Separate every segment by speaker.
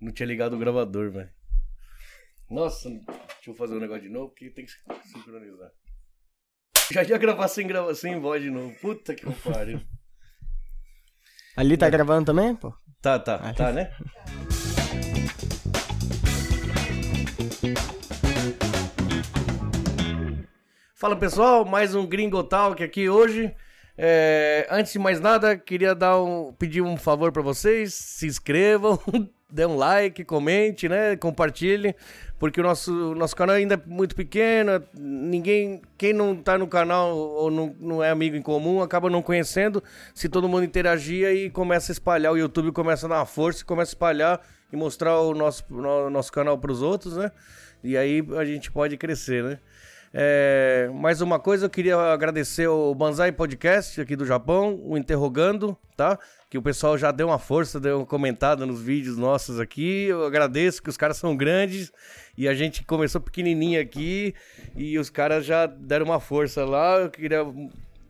Speaker 1: Não tinha ligado o gravador, velho. Nossa, deixa eu fazer um negócio de novo, porque tem que sincronizar. Já ia gravar sem, grava, sem voz de novo. Puta que pariu.
Speaker 2: Ali
Speaker 1: É.
Speaker 2: tá gravando também, pô?
Speaker 1: Tá, tá, tá,
Speaker 2: Ah, tá.
Speaker 1: né? Fala pessoal, mais um Gringo Talk aqui hoje. É, antes de mais nada, queria dar um, pedir um favor pra vocês: se inscrevam, dê um like, comente, né? Compartilhe, porque o nosso, o nosso canal ainda é muito pequeno. Ninguém, quem não tá no canal ou não, não é amigo em comum, acaba não conhecendo. Se todo mundo interagir e começa a espalhar, o YouTube começa a dar uma força, começa a espalhar e mostrar o nosso, o nosso canal pros outros, né? E aí a gente pode crescer, né? É, mais uma coisa, eu queria agradecer o Banzai Podcast aqui do Japão, o Interrogando, tá? Que o pessoal já deu uma força, deu uma comentada nos vídeos nossos aqui. Eu agradeço que os caras são grandes e a gente começou pequenininho aqui e os caras já deram uma força lá. Eu queria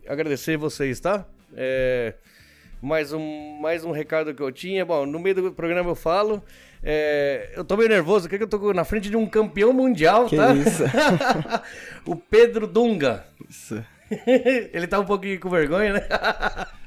Speaker 1: agradecer vocês, tá? É, mais um, mais um recado que eu tinha. Bom, no meio do programa eu falo. É, eu tô meio nervoso, porque eu tô na frente de um campeão mundial,
Speaker 2: Que
Speaker 1: tá?
Speaker 2: isso.
Speaker 1: o Pedro Dunga.
Speaker 2: Isso.
Speaker 1: Ele tá um pouquinho com vergonha, né?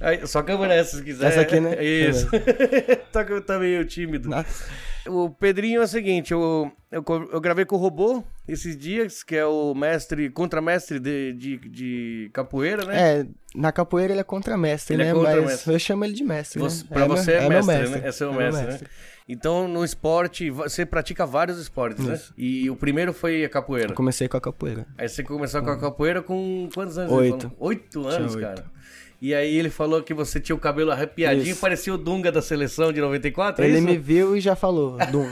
Speaker 1: Aí, Só câmera essa se quiser.
Speaker 2: Essa aqui, né?
Speaker 1: Isso. tá, com- tá meio tímido.
Speaker 2: Nossa.
Speaker 1: O Pedrinho é o seguinte, eu, eu, co- eu gravei com o Robô esses dias, que é o mestre, contramestre de, de, de capoeira, né?
Speaker 2: É, na capoeira ele é contramestre,
Speaker 1: Ele é
Speaker 2: né? Mas
Speaker 1: contramestre.
Speaker 2: eu chamo ele de mestre. né?
Speaker 1: Você,
Speaker 2: É
Speaker 1: pra
Speaker 2: meu-
Speaker 1: você é,
Speaker 2: meu
Speaker 1: mestre, né? É seu
Speaker 2: meu
Speaker 1: mestre, né? Então, no esporte, você pratica vários esportes, né? E o primeiro foi a capoeira.
Speaker 2: Eu comecei com a capoeira.
Speaker 1: Aí você começou com a capoeira com quantos anos?
Speaker 2: Hum. Oito.
Speaker 1: ele falou? Oito anos,
Speaker 2: oito.
Speaker 1: cara. E aí ele falou que você tinha o cabelo arrepiadinho,
Speaker 2: Isso.
Speaker 1: parecia o Dunga da seleção de 94, é
Speaker 2: ele
Speaker 1: isso?
Speaker 2: me viu e já falou, Dum,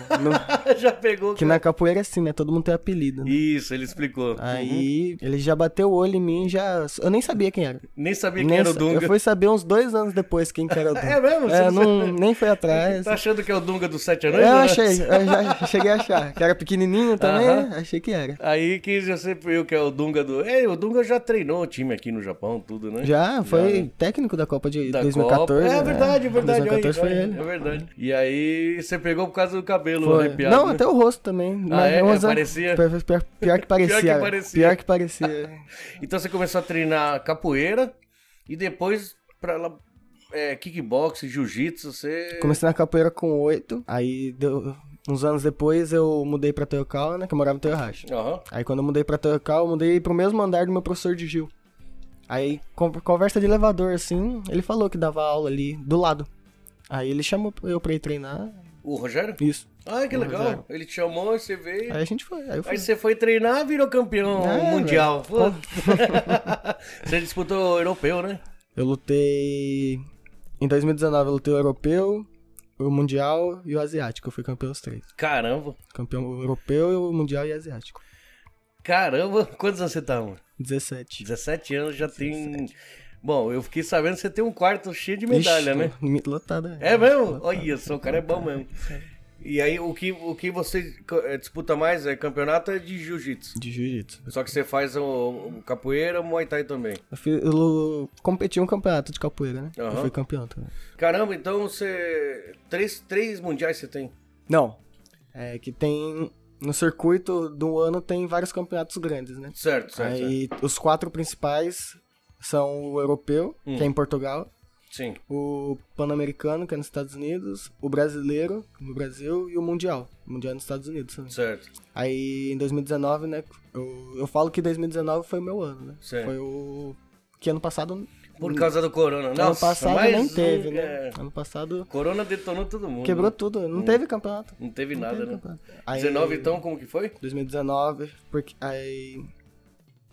Speaker 2: no-
Speaker 1: Já pegou.
Speaker 2: que na capoeira é assim, né? Todo mundo tem apelido. né?
Speaker 1: Isso, ele explicou.
Speaker 2: Aí ele já bateu o olho em mim, já. Eu nem sabia quem era.
Speaker 1: Nem uhum. sabia
Speaker 2: Nem
Speaker 1: quem era o
Speaker 2: sa-
Speaker 1: Dunga.
Speaker 2: Eu fui saber uns dois anos depois quem que era o Dunga.
Speaker 1: É mesmo? Você
Speaker 2: É,
Speaker 1: não
Speaker 2: não, nem foi atrás.
Speaker 1: Tá achando que é o Dunga dos sete anos?
Speaker 2: eu achei, eu já cheguei a achar. Que era pequenininho também,
Speaker 1: Aham.
Speaker 2: achei que era.
Speaker 1: Aí que você viu que é o Dunga do... Ei, o Dunga já treinou o time aqui no Japão, tudo, né?
Speaker 2: Já, foi técnico da Copa de
Speaker 1: da
Speaker 2: 2014.
Speaker 1: Copa. É verdade, é
Speaker 2: né?
Speaker 1: verdade.
Speaker 2: 2014
Speaker 1: olha,
Speaker 2: foi
Speaker 1: olha,
Speaker 2: ele.
Speaker 1: É verdade. E aí você pegou por causa do cabelo
Speaker 2: Foi.
Speaker 1: arrepiado.
Speaker 2: Não,
Speaker 1: né?
Speaker 2: até o rosto também. Mas
Speaker 1: é? É,
Speaker 2: uns anos-
Speaker 1: parecia?
Speaker 2: Pior, pior- pior que parecia.
Speaker 1: Pior que
Speaker 2: né?
Speaker 1: parecia.
Speaker 2: Pior que parecia.
Speaker 1: Então você começou a treinar capoeira e depois pra lá, é, kickbox, jiu-jitsu, você...
Speaker 2: Comecei na capoeira com oito, aí deu- uns anos depois eu mudei pra Teocal, né? Que eu morava em Teoracha.
Speaker 1: Aham.
Speaker 2: Aí quando eu mudei pra Teocal, eu mudei pro mesmo andar do meu professor de Gil. Aí, con- conversa de elevador, assim, ele falou que dava aula ali do lado. Aí ele chamou eu pra ir treinar,
Speaker 1: O Rogério?
Speaker 2: isso.
Speaker 1: Ah, que legal.
Speaker 2: Rogério.
Speaker 1: Ele te chamou, você veio.
Speaker 2: Aí a gente foi, aí eu fui.
Speaker 1: Aí você foi treinar e virou campeão
Speaker 2: É,
Speaker 1: mundial.
Speaker 2: velho.
Speaker 1: Pô. você disputou o europeu, né?
Speaker 2: Eu lutei. Em 2019 eu lutei o europeu, o mundial e o asiático. Eu fui campeão dos três.
Speaker 1: Caramba.
Speaker 2: Campeão europeu, o mundial e asiático.
Speaker 1: Caramba. Quantos anos você tá, mano?
Speaker 2: 17.
Speaker 1: 17 anos já tem... Bom, eu fiquei sabendo que você tem um quarto cheio de medalha,
Speaker 2: Ixi,
Speaker 1: né?
Speaker 2: tô mi- Lotada.
Speaker 1: É mesmo? Olha só, o cara é bom mesmo. E aí, o que, o que você eh, disputa mais é campeonato é de jiu-jitsu.
Speaker 2: De jiu-jitsu.
Speaker 1: Só que você faz o, o capoeira, o muay thai também.
Speaker 2: Eu, fui- eu lu- competi um campeonato de capoeira, né?
Speaker 1: Aham.
Speaker 2: Eu fui campeão também.
Speaker 1: Caramba, então você. Três, três mundiais você tem.
Speaker 2: Não. É que tem. No circuito do ano tem vários campeonatos grandes, né?
Speaker 1: Certo, certo. certo.
Speaker 2: Aí os quatro principais são o europeu,
Speaker 1: Hum.
Speaker 2: que é em Portugal,
Speaker 1: Sim.
Speaker 2: o pan-americano, que é nos Estados Unidos, o brasileiro, no Brasil, e o mundial. O mundial é nos Estados Unidos também.
Speaker 1: Certo.
Speaker 2: Aí em 2019, né? Eu, eu falo que 2019 foi o meu ano, né?
Speaker 1: Certo.
Speaker 2: Foi o. Que ano passado.
Speaker 1: Por causa do corona.
Speaker 2: Hum. ano
Speaker 1: Nossa,
Speaker 2: passado
Speaker 1: mais
Speaker 2: nem
Speaker 1: um,
Speaker 2: teve,
Speaker 1: é.
Speaker 2: né? Ano passado
Speaker 1: Corona detonou todo mundo. né?
Speaker 2: quebrou tudo. Não teve campeonato.
Speaker 1: Não teve Hum. nada,
Speaker 2: teve
Speaker 1: né?
Speaker 2: campeonato. Aí,
Speaker 1: 19 então, como que foi?
Speaker 2: 2019, porque aí.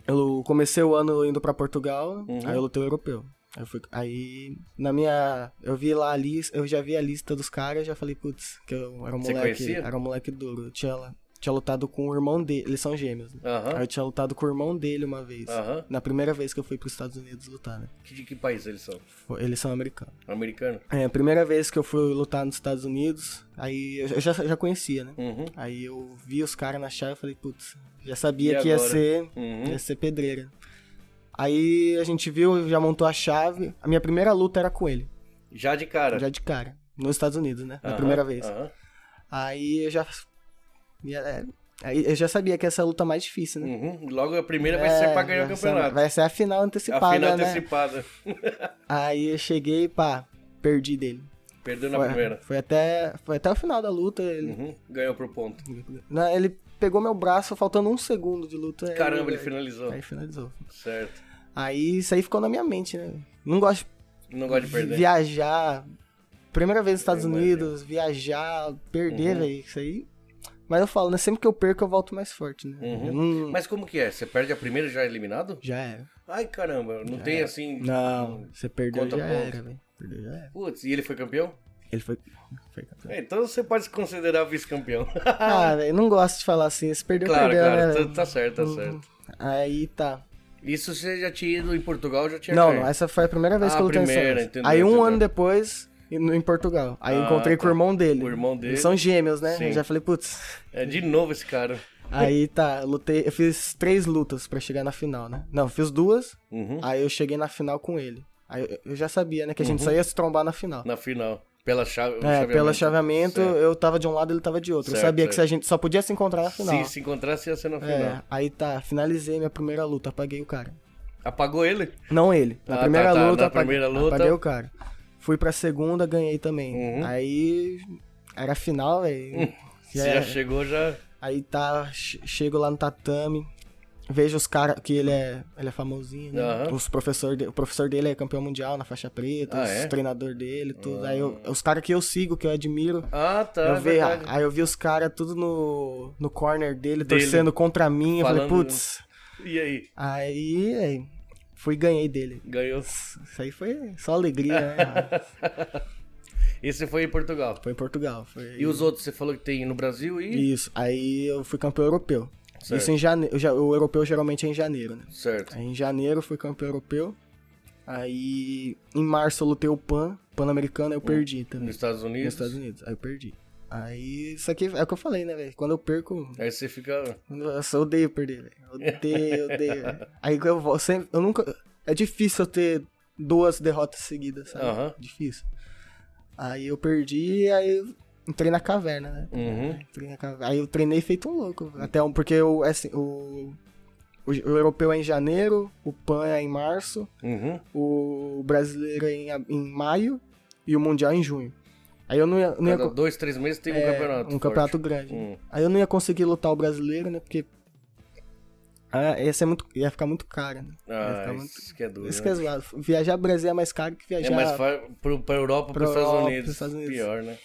Speaker 2: Eu comecei o ano indo pra Portugal,
Speaker 1: Uhum.
Speaker 2: aí eu lutei o europeu. Aí, eu fui- aí, na minha. Eu vi lá a lista, eu já vi a lista dos caras, já falei, putz, que eu era um
Speaker 1: Você
Speaker 2: moleque.
Speaker 1: conhecia?
Speaker 2: Era um moleque duro. Eu tinha, lá- tinha lutado com o irmão dele. Eles são gêmeos, né? Aí
Speaker 1: Aham.
Speaker 2: eu tinha lutado com o irmão dele uma vez.
Speaker 1: Aham.
Speaker 2: Na primeira vez que eu fui pros Estados Unidos lutar, né?
Speaker 1: Que- De que país eles são?
Speaker 2: Foi- Eles são americanos.
Speaker 1: Americano?
Speaker 2: É, a primeira vez que eu fui lutar nos Estados Unidos, aí eu já, já conhecia, né?
Speaker 1: Uhum.
Speaker 2: Aí eu vi os caras na chave e falei, putz, já sabia
Speaker 1: E
Speaker 2: que ia
Speaker 1: agora?
Speaker 2: ser,
Speaker 1: Uhum.
Speaker 2: ia ser pedreira. Aí a gente viu, já montou a chave. A minha primeira luta era com ele,
Speaker 1: Já de cara.
Speaker 2: já de cara. nos Estados Unidos, né?
Speaker 1: É.
Speaker 2: Na
Speaker 1: Aham,
Speaker 2: primeira vez.
Speaker 1: aham.
Speaker 2: Aí eu já. e, é, Aí eu já sabia que essa é a luta mais difícil, né?
Speaker 1: Uhum. Logo a primeira vai ser pra ganhar o
Speaker 2: vai ser-
Speaker 1: campeonato.
Speaker 2: É, Vai ser a final antecipada,
Speaker 1: a final
Speaker 2: né?
Speaker 1: antecipada.
Speaker 2: Aí eu cheguei e pá, perdi dele.
Speaker 1: Perdeu na
Speaker 2: foi,
Speaker 1: primeira.
Speaker 2: Foi até, foi até o final da luta. Ele,
Speaker 1: Uhum. Ganhou pro ponto.
Speaker 2: Não, ele pegou meu braço faltando um segundo de luta.
Speaker 1: Caramba, ele
Speaker 2: aí,
Speaker 1: finalizou.
Speaker 2: Aí finalizou.
Speaker 1: Certo.
Speaker 2: Aí isso aí ficou na minha mente, né? Não gosto
Speaker 1: Não gosta de
Speaker 2: de
Speaker 1: perder.
Speaker 2: viajar. Primeira vez nos Estados
Speaker 1: Eu imagino.
Speaker 2: Unidos, viajar, perder,
Speaker 1: Uhum.
Speaker 2: velho, isso aí. Mas eu falo, né? Sempre que eu perco, eu volto mais forte, né?
Speaker 1: Uhum.
Speaker 2: Eu não-
Speaker 1: Mas como que é? Você perde a primeira e já é eliminado?
Speaker 2: Já era.
Speaker 1: Ai, caramba. Não tem assim...
Speaker 2: É. Não, você perdeu
Speaker 1: Conta
Speaker 2: já
Speaker 1: ponto.
Speaker 2: era, velho. Perdeu já era.
Speaker 1: Putz, e ele foi campeão?
Speaker 2: Ele foi. foi campeão.
Speaker 1: É, então você pode se considerar vice-campeão.
Speaker 2: Ah, velho, não gosto de falar assim. Se perdeu,
Speaker 1: claro,
Speaker 2: perdeu,
Speaker 1: claro.
Speaker 2: né?
Speaker 1: tá-
Speaker 2: velho?
Speaker 1: Tá, certo, tá certo.
Speaker 2: Aí tá.
Speaker 1: Isso você já tinha ido em Portugal, já tinha
Speaker 2: Não,
Speaker 1: ganho.
Speaker 2: não, essa foi a primeira vez
Speaker 1: Ah,
Speaker 2: que eu lutei em
Speaker 1: primeira,
Speaker 2: Santos.
Speaker 1: entendeu,
Speaker 2: Aí um
Speaker 1: entendeu.
Speaker 2: ano depois, em em Portugal. Aí eu
Speaker 1: Ah,
Speaker 2: encontrei com o
Speaker 1: tá.
Speaker 2: irmão dele.
Speaker 1: O irmão dele.
Speaker 2: Eles são gêmeos, né?
Speaker 1: Sim.
Speaker 2: Eu já falei, putz.
Speaker 1: É de novo esse cara.
Speaker 2: Aí tá, eu lutei. Eu fiz três lutas pra chegar na final, né? Não, eu fiz duas,
Speaker 1: Uhum.
Speaker 2: aí eu cheguei na final com ele. Aí eu- eu já sabia, né, que a gente
Speaker 1: Uhum.
Speaker 2: só ia se trombar na final.
Speaker 1: Na final. Pela chave. um o
Speaker 2: É, pelo chaveamento,
Speaker 1: Certo.
Speaker 2: eu tava de um lado ele tava de outro.
Speaker 1: Certo,
Speaker 2: eu sabia que
Speaker 1: certo.
Speaker 2: se a gente só podia se encontrar na final.
Speaker 1: Se se encontrasse, ia ser na
Speaker 2: É,
Speaker 1: final.
Speaker 2: aí tá, finalizei minha primeira luta, apaguei o cara.
Speaker 1: Apagou ele?
Speaker 2: Não ele.
Speaker 1: Ah,
Speaker 2: Na
Speaker 1: tá,
Speaker 2: primeira
Speaker 1: tá.
Speaker 2: luta,
Speaker 1: Na
Speaker 2: apaguei-
Speaker 1: primeira luta.
Speaker 2: apaguei o cara. Fui pra segunda, ganhei também.
Speaker 1: Uhum.
Speaker 2: Aí era final, velho.
Speaker 1: Você já chegou, já.
Speaker 2: Aí tá, che- chego lá no tatame, vejo os caras, que ele é, ele é famosinho, né?
Speaker 1: Aham.
Speaker 2: Os professor de- o professor dele é campeão mundial na faixa preta,
Speaker 1: Ah,
Speaker 2: os
Speaker 1: é? Hum.
Speaker 2: treinador dele, tudo. Aí eu- os caras que eu sigo, que eu admiro,
Speaker 1: Ah, tá.
Speaker 2: eu
Speaker 1: é
Speaker 2: vi,
Speaker 1: verdade.
Speaker 2: aí eu vi os caras tudo no, no corner dele,
Speaker 1: Dele.
Speaker 2: torcendo contra mim, eu falei,
Speaker 1: Falando-
Speaker 2: putz.
Speaker 1: E aí?
Speaker 2: Aí, aí, fui e ganhei dele.
Speaker 1: Ganhou.
Speaker 2: Isso aí foi só alegria, né?
Speaker 1: Esse foi em Portugal.
Speaker 2: Foi em Portugal. Foi...
Speaker 1: E os outros, você falou que tem no Brasil e.
Speaker 2: Isso. Aí eu fui campeão europeu.
Speaker 1: Certo.
Speaker 2: Isso em janeiro. eu já- O europeu geralmente é em janeiro, né?
Speaker 1: Certo.
Speaker 2: Aí em janeiro eu fui campeão europeu. Aí em março eu lutei o PAN, Pan-Americano, aí eu perdi também.
Speaker 1: Nos Estados Unidos.
Speaker 2: Nos Estados Unidos. Aí eu perdi. Aí, isso aqui é o que eu falei, né, velho? Quando eu perco,
Speaker 1: Aí você fica.
Speaker 2: Nossa, eu odeio perder, velho. Odeio, odeio. velho. Aí que eu vou sempre. Eu nunca. É difícil eu ter duas derrotas seguidas, sabe?
Speaker 1: Aham.
Speaker 2: Difícil. Aí eu perdi e aí eu entrei na caverna, né?
Speaker 1: Uhum.
Speaker 2: Entrei na caverna. Aí eu treinei feito um louco. Até um, porque eu, assim, o, o, o europeu é em janeiro, o PAN é em março,
Speaker 1: Uhum.
Speaker 2: o brasileiro é em, ab- em maio e o mundial é em junho. Aí eu não ia. Não ia
Speaker 1: Cada
Speaker 2: co-
Speaker 1: dois, três meses tem um
Speaker 2: é,
Speaker 1: campeonato.
Speaker 2: Um campeonato grande.
Speaker 1: Hum.
Speaker 2: Aí eu não ia conseguir lutar o brasileiro, né? Porque. Ah, ia, ser muito, ia ficar muito caro, né? ia
Speaker 1: Ah,
Speaker 2: ficar
Speaker 1: isso que é duro.
Speaker 2: Isso
Speaker 1: né?
Speaker 2: que é zoado. Viajar pro Brasil é mais caro que viajar.
Speaker 1: É mais fácil pro, pra Europa,
Speaker 2: pra
Speaker 1: pros Estados
Speaker 2: Europa,
Speaker 1: Unidos.
Speaker 2: pros Estados Unidos.
Speaker 1: Pior, né?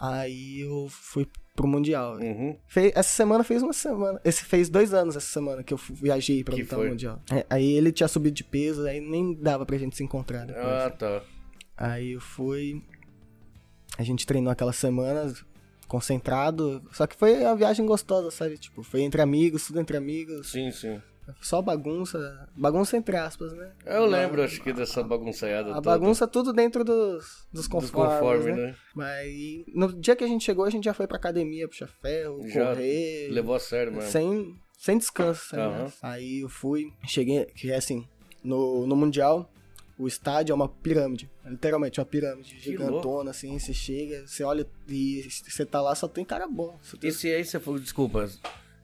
Speaker 2: Aí eu fui pro Mundial. velho.
Speaker 1: Uhum.
Speaker 2: Fe- Essa semana fez uma semana. Esse fez dois anos essa semana que eu fu- viajei pra
Speaker 1: Que
Speaker 2: lutar
Speaker 1: foi?
Speaker 2: o Mundial. É, aí ele tinha subido de peso, aí nem dava pra gente se encontrar depois.
Speaker 1: Ah, tá.
Speaker 2: Aí eu fui. A gente treinou aquela semana, concentrado. Só que foi uma viagem gostosa, sabe? Tipo, foi entre amigos, tudo entre amigos.
Speaker 1: Sim, sim.
Speaker 2: Só bagunça. Bagunça entre aspas, né?
Speaker 1: Eu lembro,
Speaker 2: A-
Speaker 1: acho que dessa bagunçaiada
Speaker 2: A
Speaker 1: toda.
Speaker 2: bagunça tudo dentro dos,
Speaker 1: dos
Speaker 2: dos conformes,
Speaker 1: conforme,
Speaker 2: né?
Speaker 1: né?
Speaker 2: Mas no dia que a gente chegou, a gente já foi pra academia, puxar ferro,
Speaker 1: né? Já
Speaker 2: correr.
Speaker 1: Levou a sério, mano.
Speaker 2: Sem, sem descanso, sabe?
Speaker 1: Aham.
Speaker 2: Aí eu fui, cheguei, que é assim, no, no Mundial, o estádio é uma pirâmide. é Literalmente, uma pirâmide
Speaker 1: louco.
Speaker 2: gigantona, assim, você chega, você olha e você tá lá, só tem cara bom. Só tem
Speaker 1: Esse aí você falou, desculpa,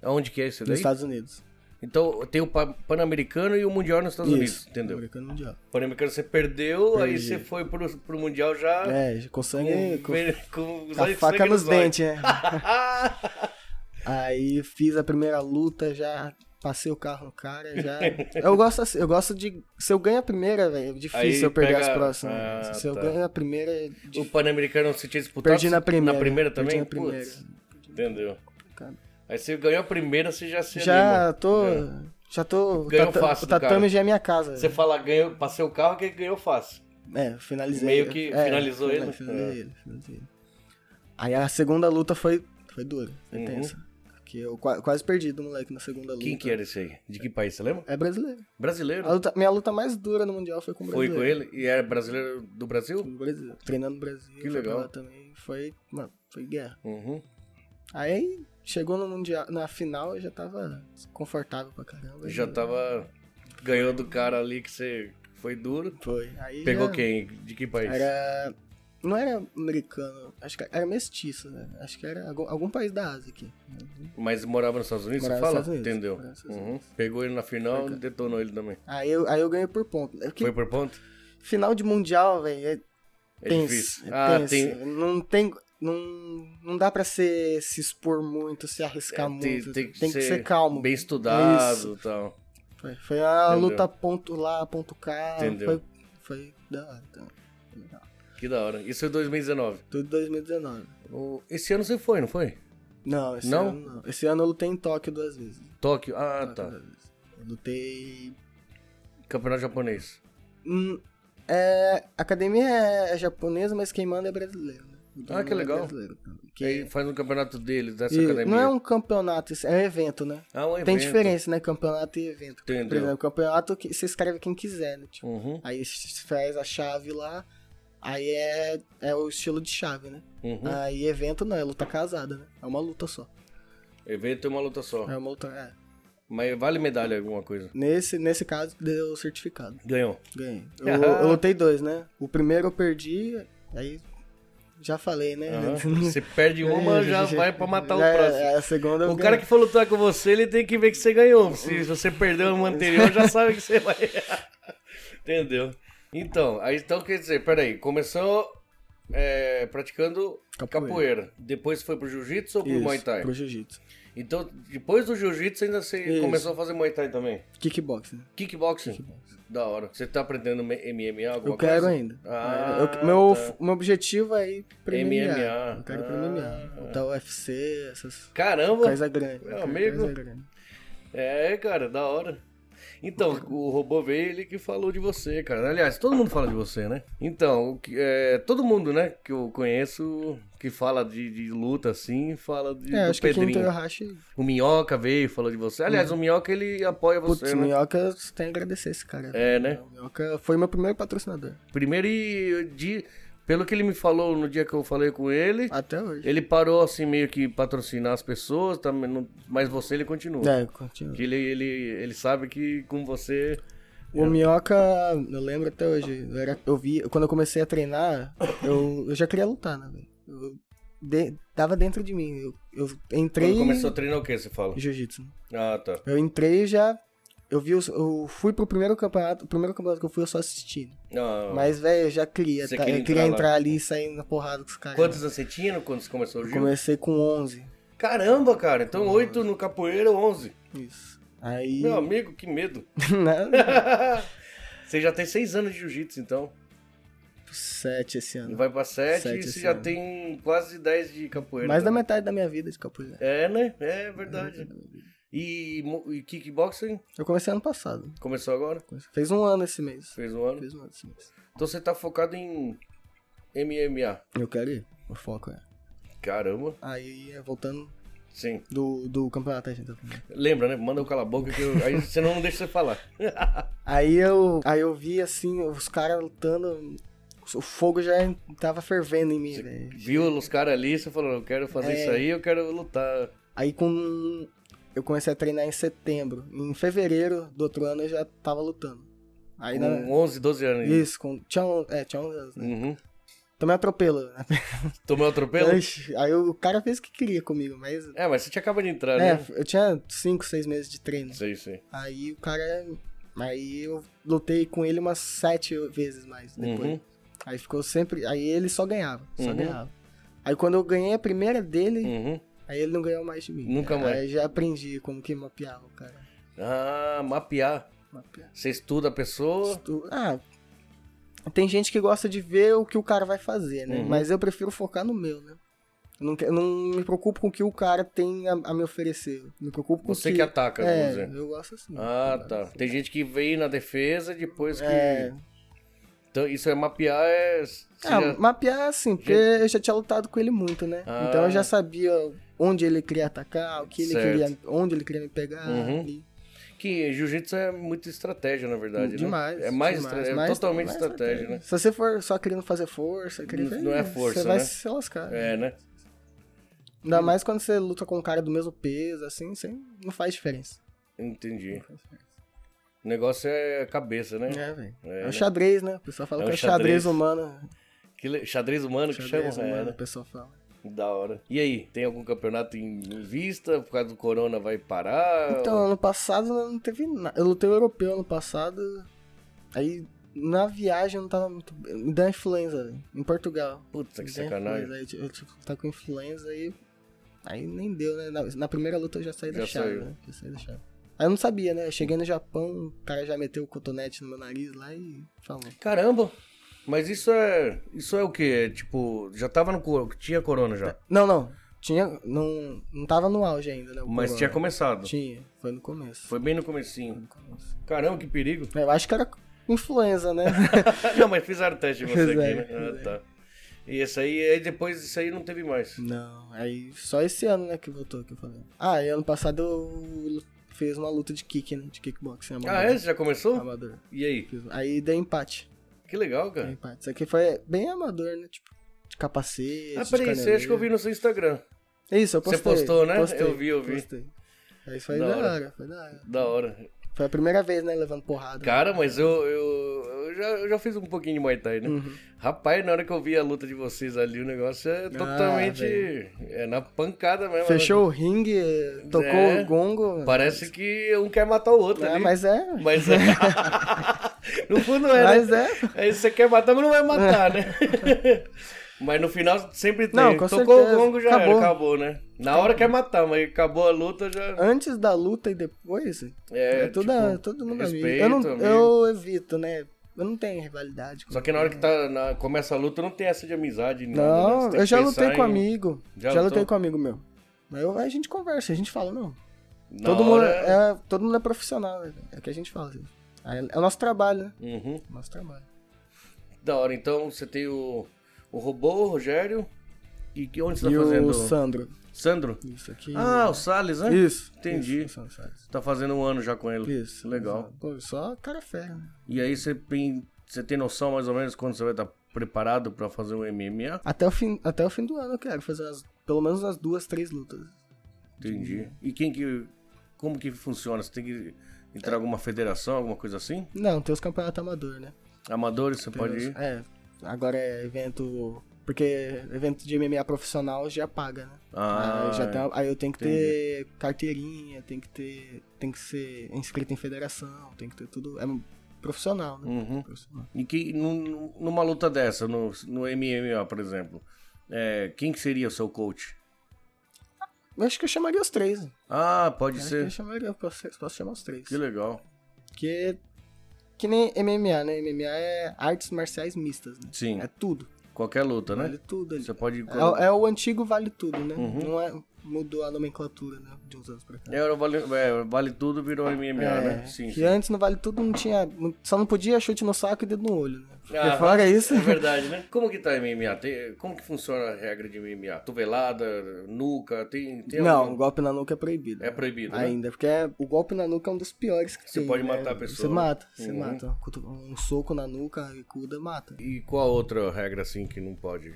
Speaker 1: aonde que é esse
Speaker 2: nos
Speaker 1: daí?
Speaker 2: Estados Unidos.
Speaker 1: Então tem o pa- Pan-Americano e o Mundial nos Estados Unidos, entendeu?
Speaker 2: Americano Mundial.
Speaker 1: Pan-Americano você perdeu, aí
Speaker 2: Perdi.
Speaker 1: você foi pro, pro Mundial já
Speaker 2: É, já consegue.
Speaker 1: Ah, com, com os
Speaker 2: com a
Speaker 1: olhos-
Speaker 2: faca
Speaker 1: sangue
Speaker 2: nos
Speaker 1: olhos.
Speaker 2: dentes, né? Aí fiz a primeira luta, já passei o carro no cara, já. Eu gosto assim, eu gosto de. Se eu ganho a primeira, velho, é difícil
Speaker 1: Aí
Speaker 2: eu perder
Speaker 1: pega-
Speaker 2: as próximas.
Speaker 1: Ah,
Speaker 2: se eu
Speaker 1: tá.
Speaker 2: ganho a primeira, é
Speaker 1: O
Speaker 2: difícil.
Speaker 1: Pan-Americano você tinha disputado?
Speaker 2: Perdi na primeira.
Speaker 1: Na primeira
Speaker 2: Perdi
Speaker 1: também?
Speaker 2: na primeira.
Speaker 1: Putz, entendeu.
Speaker 2: Cara.
Speaker 1: Aí você ganhou a primeira, você já se
Speaker 2: Já
Speaker 1: anima.
Speaker 2: tô. Já tô. o
Speaker 1: É. Ganhou
Speaker 2: tata-
Speaker 1: fácil
Speaker 2: o
Speaker 1: do cara.
Speaker 2: tatame já é minha casa.
Speaker 1: Você fala, ganhou, passei o carro que ganhou fácil.
Speaker 2: É, finalizei.
Speaker 1: Meio que
Speaker 2: é,
Speaker 1: finalizou ele.
Speaker 2: Finalizei
Speaker 1: É.
Speaker 2: ele, finalizei ele. Aí a segunda luta foi, foi dura, foi
Speaker 1: Uhum.
Speaker 2: tensa. Que eu qua- quase perdi do moleque na segunda luta.
Speaker 1: Quem que era esse aí? De que país, você lembra?
Speaker 2: É brasileiro.
Speaker 1: Brasileiro.
Speaker 2: A luta- minha luta mais dura no Mundial foi com o
Speaker 1: Foi
Speaker 2: brasileiro.
Speaker 1: com ele e era brasileiro do Brasil?
Speaker 2: no Brasil, treinando no Brasil. foi pra
Speaker 1: legal.
Speaker 2: lá também foi, mano, foi guerra.
Speaker 1: Uhum.
Speaker 2: Aí chegou no mundial, na final eu já tava desconfortável pra caramba. né?
Speaker 1: Já tá- tava. Ganhou do cara ali que você foi duro.
Speaker 2: Foi. Aí
Speaker 1: Pegou
Speaker 2: já
Speaker 1: quem? De que país?
Speaker 2: Era Não era americano, acho que era mestiço, né? Acho que era algum, algum país da Ásia aqui.
Speaker 1: Mas morava nos Estados Unidos,
Speaker 2: Morava
Speaker 1: você fala?
Speaker 2: nos Estados Unidos,
Speaker 1: Entendeu?
Speaker 2: morava nos Estados
Speaker 1: Uhum. Pegou ele na final e detonou ele também.
Speaker 2: Aí eu, aí eu ganhei por ponto. É que
Speaker 1: Foi por ponto?
Speaker 2: Final de mundial, velho, é
Speaker 1: É
Speaker 2: tenso.
Speaker 1: difícil.
Speaker 2: é
Speaker 1: Ah,
Speaker 2: tenso.
Speaker 1: tem,
Speaker 2: Não tem. Não, não dá pra se, se expor muito, se arriscar
Speaker 1: é, tem,
Speaker 2: muito.
Speaker 1: tem que ser,
Speaker 2: calmo.
Speaker 1: Bem estudado e tal.
Speaker 2: Foi, foi a
Speaker 1: Entendeu.
Speaker 2: luta ponto lá, ponto cá.
Speaker 1: Entendeu.
Speaker 2: Foi, foi da hora. Então. Foi legal.
Speaker 1: Que da hora. Isso foi 2019.
Speaker 2: Tudo 2019.
Speaker 1: O- Esse ano você foi, não foi?
Speaker 2: Não, esse
Speaker 1: Não?
Speaker 2: ano não. Esse ano eu lutei em Tóquio duas vezes.
Speaker 1: Tóquio. Ah,
Speaker 2: Tóquio
Speaker 1: tá.
Speaker 2: duas vezes. Eu lutei.
Speaker 1: Campeonato japonês.
Speaker 2: Hum, é, a academia é japonesa, mas quem manda é brasileiro. né? Então,
Speaker 1: Ah, que
Speaker 2: é
Speaker 1: legal.
Speaker 2: brasileiro, então,
Speaker 1: Que...
Speaker 2: que-
Speaker 1: Aí faz um campeonato deles, dessa
Speaker 2: e
Speaker 1: academia.
Speaker 2: não é um campeonato, isso é um evento, né?
Speaker 1: Ah, um
Speaker 2: Tem
Speaker 1: evento.
Speaker 2: diferença, né? Campeonato e evento. Por
Speaker 1: Entendeu.
Speaker 2: exemplo, campeonato que você escreve quem quiser, né? Tipo,
Speaker 1: Uhum,
Speaker 2: Aí se faz a chave lá, aí é, é o estilo de chave, né?
Speaker 1: uhum.
Speaker 2: Aí evento não, é luta casada, né? É uma luta só.
Speaker 1: Evento é uma luta só.
Speaker 2: É uma luta. É.
Speaker 1: Mas vale medalha alguma coisa.
Speaker 2: Nesse, nesse caso deu certificado.
Speaker 1: Ganhou.
Speaker 2: Ganhei. Eu, eu
Speaker 1: Ah.
Speaker 2: lutei dois, né? O primeiro eu perdi, aí já falei, né?
Speaker 1: Aham. Você perde uma, já vai pra matar o
Speaker 2: Já-
Speaker 1: próximo.
Speaker 2: é, A segunda eu
Speaker 1: O cara
Speaker 2: ganhei.
Speaker 1: que for lutar com você, ele tem que ver que você ganhou. Se você perdeu uma anterior, já sabe que você vai. Entendeu? Então, aí então quer dizer, peraí, começou é, praticando
Speaker 2: Capoeira.
Speaker 1: capoeira. Depois foi pro jiu-jitsu ou pro
Speaker 2: Isso,
Speaker 1: Muay Thai?
Speaker 2: Pro jiu-jitsu.
Speaker 1: Então, depois do jiu-jitsu, ainda você
Speaker 2: Isso.
Speaker 1: começou a fazer Muay Thai também.
Speaker 2: Kickboxing.
Speaker 1: Kickboxing. Da hora. Você tá aprendendo MMA alguma
Speaker 2: Eu quero
Speaker 1: coisa?
Speaker 2: ainda.
Speaker 1: Ah,
Speaker 2: Eu- eu- meu,
Speaker 1: tá.
Speaker 2: f- meu objetivo é ir pra MMA.
Speaker 1: MMA.
Speaker 2: Eu quero ir pra
Speaker 1: Ah.
Speaker 2: MMA. Lutar UFC, essas
Speaker 1: Caramba!
Speaker 2: coisas grandes.
Speaker 1: Meu amigo. É, cara, da hora. Então, o robô veio ele que falou de você, cara. Aliás, todo mundo fala de você, né? Então, o que- é, todo mundo, né, que eu conheço, que fala de, de luta assim, fala de,
Speaker 2: É,
Speaker 1: do
Speaker 2: acho que quem
Speaker 1: Pedrinho.
Speaker 2: tem o Hashi,
Speaker 1: O Minhoca veio e falou de você. Aliás, o Minhoca ele apoia
Speaker 2: putz,
Speaker 1: você,
Speaker 2: o
Speaker 1: né?
Speaker 2: Minhoca, eu tenho a agradecer esse cara.
Speaker 1: É, né?
Speaker 2: O Minhoca foi meu primeiro patrocinador,
Speaker 1: Primeiro, e de, pelo que ele me falou no dia que eu falei com ele,
Speaker 2: até hoje.
Speaker 1: ele parou assim meio que patrocinar as pessoas, tá, não- mas você ele continua.
Speaker 2: É, continua.
Speaker 1: Que Ele, ele, ele sabe que com você
Speaker 2: O Minhoca, eu lembro até hoje, eu, era- eu vi, quando eu comecei a treinar, eu, eu já queria lutar, né, velho? Eu de- Tava dentro de mim, eu, eu entrei...
Speaker 1: Quando começou a treinar o que você fala?
Speaker 2: Jiu-jitsu, né?
Speaker 1: Ah, tá.
Speaker 2: Eu entrei e já. Eu vi os, Eu fui pro primeiro campeonato. O primeiro campeonato que eu fui, eu só assisti.
Speaker 1: Ah,
Speaker 2: Mas, velho, eu já queria.
Speaker 1: Você
Speaker 2: tá?
Speaker 1: queria
Speaker 2: eu queria
Speaker 1: entrar
Speaker 2: entrar,
Speaker 1: lá.
Speaker 2: ali e sair na porrada com os caras.
Speaker 1: Quantos anos você tinha quando você começou o
Speaker 2: Eu
Speaker 1: jiu?
Speaker 2: comecei com 11.
Speaker 1: Caramba, cara. Então oito no capoeira, 11.
Speaker 2: Isso. Aí. né,
Speaker 1: Meu amigo, que medo.
Speaker 2: Não,
Speaker 1: você já tem seis anos de jiu-jitsu, então.
Speaker 2: 7 esse ano.
Speaker 1: Vai pra sete
Speaker 2: Sete
Speaker 1: e você
Speaker 2: esse
Speaker 1: já
Speaker 2: ano.
Speaker 1: tem quase dez de capoeira.
Speaker 2: Mais da
Speaker 1: também.
Speaker 2: metade da minha vida de capoeira.
Speaker 1: É, né? É verdade. E, mo- e kickboxing?
Speaker 2: Eu comecei ano passado.
Speaker 1: Começou agora?
Speaker 2: Fez um ano esse mês.
Speaker 1: Fez um ano.
Speaker 2: Fez um ano esse mês.
Speaker 1: Então você tá focado em MMA.
Speaker 2: Eu quero ir. O foco é.
Speaker 1: Caramba.
Speaker 2: Aí, é, voltando
Speaker 1: Sim.
Speaker 2: do, do campeonato, a gente tá falando.
Speaker 1: Lembra, né? Manda eu calar a boca que eu... aí você não deixa você falar.
Speaker 2: Aí eu, aí eu vi assim, os caras lutando. O fogo já tava fervendo em mim, velho.
Speaker 1: Viu os caras ali, você falou, eu quero fazer
Speaker 2: É.
Speaker 1: isso aí, eu quero lutar.
Speaker 2: Aí com. Eu comecei a treinar em setembro. Em fevereiro do outro ano eu já tava lutando. Aí na-
Speaker 1: Com 11, 12 anos.
Speaker 2: Isso, com. Tinha um, é, tinha uns anos, né?
Speaker 1: Uhum.
Speaker 2: Tomei atropelo. né?
Speaker 1: Tomou atropelo?
Speaker 2: Ixi, Aí o cara fez o que queria comigo, mas.
Speaker 1: É, mas você tinha acabado de entrar,
Speaker 2: É,
Speaker 1: né?
Speaker 2: eu tinha 5, 6 meses de treino.
Speaker 1: Sei, sei.
Speaker 2: Aí o cara. Aí eu lutei com ele umas sete vezes mais depois.
Speaker 1: Uhum.
Speaker 2: Aí ficou sempre. Aí ele só ganhava. Só
Speaker 1: Uhum.
Speaker 2: ganhava. Aí quando eu ganhei a primeira dele,
Speaker 1: Uhum.
Speaker 2: aí ele não ganhou mais de mim.
Speaker 1: Nunca mais.
Speaker 2: Aí já aprendi como que mapeava o cara.
Speaker 1: Ah, mapear.
Speaker 2: Mapear.
Speaker 1: Você estuda a pessoa.
Speaker 2: Tu- Ah. Tem gente que gosta de ver o que o cara vai fazer, né?
Speaker 1: Uhum.
Speaker 2: Mas eu prefiro focar no meu, né? Eu Não, que- eu não me preocupo com o que o cara tem a, a me oferecer. Eu Me preocupo com
Speaker 1: Você
Speaker 2: o
Speaker 1: que ataca, vamos
Speaker 2: É,
Speaker 1: dizer.
Speaker 2: eu gosto assim.
Speaker 1: Ah, tá. Tem gente que veio na defesa depois que.
Speaker 2: É,
Speaker 1: Então, isso é mapear, é. você
Speaker 2: Ah,
Speaker 1: já-
Speaker 2: mapear assim, porque eu já tinha lutado com ele muito, né?
Speaker 1: Ah.
Speaker 2: Então eu já sabia onde ele queria atacar, o que ele
Speaker 1: Certo.
Speaker 2: queria, onde ele queria me pegar.
Speaker 1: Uhum.
Speaker 2: ali.
Speaker 1: Que jiu-jitsu é muito estratégia, na verdade.
Speaker 2: Demais.
Speaker 1: Né? É mais,
Speaker 2: demais,
Speaker 1: estra- é
Speaker 2: mais-
Speaker 1: totalmente
Speaker 2: mais
Speaker 1: estratégia, né?
Speaker 2: Se você for só querendo fazer força, querendo...
Speaker 1: Não é força,
Speaker 2: Você vai
Speaker 1: né?
Speaker 2: se lascar.
Speaker 1: É, né?
Speaker 2: Ainda mais quando você luta com um cara do mesmo peso, assim, você não faz diferença.
Speaker 1: Entendi.
Speaker 2: Não faz diferença.
Speaker 1: O negócio é a cabeça, né?
Speaker 2: É, velho.
Speaker 1: É,
Speaker 2: É,
Speaker 1: né?
Speaker 2: o xadrez, né? O pessoal fala
Speaker 1: É
Speaker 2: que
Speaker 1: o
Speaker 2: é o xadrez
Speaker 1: xadrez.
Speaker 2: humano.
Speaker 1: Que le- xadrez humano que chama?
Speaker 2: Xadrez, mano,
Speaker 1: É,
Speaker 2: o
Speaker 1: né?
Speaker 2: pessoal fala.
Speaker 1: Da hora. E aí, tem algum campeonato em em vista? Por causa do corona vai parar?
Speaker 2: Então, ano passado não teve nada. Eu lutei o europeu ano passado. Aí na viagem eu não tava muito. bem. Me deu uma influenza, velho. Em Portugal.
Speaker 1: Puta que
Speaker 2: Me deu uma
Speaker 1: sacanagem.
Speaker 2: influenza, Aí eu tive- eu tive que tá com influenza aí. Aí nem deu, né? Na, na primeira luta eu já saí da
Speaker 1: Já
Speaker 2: chave,
Speaker 1: saiu.
Speaker 2: né? Já saí da chave. Aí eu não sabia, né? Eu cheguei no Japão, o cara já meteu o cotonete no meu nariz lá e falou.
Speaker 1: Caramba! Mas isso é. Isso é o quê? É, tipo, já tava no corona. Tinha corona já.
Speaker 2: Não, não. Tinha. Não, não tava no auge ainda, né? o
Speaker 1: Mas
Speaker 2: corona.
Speaker 1: tinha começado.
Speaker 2: Tinha, foi no começo.
Speaker 1: Foi bem no
Speaker 2: Foi
Speaker 1: comecinho.
Speaker 2: no começo.
Speaker 1: Caramba, que perigo.
Speaker 2: Eu acho que era influenza, né?
Speaker 1: Não, mas fizeram teste em você aqui,
Speaker 2: Fizeram,
Speaker 1: né? Ah,
Speaker 2: fizeram.
Speaker 1: tá. E esse aí, aí depois isso aí não teve mais.
Speaker 2: Não, aí só esse ano, né, que voltou que eu falei. Ah, e ano passado eu fiz uma luta de kick, né? De kickboxing amador.
Speaker 1: Ah, é? Você já começou?
Speaker 2: Amador.
Speaker 1: E aí?
Speaker 2: Fiz- Aí deu empate.
Speaker 1: Que legal,
Speaker 2: Deu
Speaker 1: cara.
Speaker 2: empate. Isso aqui foi bem amador, né? Tipo, de capacete.
Speaker 1: Ah,
Speaker 2: de
Speaker 1: peraí, você
Speaker 2: caneleira.
Speaker 1: acho que eu vi no seu Instagram.
Speaker 2: Isso, eu
Speaker 1: Você
Speaker 2: postei.
Speaker 1: postou, né?
Speaker 2: Postei,
Speaker 1: Eu vi, eu vi.
Speaker 2: Postei. Aí foi
Speaker 1: Da
Speaker 2: da,
Speaker 1: hora.
Speaker 2: hora. foi da hora.
Speaker 1: Da hora.
Speaker 2: Foi a primeira vez, né, levando porrada.
Speaker 1: Cara, mas eu, eu, eu já, eu já fiz um pouquinho de Muay Thai, né?
Speaker 2: Uhum. Ah,
Speaker 1: Rapaz, na hora que eu vi a luta de vocês ali, o negócio é totalmente. é na pancada mesmo. né?
Speaker 2: Fechou o ringue, tocou
Speaker 1: É.
Speaker 2: o gongo.
Speaker 1: Parece que um quer matar o outro
Speaker 2: Ah,
Speaker 1: ali.
Speaker 2: mas é.
Speaker 1: Mas é. no fundo é,
Speaker 2: Mas
Speaker 1: né?
Speaker 2: é.
Speaker 1: Aí você quer matar, mas não vai matar, né? mas no final sempre tem.
Speaker 2: Não, com
Speaker 1: Tocou
Speaker 2: certeza.
Speaker 1: o gongo já
Speaker 2: Acabou.
Speaker 1: era, acabou, né? Na hora quer matar, mas acabou a luta já.
Speaker 2: Antes da luta e depois,
Speaker 1: É,
Speaker 2: É, tudo,
Speaker 1: tipo,
Speaker 2: todo mundo
Speaker 1: respeito,
Speaker 2: amigo. Eu, não,
Speaker 1: amigo.
Speaker 2: eu evito, né? Eu não tenho rivalidade. Com
Speaker 1: Só que na hora que tá, na- começa a luta não tem essa de amizade. nada, né? Você
Speaker 2: é. Não,
Speaker 1: tem que
Speaker 2: eu já
Speaker 1: pensar
Speaker 2: lutei com
Speaker 1: em-
Speaker 2: amigo.
Speaker 1: Já
Speaker 2: Já,
Speaker 1: lutou?
Speaker 2: lutei com amigo meu. Aí eu- aí a gente conversa, a gente fala, não.
Speaker 1: na
Speaker 2: Todo mundo,
Speaker 1: hora-
Speaker 2: é, todo mundo é profissional, né? é o que a gente fala. assim. Aí É o nosso trabalho, né?
Speaker 1: Uhum.
Speaker 2: Nosso trabalho.
Speaker 1: Da hora, então você tem o, o robô, o Rogério. E que, onde você
Speaker 2: e
Speaker 1: tá fazendo?
Speaker 2: o Sandro.
Speaker 1: Sandro?
Speaker 2: Isso aqui.
Speaker 1: Ah, o Salles, né?
Speaker 2: isso.
Speaker 1: entendi.
Speaker 2: Isso, o Sandro Salles.
Speaker 1: Você tá fazendo um ano já com ele.
Speaker 2: Isso,
Speaker 1: Legal.
Speaker 2: Pô, só cara fera, né?
Speaker 1: E aí você tem, você tem noção mais ou menos quando você vai estar preparado pra fazer um MMA?
Speaker 2: Até o, fim, até o fim do ano eu quero fazer umas- pelo menos umas duas, três lutas.
Speaker 1: Entendi. E quem que. Como que funciona? Você tem que entrar em alguma federação, alguma coisa assim?
Speaker 2: Não, tem os campeonatos amador, né?
Speaker 1: Amadores, você pode ir?
Speaker 2: É, agora é evento. Porque evento de MMA profissional já paga, né?
Speaker 1: Ah,
Speaker 2: aí, já tem- aí eu tenho que
Speaker 1: entendi.
Speaker 2: ter carteirinha, tem que ter. Tem que ser inscrito em federação, tem que ter tudo. É profissional, né?
Speaker 1: Uhum.
Speaker 2: Profissional.
Speaker 1: E que, num- numa luta dessa, no, no MMA, por exemplo, é, quem que seria o seu coach?
Speaker 2: Eu acho que eu chamaria os três. né?
Speaker 1: Ah, pode
Speaker 2: Acho que
Speaker 1: ser.
Speaker 2: eu chamaria, eu posso, eu posso chamar os três.
Speaker 1: Que legal.
Speaker 2: Porque. Que nem MMA, né? MMA é artes marciais mistas, né?
Speaker 1: Sim,
Speaker 2: É tudo.
Speaker 1: qualquer luta, né?
Speaker 2: Vale tudo ali.
Speaker 1: Você pode.
Speaker 2: É, o- é o antigo vale tudo, né?
Speaker 1: Uhum.
Speaker 2: Não é. Mudou a nomenclatura, né? De uns anos pra cá.
Speaker 1: É, vale, é, vale tudo virou MMA,
Speaker 2: É,
Speaker 1: né? Sim,
Speaker 2: que
Speaker 1: sim.
Speaker 2: antes no Vale Tudo não tinha. Só não podia chute no saco e dedo no olho, né? Porque
Speaker 1: Ah,
Speaker 2: fora isso.
Speaker 1: É verdade, né? Como que tá MMA? Tem- como que funciona a regra de MMA? Tuvelada, nuca, tem... tem
Speaker 2: não,
Speaker 1: algum-
Speaker 2: o golpe na nuca é proibido.
Speaker 1: É proibido, né?
Speaker 2: Ainda, porque é- o golpe na nuca é um dos piores que
Speaker 1: Você
Speaker 2: tem,
Speaker 1: pode
Speaker 2: né?
Speaker 1: matar a pessoa.
Speaker 2: Você mata, você
Speaker 1: Uhum.
Speaker 2: mata. Um soco na nuca e cuda, mata.
Speaker 1: E qual outra regra, assim, que não pode?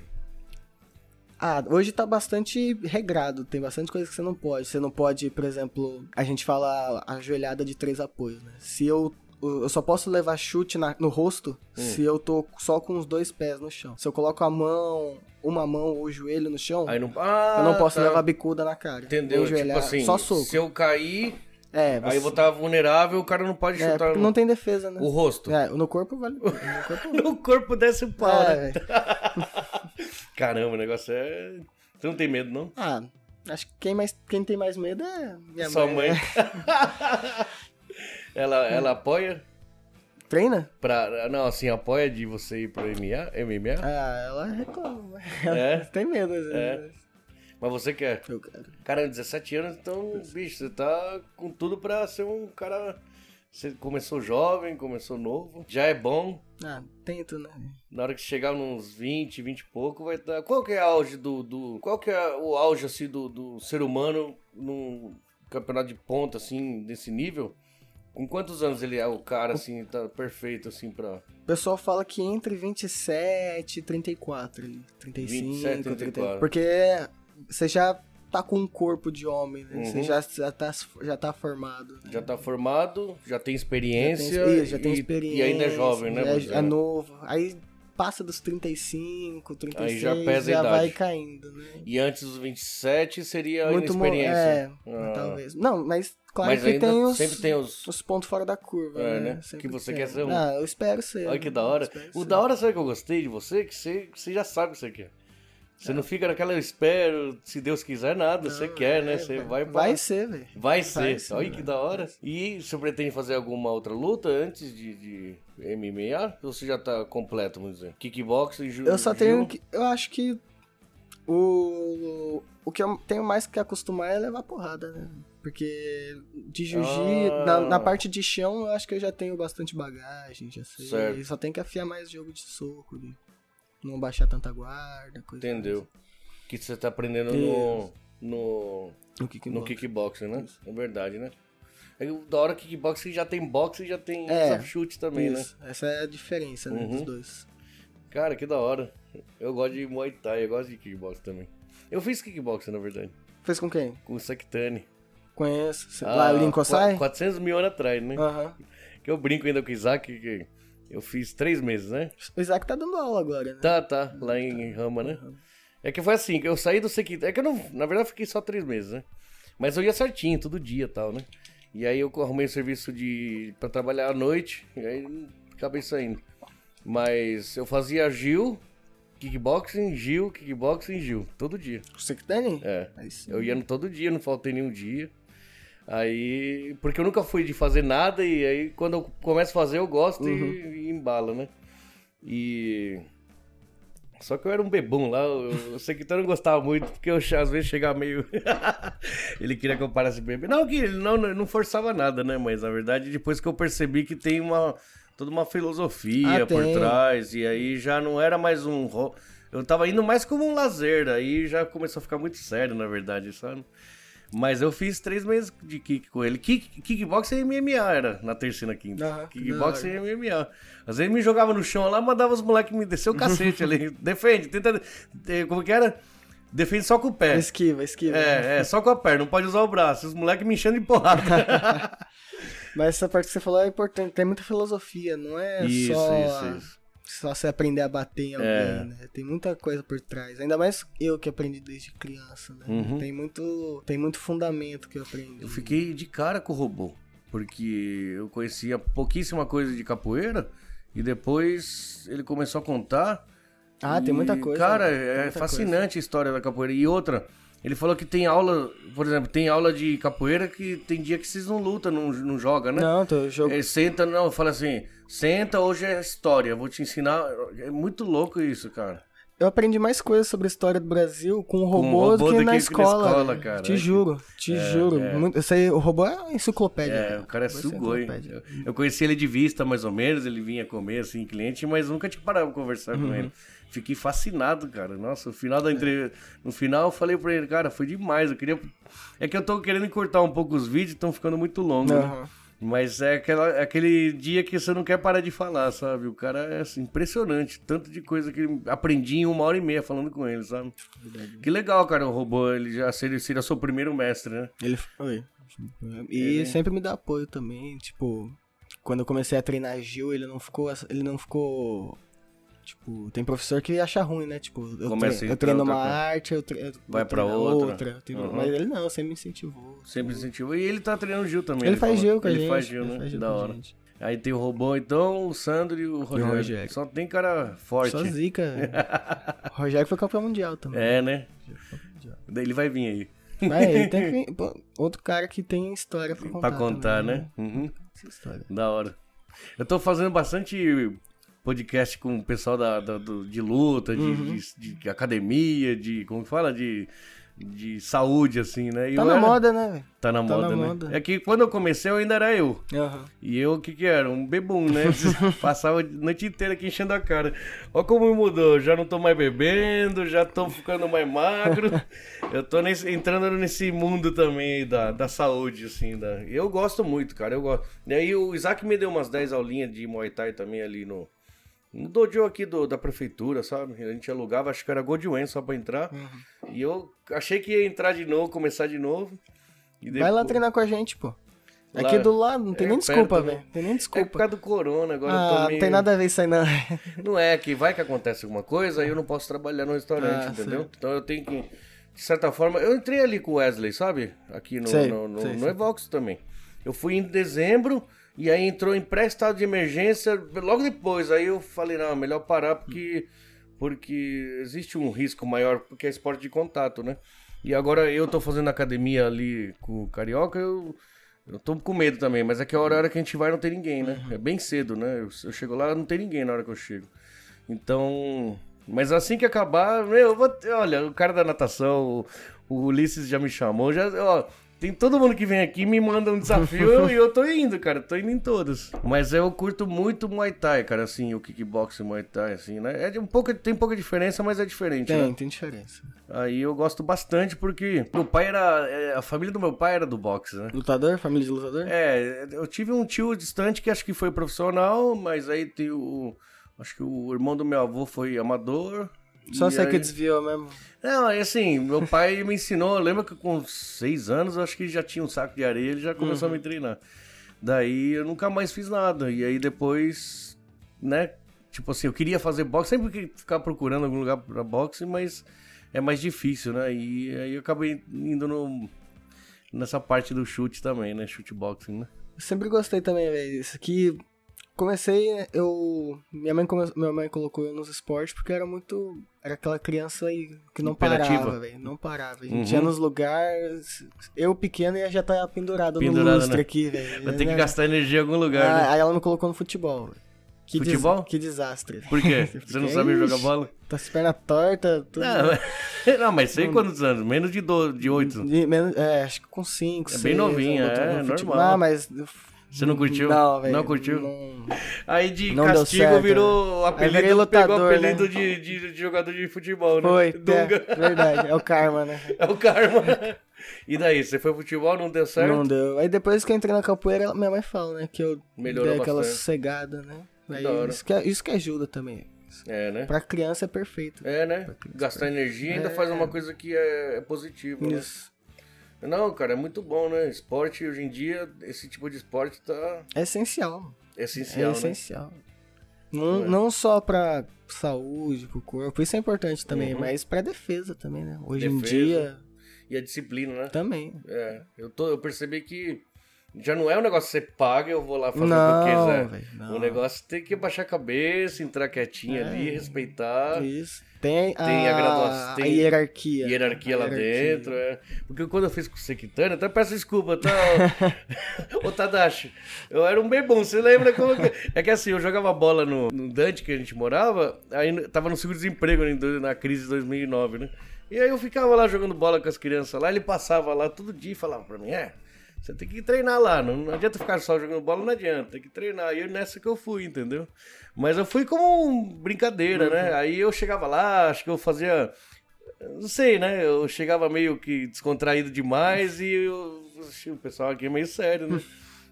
Speaker 2: Ah, hoje tá bastante regrado, tem bastante coisa que você não pode. Você não pode, por exemplo, a gente fala a joelhada de três apoios, né? Se eu. Eu só posso levar chute na- no rosto
Speaker 1: Hum.
Speaker 2: se eu tô só com os dois pés no chão. Se eu coloco a mão, uma mão ou o joelho no chão,
Speaker 1: Aí não... Ah,
Speaker 2: eu não posso
Speaker 1: tá.
Speaker 2: levar bicuda na cara.
Speaker 1: Entendeu?
Speaker 2: Ou joelhada,
Speaker 1: Tipo assim,
Speaker 2: só soco.
Speaker 1: se eu cair,
Speaker 2: É,
Speaker 1: aí
Speaker 2: você-
Speaker 1: eu vou estar vulnerável, o cara não pode
Speaker 2: é,
Speaker 1: chutar
Speaker 2: porque
Speaker 1: no-
Speaker 2: não tem defesa, né?
Speaker 1: o rosto.
Speaker 2: É, no corpo vale. né? É. No corpo
Speaker 1: No corpo desce o pau, né?
Speaker 2: vale.
Speaker 1: Caramba, o negócio é... Você não tem medo, não?
Speaker 2: Ah, acho que quem, mais, quem tem mais medo é minha
Speaker 1: Sua mãe.
Speaker 2: né?
Speaker 1: ela, ela apoia
Speaker 2: Treina?
Speaker 1: pra... Não, assim, apoia de você ir pro MMA? MMA?
Speaker 2: Ah, ela reclama.
Speaker 1: É?
Speaker 2: Ela tem medo, às
Speaker 1: É.
Speaker 2: vezes.
Speaker 1: Mas você quer?
Speaker 2: Eu quero.
Speaker 1: Cara, 17 anos, então, bicho, você tá com tudo pra ser um cara. Você começou jovem, começou novo, já é bom.
Speaker 2: Ah, tento, né?
Speaker 1: Na hora que chegar nos 20, 20 e pouco, vai estar. Qual que é o auge do, do. Qual que é o auge, assim, do, do ser humano num campeonato de ponta, assim, desse nível? Com quantos anos ele é o cara, assim, tá perfeito, assim, pra.
Speaker 2: O pessoal fala que entre 27 e 34 ali. 35,
Speaker 1: 27, 34.
Speaker 2: 34. Porque você já tá com um corpo de homem, né?
Speaker 1: Uhum.
Speaker 2: Você já, já, tá, já tá formado. né?
Speaker 1: Já tá formado, já tem experiência.
Speaker 2: Já tem, isso, já tem
Speaker 1: e-
Speaker 2: experiência.
Speaker 1: E ainda é jovem, né?
Speaker 2: é-
Speaker 1: vamos dizer,
Speaker 2: É, novo. Aí passa dos 35, 36,
Speaker 1: Aí já pesa a idade.
Speaker 2: vai caindo, né?
Speaker 1: E antes dos 27 seria
Speaker 2: Muito mo-
Speaker 1: inexperiência.
Speaker 2: É,
Speaker 1: Ah.
Speaker 2: talvez. Não, mas claro
Speaker 1: Mas
Speaker 2: que
Speaker 1: ainda
Speaker 2: tem os,
Speaker 1: sempre tem os.
Speaker 2: os pontos fora da curva,
Speaker 1: É,
Speaker 2: né?
Speaker 1: né?
Speaker 2: Sempre
Speaker 1: Que você
Speaker 2: tem.
Speaker 1: quer ser um.
Speaker 2: Ah, eu espero ser.
Speaker 1: Olha
Speaker 2: né?
Speaker 1: que da hora.
Speaker 2: Espero
Speaker 1: O
Speaker 2: ser.
Speaker 1: da hora, sabe que eu gostei de você? Que você, que você já sabe o que você quer. Você não fica naquela, eu espero, se Deus quiser, nada. você
Speaker 2: É. Não,
Speaker 1: quer,
Speaker 2: é,
Speaker 1: né? Você vai pra...
Speaker 2: Vai ser, velho.
Speaker 1: Vai
Speaker 2: Vai
Speaker 1: ser.
Speaker 2: ser,
Speaker 1: Olha
Speaker 2: né?
Speaker 1: que da hora. E você pretende fazer alguma outra luta antes de, de MMA? Ou você já tá completo, vamos dizer? Kickboxing, ju
Speaker 2: Eu só
Speaker 1: ju-
Speaker 2: tenho que. Eu acho que. O. O que eu tenho mais que acostumar é levar porrada, né? Porque de jiu-jitsu,
Speaker 1: Ah.
Speaker 2: na, na parte de chão, eu acho que eu já tenho bastante bagagem, já sei.
Speaker 1: Certo.
Speaker 2: Só tem que afiar mais jogo de soco, de não baixar tanta guarda, coisa
Speaker 1: Entendeu. Que você tá aprendendo
Speaker 2: Isso.
Speaker 1: no... No...
Speaker 2: assim. No kickboxing.
Speaker 1: No kickboxing, né? É verdade, né? É, o da hora que kickboxing já tem boxe e já tem
Speaker 2: É,
Speaker 1: é, chute também, né?
Speaker 2: Isso. Essa é a diferença né, dos
Speaker 1: Uhum.
Speaker 2: dois.
Speaker 1: Cara, que da hora. Eu gosto de Muay Thai, eu gosto de kickboxing também. Eu fiz kickboxing, na verdade,
Speaker 2: Fez com quem?
Speaker 1: com o Sectani.
Speaker 2: Conheço. Você-
Speaker 1: Ah,
Speaker 2: Lá, o Lincoln
Speaker 1: qua-
Speaker 2: sai? Ah.
Speaker 1: 400 mil anos atrás, né?
Speaker 2: Aham.
Speaker 1: Que eu brinco ainda com o Isaac, que eu fiz três meses, né?
Speaker 2: O Isaac tá dando aula agora, né?
Speaker 1: Tá, tá, lá em Rama, né? É que foi assim, que eu saí do Sequitani. É que eu não. Na verdade, eu fiquei só três meses, né? Mas eu ia certinho, todo dia e tal, né? E aí eu arrumei o serviço de. pra trabalhar à noite, e aí acabei saindo. Mas eu fazia Gil, kickboxing, Gil, kickboxing, Gil. Todo dia.
Speaker 2: O Sectani?
Speaker 1: Tá. É.
Speaker 2: Aí sim.
Speaker 1: Eu ia no todo dia, não faltei nenhum dia. Aí. Porque eu nunca fui de fazer nada, e aí quando eu começo a fazer, eu gosto e, e embala, né? E. Só que eu era um bebum lá, o o secretário não gostava muito, porque eu che- às vezes chegava meio. ele queria que eu parasse bebê. Não, que ele não, não forçava nada, né? Mas na verdade, depois que eu percebi que tem uma. toda uma filosofia
Speaker 2: Ah,
Speaker 1: por
Speaker 2: tem.
Speaker 1: trás, e aí já não era mais um. ro- Eu tava indo mais como um lazer, daí já começou a ficar muito sério, na verdade, sabe? Mas eu fiz três meses de kick com ele. Kick, kickbox e MMA era na terceira quinta.
Speaker 2: Aham, Ah, que
Speaker 1: kickbox
Speaker 2: da
Speaker 1: e MMA. um Às vezes me jogava no chão lá, mandava os moleques me descer o cacete ali. Defende, tenta. eh, Como que era? Defende só com o pé.
Speaker 2: Esquiva, esquiva.
Speaker 1: É, é, só com a perna, não pode usar o braço. Os moleques me enchendo de porrada.
Speaker 2: Mas essa parte que você falou é importante, tem muita filosofia, não é
Speaker 1: isso,
Speaker 2: só,
Speaker 1: isso, isso.
Speaker 2: só você aprender a bater em alguém,
Speaker 1: É.
Speaker 2: né? Tem muita coisa por trás. Ainda mais eu que aprendi desde criança, né?
Speaker 1: Uhum.
Speaker 2: Tem, muito, tem muito fundamento que eu aprendi.
Speaker 1: Eu fiquei de cara com o robô, porque eu conhecia pouquíssima coisa de capoeira e depois ele começou a contar.
Speaker 2: Ah, tem
Speaker 1: E,
Speaker 2: muita coisa.
Speaker 1: Cara,
Speaker 2: né? Tem
Speaker 1: é
Speaker 2: muita
Speaker 1: fascinante
Speaker 2: coisa.
Speaker 1: a história da capoeira. E outra, ele falou que tem aula, por exemplo, tem aula de capoeira que tem dia que vocês não lutam, não, não jogam, né?
Speaker 2: Não, tô, jogo...
Speaker 1: Ele senta, não, fala assim, senta, hoje é história, vou te ensinar. É muito louco isso, cara.
Speaker 2: eu aprendi mais coisas sobre a história do Brasil com o robô,
Speaker 1: um robô
Speaker 2: do que,
Speaker 1: do
Speaker 2: na
Speaker 1: que na
Speaker 2: escola.
Speaker 1: escola,
Speaker 2: né?
Speaker 1: cara.
Speaker 2: Te juro, te juro. Muito- eu sei, o robô é uma enciclopédia.
Speaker 1: É,
Speaker 2: cara.
Speaker 1: o cara é
Speaker 2: Vai ser
Speaker 1: sugoi.
Speaker 2: enciclopédia.
Speaker 1: Eu, eu conheci ele de vista, mais ou menos, ele vinha comer, assim, cliente, mas nunca tinha parado pra conversar com
Speaker 2: Uhum.
Speaker 1: ele. Fiquei fascinado, cara. Nossa, o final da entrevista. No final eu falei pra ele, cara, foi demais. Eu queria. É que eu tô querendo encurtar um pouco os vídeos, estão ficando muito longos. né?
Speaker 2: Aham.
Speaker 1: Mas é, aquela, é aquele dia que você não quer parar de falar, sabe? O cara é assim, impressionante. Tanto de coisa que ele- aprendi em uma hora e meia falando com ele, sabe? Que legal, cara, o robô. Ele já seria, seria seu primeiro mestre, né?
Speaker 2: Ele foi.
Speaker 1: é.
Speaker 2: E sempre me dá apoio também, tipo, quando eu comecei a treinar Gil, ele não ficou ele não ficou tipo, tem professor que acha ruim, né? Tipo, eu,
Speaker 1: Começa a
Speaker 2: treino, eu treino
Speaker 1: entrar
Speaker 2: uma
Speaker 1: outra
Speaker 2: arte, eu treino, eu
Speaker 1: Vai pra
Speaker 2: treino
Speaker 1: outra.
Speaker 2: eu treino-
Speaker 1: Uhum.
Speaker 2: mas ele não, sempre me incentivou.
Speaker 1: Sempre incentivou. E ele tá treinando Gil também.
Speaker 2: Ele, faz
Speaker 1: falou.
Speaker 2: Gil com a
Speaker 1: Ele
Speaker 2: gente.
Speaker 1: faz Gil, né?
Speaker 2: faz Gil
Speaker 1: da
Speaker 2: com a
Speaker 1: hora.
Speaker 2: gente.
Speaker 1: Aí tem o Robô, então, o Sandro e o Rogério.
Speaker 2: Rogério.
Speaker 1: Só tem cara forte.
Speaker 2: Só zica. velho. o Rogério foi campeão mundial também.
Speaker 1: É, né? Daí Ele vai vir aí.
Speaker 2: Mas ele tem que- pô, outro cara que tem história pra contar.
Speaker 1: pra contar,
Speaker 2: também,
Speaker 1: né? Uhum.
Speaker 2: Essa história.
Speaker 1: Da hora. Eu tô fazendo bastante podcast com o pessoal da, da- do- de luta, de,
Speaker 2: Uhum.
Speaker 1: de- de academia, de. Como que fala? De. De saúde, assim, né? E
Speaker 2: Tá
Speaker 1: eu
Speaker 2: na
Speaker 1: era-
Speaker 2: moda, né, velho?
Speaker 1: Tá na
Speaker 2: Tá
Speaker 1: moda, né?
Speaker 2: na moda.
Speaker 1: É que quando eu comecei, eu ainda era eu.
Speaker 2: Aham.
Speaker 1: E eu, o que que era? Um bebum, né? Passava a noite inteira aqui enchendo a cara. Olha como mudou. Já não tô mais bebendo, já tô ficando mais magro. eu tô nesse- entrando nesse mundo também aí da, da saúde, assim. Da... Eu gosto muito, cara. Eu gosto. E aí o Isaac me deu umas 10 aulinhas de Muay Thai também ali no... No dojo aqui do, da prefeitura, sabe? A gente alugava, acho que era Goldwyn só pra entrar. E eu achei que ia entrar de novo, começar de novo. E
Speaker 2: Vai lá
Speaker 1: depois-
Speaker 2: treinar com a gente, pô.
Speaker 1: Lá-
Speaker 2: Aqui do lado, não tem
Speaker 1: é
Speaker 2: nem desculpa,
Speaker 1: perto, né?
Speaker 2: velho. Não tem nem
Speaker 1: É por
Speaker 2: desculpa.
Speaker 1: causa do corona agora. eu tô
Speaker 2: ah, não
Speaker 1: meio-
Speaker 2: tem nada a ver isso aí, não.
Speaker 1: Não é que vai que acontece alguma coisa e eu não posso trabalhar no restaurante,
Speaker 2: Ah,
Speaker 1: entendeu?
Speaker 2: sim.
Speaker 1: Então eu tenho que, de certa forma, eu entrei ali com o Wesley, sabe? Aqui no,
Speaker 2: Sei,
Speaker 1: no, no,
Speaker 2: sei,
Speaker 1: no
Speaker 2: sei.
Speaker 1: Evox também. Eu fui em dezembro e aí entrou em pré-estado de emergência logo depois. Aí eu falei, não, é melhor parar porque, porque existe um risco maior, porque é esporte de contato, né? E agora eu tô fazendo academia ali com o Carioca, eu, eu tô com medo também, mas é que a hora, a hora que a gente vai não tem ninguém, né? É bem cedo, né? Eu, eu chego lá, não tem ninguém na hora que eu chego. Então. Mas assim que acabar, meu, eu vou, olha, o cara da natação, o, o Ulisses já me chamou, já, ó, tem todo mundo que vem aqui me manda um desafio e eu tô indo, cara, tô indo em todos. Mas eu curto muito Muay Thai, cara, assim, o kickboxing Muay Thai, assim, né? É de um pouco, tem pouca diferença, mas é diferente, né?
Speaker 2: Tem, tem diferença.
Speaker 1: Aí eu gosto bastante porque meu pai era, é, a família do meu pai era do boxe, né?
Speaker 2: Lutador? Família de lutador?
Speaker 1: É, eu tive um tio distante que acho que foi profissional, mas aí tem o. Acho que o irmão do meu avô foi amador.
Speaker 2: Só
Speaker 1: É, e
Speaker 2: sei que
Speaker 1: aí-
Speaker 2: desviou mesmo.
Speaker 1: Não, é assim, meu pai me ensinou. Lembra que com seis anos eu acho que já tinha um saco de areia, ele já começou
Speaker 2: Uhum.
Speaker 1: a me treinar. Daí eu nunca mais fiz nada. E aí depois, né? Tipo assim, eu queria fazer boxe, sempre que ficar procurando algum lugar pra boxe, mas é mais difícil, né? E aí eu acabei indo no, nessa parte do chute também, né? Chute boxing, né?
Speaker 2: Eu sempre gostei também, velho. Isso aqui. Comecei, né, eu. Minha mãe, come... Minha mãe colocou eu nos esportes porque eu era muito. Era aquela criança aí que não
Speaker 1: Imperativa.
Speaker 2: parava, velho. Não parava. A gente
Speaker 1: Uhum.
Speaker 2: ia nos lugares. Eu pequeno ia já tá pendurado,
Speaker 1: Pendurado,
Speaker 2: no lustre
Speaker 1: né?
Speaker 2: aqui, velho.
Speaker 1: Vai ter que
Speaker 2: Né?
Speaker 1: gastar energia em algum lugar,
Speaker 2: Ah,
Speaker 1: né?
Speaker 2: Aí ela me colocou no futebol. velho. Que des-
Speaker 1: Futebol?
Speaker 2: Que desastre.
Speaker 1: Por quê? Você
Speaker 2: é
Speaker 1: não sabia jogar
Speaker 2: Ixi,
Speaker 1: bola?
Speaker 2: Tá as pernas tortas, tudo.
Speaker 1: Não, Ah, mas- não, mas sei quantos anos, menos de, 12, de 8.
Speaker 2: De menos- é, acho que com 5,
Speaker 1: É bem novinha, é, normal.
Speaker 2: Ah, mas.
Speaker 1: Você não curtiu?
Speaker 2: Não, velho.
Speaker 1: Não curtiu?
Speaker 2: não-
Speaker 1: Aí de
Speaker 2: Não deu
Speaker 1: castigo
Speaker 2: certo,
Speaker 1: virou
Speaker 2: né?
Speaker 1: apelido,
Speaker 2: Aí virei
Speaker 1: pegou
Speaker 2: lutador,
Speaker 1: apelido
Speaker 2: né?
Speaker 1: de, de- de jogador de futebol, né?
Speaker 2: Foi,
Speaker 1: Dunga.
Speaker 2: é, verdade. É o karma, né?
Speaker 1: É. o karma. E daí, você foi pro futebol, não deu certo?
Speaker 2: Não deu. Aí depois que eu entrei na capoeira, ela- minha mãe fala, né? Que eu
Speaker 1: Melhorou
Speaker 2: dei aquela
Speaker 1: bastante.
Speaker 2: sossegada, né? Aí
Speaker 1: Da hora.
Speaker 2: isso, que, isso que ajuda também.
Speaker 1: É, né?
Speaker 2: Pra criança é perfeito.
Speaker 1: É, né? Gastar energia ainda
Speaker 2: É.
Speaker 1: faz uma coisa que é, é positiva, né?
Speaker 2: Isso.
Speaker 1: Não, cara, é muito bom, né? Esporte, hoje em dia, esse tipo de esporte tá
Speaker 2: É essencial.
Speaker 1: é essencial,
Speaker 2: é
Speaker 1: né?
Speaker 2: essencial. Não,
Speaker 1: É.
Speaker 2: não só pra saúde, pro corpo, isso é importante também,
Speaker 1: Uhum.
Speaker 2: mas pra defesa também, né? Hoje
Speaker 1: Defesa.
Speaker 2: em dia,
Speaker 1: E a disciplina, né?
Speaker 2: também.
Speaker 1: É, eu, tô, eu percebi que já não é um negócio que você paga e eu vou lá fazer o que eu
Speaker 2: Não,
Speaker 1: quiser.
Speaker 2: velho.
Speaker 1: O
Speaker 2: não.
Speaker 1: negócio tem que baixar a cabeça, entrar quietinho
Speaker 2: É.
Speaker 1: ali, respeitar.
Speaker 2: Isso. Tem a,
Speaker 1: Ah. Tem a gradua- tem
Speaker 2: a hierarquia.
Speaker 1: Hierarquia
Speaker 2: A
Speaker 1: lá
Speaker 2: hierarquia.
Speaker 1: dentro, é. Porque quando eu fiz com o Sequitano, até peço desculpa, tá? ô- Ô Tadashi, eu era um bebum, você lembra como que... É que assim, eu jogava bola no, no Dante que a gente morava, aí no- tava no seguro-desemprego né, em do- na crise de 2009, né? E aí eu ficava lá jogando bola com as crianças lá, ele passava lá todo dia e falava pra mim, é, você tem que treinar lá, não, não adianta ficar só jogando bola, não adianta, tem que treinar. E eu- nessa que eu fui, entendeu? Mas eu fui como um brincadeira,
Speaker 2: Uhum.
Speaker 1: né? Aí eu chegava lá, acho que eu fazia não sei, né? Eu chegava meio que descontraído demais e eu, o pessoal aqui é meio sério, né?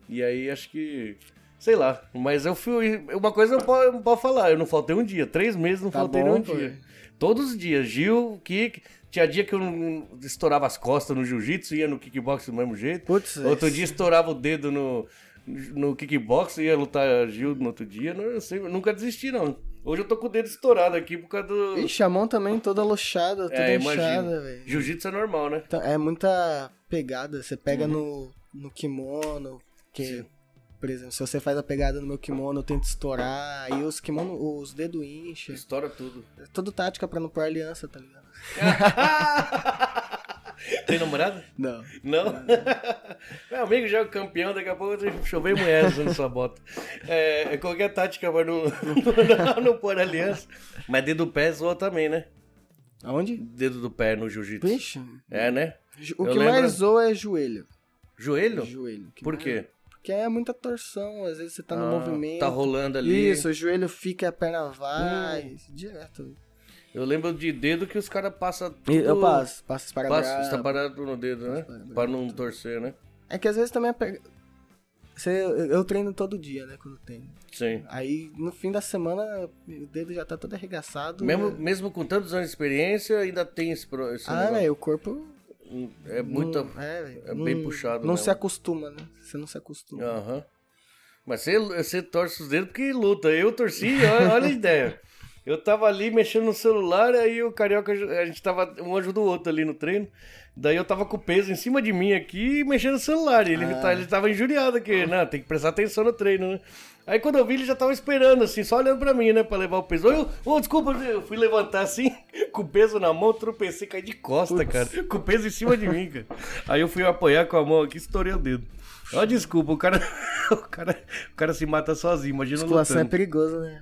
Speaker 1: E aí acho que. Sei lá. Mas eu fui. Uma coisa eu po- eu não posso falar, eu não faltei um dia. Três meses não
Speaker 2: Tá
Speaker 1: faltei
Speaker 2: bom,
Speaker 1: nenhum
Speaker 2: pô.
Speaker 1: dia. Todos os dias. Gil, kick. Tinha dia que eu não estourava as costas no jiu-jitsu, ia no kickbox do mesmo jeito.
Speaker 2: Putz, é
Speaker 1: Outro
Speaker 2: esse-
Speaker 1: dia estourava o dedo no, no kickbox e ia lutar Gil no outro dia. Não, eu sei, eu nunca desisti, não. Hoje eu tô com o dedo estourado aqui por causa do.
Speaker 2: Ixi, a mão também toda luxada, toda
Speaker 1: É,
Speaker 2: inchada,
Speaker 1: imagina.
Speaker 2: tá velho.
Speaker 1: Jiu-jitsu é normal, né?
Speaker 2: Então, é muita pegada. Você pega no, no kimono, que,
Speaker 1: Sim.
Speaker 2: por exemplo, se você faz a pegada no meu kimono, eu tento estourar, aí os kimono, os dedos incham.
Speaker 1: Estoura tudo.
Speaker 2: É tudo tática pra não pôr aliança, tá ligado?
Speaker 1: Tem namorado?
Speaker 2: Não.
Speaker 1: Não? Meu amigo já é o campeão, daqui a pouco eu chovei mulher usando sua bota. É, qualquer tática pra não, não, não pôr aliança. Mas dedo do pé zoa também, né?
Speaker 2: Aonde?
Speaker 1: Dedo do pé no jiu-jitsu.
Speaker 2: Vixe.
Speaker 1: É, né?
Speaker 2: ju- O
Speaker 1: Eu
Speaker 2: que
Speaker 1: lembro-
Speaker 2: mais zoa é joelho.
Speaker 1: Joelho?
Speaker 2: Joelho. O que
Speaker 1: Por
Speaker 2: mais-
Speaker 1: quê?
Speaker 2: Porque é muita torção, às vezes você tá no
Speaker 1: Ah,
Speaker 2: movimento.
Speaker 1: Tá rolando ali. Hum.
Speaker 2: Isso, o joelho fica, a perna vai, direto.
Speaker 1: Eu lembro de dedo que os caras passam.
Speaker 2: E eu
Speaker 1: tudo-
Speaker 2: passo, passo esparadrapo.
Speaker 1: Passa, tá está parado no dedo, né?
Speaker 2: Esparadrapo.
Speaker 1: Pra não torcer, né?
Speaker 2: É que às vezes também a pega... Você, eu eu treino todo dia, né, quando tem.
Speaker 1: Sim.
Speaker 2: Aí no fim da semana o dedo já tá todo arregaçado.
Speaker 1: Mesmo,
Speaker 2: né?
Speaker 1: mesmo com tantos anos de experiência, ainda tem esse, pro- esse
Speaker 2: Ah,
Speaker 1: negócio.
Speaker 2: velho, o corpo
Speaker 1: É muito.
Speaker 2: Não- é, velho,
Speaker 1: é
Speaker 2: não-
Speaker 1: bem puxado
Speaker 2: Não
Speaker 1: mesmo.
Speaker 2: se acostuma, né? Você não se acostuma.
Speaker 1: Aham. Mas você, você torce os dedos porque luta. Eu torci, olha, olha a ideia. Eu tava ali mexendo no celular, aí o carioca, a gente tava um ajuda o outro ali no treino. Daí eu tava com o peso em cima de mim aqui, mexendo no celular. E ele, tá- ele tava injuriado aqui, né? Tem que prestar atenção no treino, né? Aí quando eu vi, ele já tava esperando, assim, só olhando pra mim, né? Pra levar o peso. Eu, ô, desculpa, eu fui levantar assim, com o peso na mão, tropecei, caí de costa, cara. Com o peso em cima de mim, cara. Aí eu fui apoiar com a mão aqui, estourei o dedo. Ó, desculpa, o cara, o cara. O cara se mata sozinho, imagina
Speaker 2: Musculação é
Speaker 1: lutando.
Speaker 2: perigoso, né?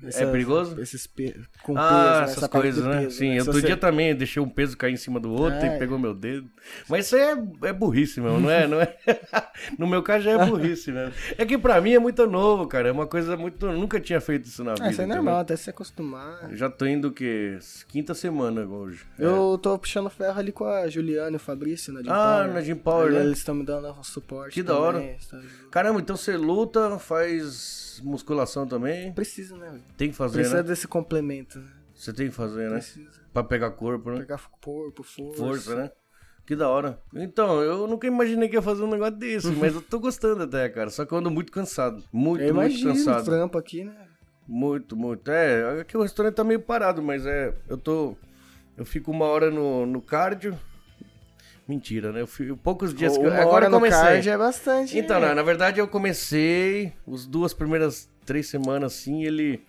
Speaker 2: Essa-
Speaker 1: É perigoso?
Speaker 2: Esses pe... com peso,
Speaker 1: Ah,
Speaker 2: né?
Speaker 1: essas
Speaker 2: Essa parte
Speaker 1: coisas,
Speaker 2: do
Speaker 1: né?
Speaker 2: peso,
Speaker 1: Sim,
Speaker 2: Se
Speaker 1: outro
Speaker 2: você-
Speaker 1: dia também deixei um peso cair em cima do outro
Speaker 2: Ah,
Speaker 1: e
Speaker 2: é.
Speaker 1: pegou meu dedo. Mas isso aí é, é burrice, meu, não é, não é? No meu caso já é burrice mesmo. É que pra mim é muito novo, cara. É uma coisa muito. Eu nunca tinha feito isso na vida.
Speaker 2: Ah, isso é
Speaker 1: entendeu?
Speaker 2: normal, até se acostumar.
Speaker 1: Já tô indo o quê? Quinta semana hoje.
Speaker 2: Eu tô puxando ferro ali com a Juliana e o Fabrício na Jim
Speaker 1: Ah,
Speaker 2: Power.
Speaker 1: na Jim Power,
Speaker 2: Eles-
Speaker 1: né?
Speaker 2: Eles estão me dando um suporte.
Speaker 1: Que da hora.
Speaker 2: também, tá eles tão ajudando.
Speaker 1: Caramba, então você luta, faz musculação também.
Speaker 2: Precisa, né? velho?
Speaker 1: Tem que fazer,
Speaker 2: Precisa
Speaker 1: né?
Speaker 2: desse complemento, né?
Speaker 1: Você tem que fazer, né?
Speaker 2: Precisa.
Speaker 1: Pra pegar corpo, né?
Speaker 2: Pegar corpo, força.
Speaker 1: Força, né? Que da hora. Então, eu nunca imaginei que ia fazer um negócio desse, mas eu tô gostando até, cara. Só que eu ando muito cansado. Muito,
Speaker 2: Eu
Speaker 1: muito
Speaker 2: imagino o
Speaker 1: cansado.
Speaker 2: trampo aqui, né?
Speaker 1: Muito, muito. É, aqui o restaurante tá meio parado, mas é. Eu tô. Eu fico uma hora no, no cardio. Mentira, né? Eu fico, poucos dias que eu.
Speaker 2: Uma
Speaker 1: Agora
Speaker 2: hora
Speaker 1: eu
Speaker 2: no
Speaker 1: comecei.
Speaker 2: cardio é bastante.
Speaker 1: Então,
Speaker 2: né?
Speaker 1: na, na verdade, eu comecei os duas primeiras três semanas assim, ele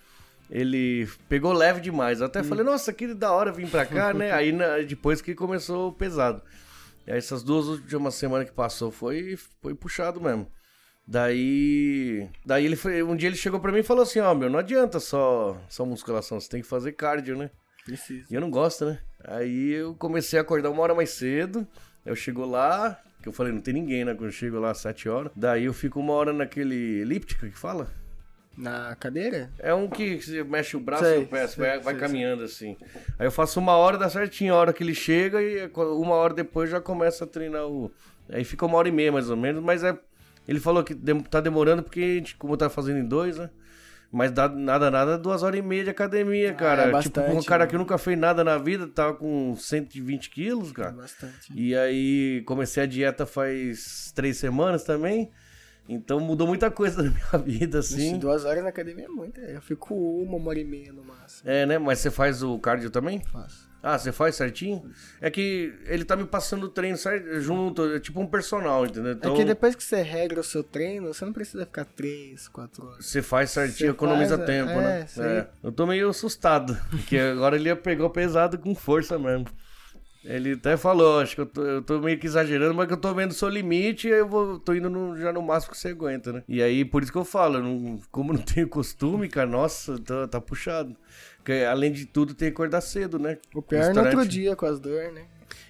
Speaker 1: ele pegou leve demais. Eu até falei, nossa, que da hora vir pra cá, né? Aí na- depois que começou o pesado. E aí, essas duas últimas semanas que passou foi foi puxado mesmo. Daí, daí ele foi, um dia ele chegou pra mim e falou assim: "Ó, meu, não adianta só só musculação, você tem que fazer cardio, né?"
Speaker 2: Precisa.
Speaker 1: E eu não gosto, né? Aí eu comecei a acordar uma hora mais cedo. Eu chego lá, que eu falei, não tem ninguém, né? Quando eu chego lá às 7 horas. Daí eu fico uma hora naquele elíptico que fala.
Speaker 2: Na cadeira?
Speaker 1: É um que você mexe o braço
Speaker 2: Sei,
Speaker 1: e o pé, você
Speaker 2: sei,
Speaker 1: vai, vai
Speaker 2: sei,
Speaker 1: caminhando assim. Aí eu faço uma hora, dá certinho a hora que ele chega e é uma hora depois já começa a treinar o. Aí fica uma hora e meia mais ou menos, mas é. Ele falou que dem- tá demorando porque, a gente, como tá fazendo em dois, né? Mas dá, nada, nada, duas horas e meia de academia, cara.
Speaker 2: é
Speaker 1: tipo, um
Speaker 2: bastante,
Speaker 1: cara
Speaker 2: né?
Speaker 1: que nunca fez nada na vida, tava com 120 quilos, cara.
Speaker 2: É Bastante.
Speaker 1: E aí comecei a dieta faz três semanas também. Então mudou muita coisa na minha vida,
Speaker 2: Ixi,
Speaker 1: assim.
Speaker 2: Duas horas na academia é muito. é. Eu fico uma, uma hora e meia no máximo.
Speaker 1: É, né? Mas você faz o cardio também?
Speaker 2: Faço.
Speaker 1: Ah, você faz certinho? É que ele tá me passando o treino cer- junto, é tipo um personal, entendeu? Então
Speaker 2: É que depois que você regra o seu treino, você não precisa ficar três, quatro horas.
Speaker 1: você faz certinho,
Speaker 2: Você
Speaker 1: economiza
Speaker 2: faz,
Speaker 1: tempo,
Speaker 2: é,
Speaker 1: né?
Speaker 2: sim.
Speaker 1: É. Eu tô meio assustado, porque agora ele pegou pesado com força mesmo. Ele até falou, acho que eu tô, eu tô meio que exagerando, mas que eu tô vendo o seu limite e eu vou, tô indo no- já no máximo que você aguenta, né? E aí, por isso que eu falo, eu não- como não tenho costume, cara, nossa, tá, tá puxado. Porque, além de tudo, tem que acordar cedo, né?
Speaker 2: O pior é no outro
Speaker 1: Restaurante.
Speaker 2: dia com as dores, né?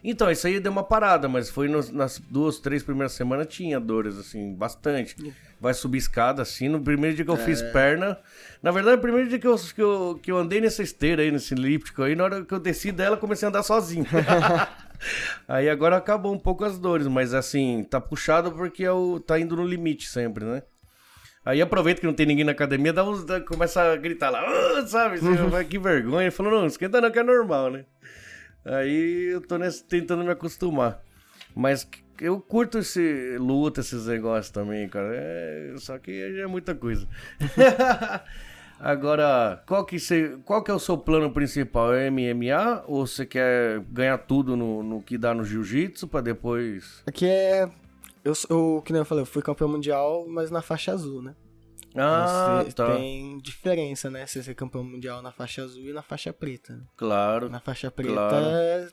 Speaker 1: Então, isso aí deu uma parada, mas foi nos- nas duas, três primeiras semanas tinha dores, assim, bastante. Vai subir escada, assim. No primeiro dia que eu fiz perna. Na verdade, no primeiro dia que eu, que, eu, que eu andei nessa esteira aí, nesse elíptico aí, na hora que eu desci dela, eu comecei a andar sozinho. aí agora acabou um pouco as dores, mas assim, tá puxado porque é o, tá indo no limite sempre, né? Aí aproveita que não tem ninguém na academia, dá uns, dá- começa a gritar lá, "Ah", sabe? Você vai, que vergonha. Ele falou, não, esquenta não, que é normal, né? Aí eu tô nesse- tentando me acostumar. Mas c- eu curto esse luta, esses negócios também, cara. É, só que já é muita coisa. Agora, qual que, cê- qual que é o seu plano principal? É MMA? Ou você quer ganhar tudo no, no que dá no jiu-jitsu pra depois.
Speaker 2: Aqui é. Eu, sou- eu, que nem eu falei, eu fui campeão mundial, mas na faixa azul, né?
Speaker 1: Ah,
Speaker 2: Você-
Speaker 1: tá.
Speaker 2: Tem diferença, né? Você ser campeão mundial na faixa azul e na faixa preta. né?
Speaker 1: Claro.
Speaker 2: Na faixa preta
Speaker 1: Claro.
Speaker 2: é,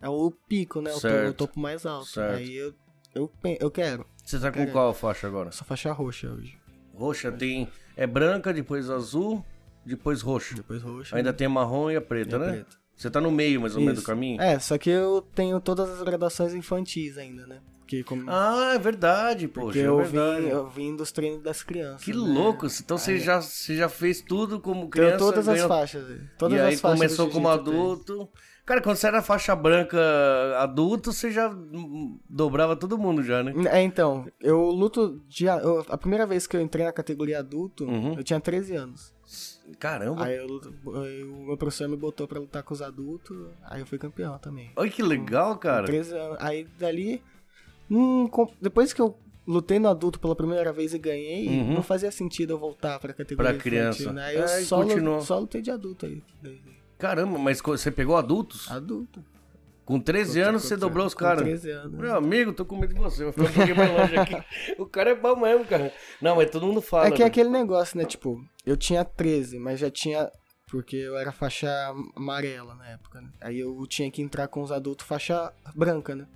Speaker 2: é o pico, né? O to-
Speaker 1: Certo.
Speaker 2: O topo mais alto.
Speaker 1: Certo.
Speaker 2: Aí eu, eu, pe- eu quero.
Speaker 1: Você tá com qual faixa agora?
Speaker 2: Só faixa roxa hoje.
Speaker 1: Roxa tem. É branca, depois azul, depois roxo.
Speaker 2: Depois roxa.
Speaker 1: Ainda tem a marrom e a preta,
Speaker 2: E a
Speaker 1: né?
Speaker 2: preta.
Speaker 1: Você tá no meio mais ou menos do
Speaker 2: Isso.
Speaker 1: caminho?
Speaker 2: É, só que eu tenho todas as graduações infantis ainda, né? Porque, como,
Speaker 1: Ah, é verdade, poxa.
Speaker 2: porque
Speaker 1: é
Speaker 2: eu,
Speaker 1: verdade.
Speaker 2: vim, eu vim dos treinos das crianças.
Speaker 1: Que
Speaker 2: né?
Speaker 1: louco! Então você já, você já fez tudo como criança.
Speaker 2: Tenho todas as
Speaker 1: ganhou-
Speaker 2: faixas. velho. Todas
Speaker 1: e aí
Speaker 2: as faixas
Speaker 1: começou
Speaker 2: do
Speaker 1: como
Speaker 2: jiu-jitsu né? eu tenho.
Speaker 1: adulto. Cara, quando você era faixa branca adulto, você já hum, dobrava todo mundo já, né?
Speaker 2: É, então, eu luto. De, a- eu- a primeira vez que eu entrei na categoria adulto,
Speaker 1: Uhum.
Speaker 2: eu tinha 13 anos.
Speaker 1: Caramba.
Speaker 2: Aí eu luto- aí o meu professor me botou pra lutar com os adultos, aí eu fui campeão também.
Speaker 1: Olha que legal, cara.
Speaker 2: 13 anos. Aí dali. hum, com- depois que eu lutei no adulto pela primeira vez e ganhei,
Speaker 1: Uhum.
Speaker 2: não fazia sentido eu voltar pra categoria
Speaker 1: Pra criança.
Speaker 2: infantil, né? Aí eu
Speaker 1: Aí
Speaker 2: só, lu-
Speaker 1: continuou.
Speaker 2: só lutei de adulto aí. desde
Speaker 1: Caramba, mas co- você pegou adultos?
Speaker 2: Adulto.
Speaker 1: Com 13 anos você
Speaker 2: Ah, Com-
Speaker 1: dobrou os
Speaker 2: com
Speaker 1: caras.
Speaker 2: 13 anos. né?
Speaker 1: Meu amigo, tô com medo de você, vou ficar um pouquinho mais longe aqui. O cara é bom mesmo, cara. Não, mas todo mundo fala.
Speaker 2: É que é
Speaker 1: né?
Speaker 2: aquele negócio, né? Tipo, eu tinha 13, mas já tinha. Porque eu era faixa amarela na época, né? Aí eu tinha que entrar com os adultos faixa branca, né?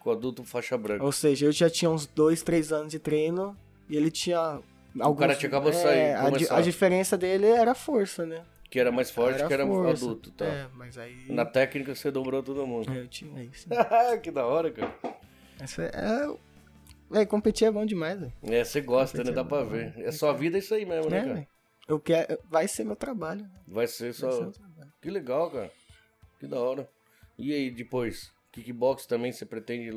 Speaker 1: Com adulto faixa branca.
Speaker 2: Ou seja, eu já tinha uns 2, 3 anos de treino e ele tinha. Alguns, É,
Speaker 1: cara tinha acabado de sair,
Speaker 2: a, di-
Speaker 1: começar.
Speaker 2: a diferença dele era a força, né?
Speaker 1: Que era mais forte, que era
Speaker 2: força.
Speaker 1: adulto, tá?
Speaker 2: É, mas aí.
Speaker 1: Na técnica você dobrou todo mundo.
Speaker 2: É, Eu tinha é isso.
Speaker 1: que da hora, cara.
Speaker 2: Essa é. Véi, competir é bom demais, velho.
Speaker 1: É, você gosta, né? Dá pra ver. É sua vida é isso aí mesmo, né,
Speaker 2: Né,
Speaker 1: cara?
Speaker 2: véi? Eu quero. Vai ser meu trabalho. né?
Speaker 1: Vai ser
Speaker 2: Vai ser
Speaker 1: só.
Speaker 2: meu trabalho.
Speaker 1: Que legal, cara. Que da hora. E aí, depois? Kickbox também você pretende.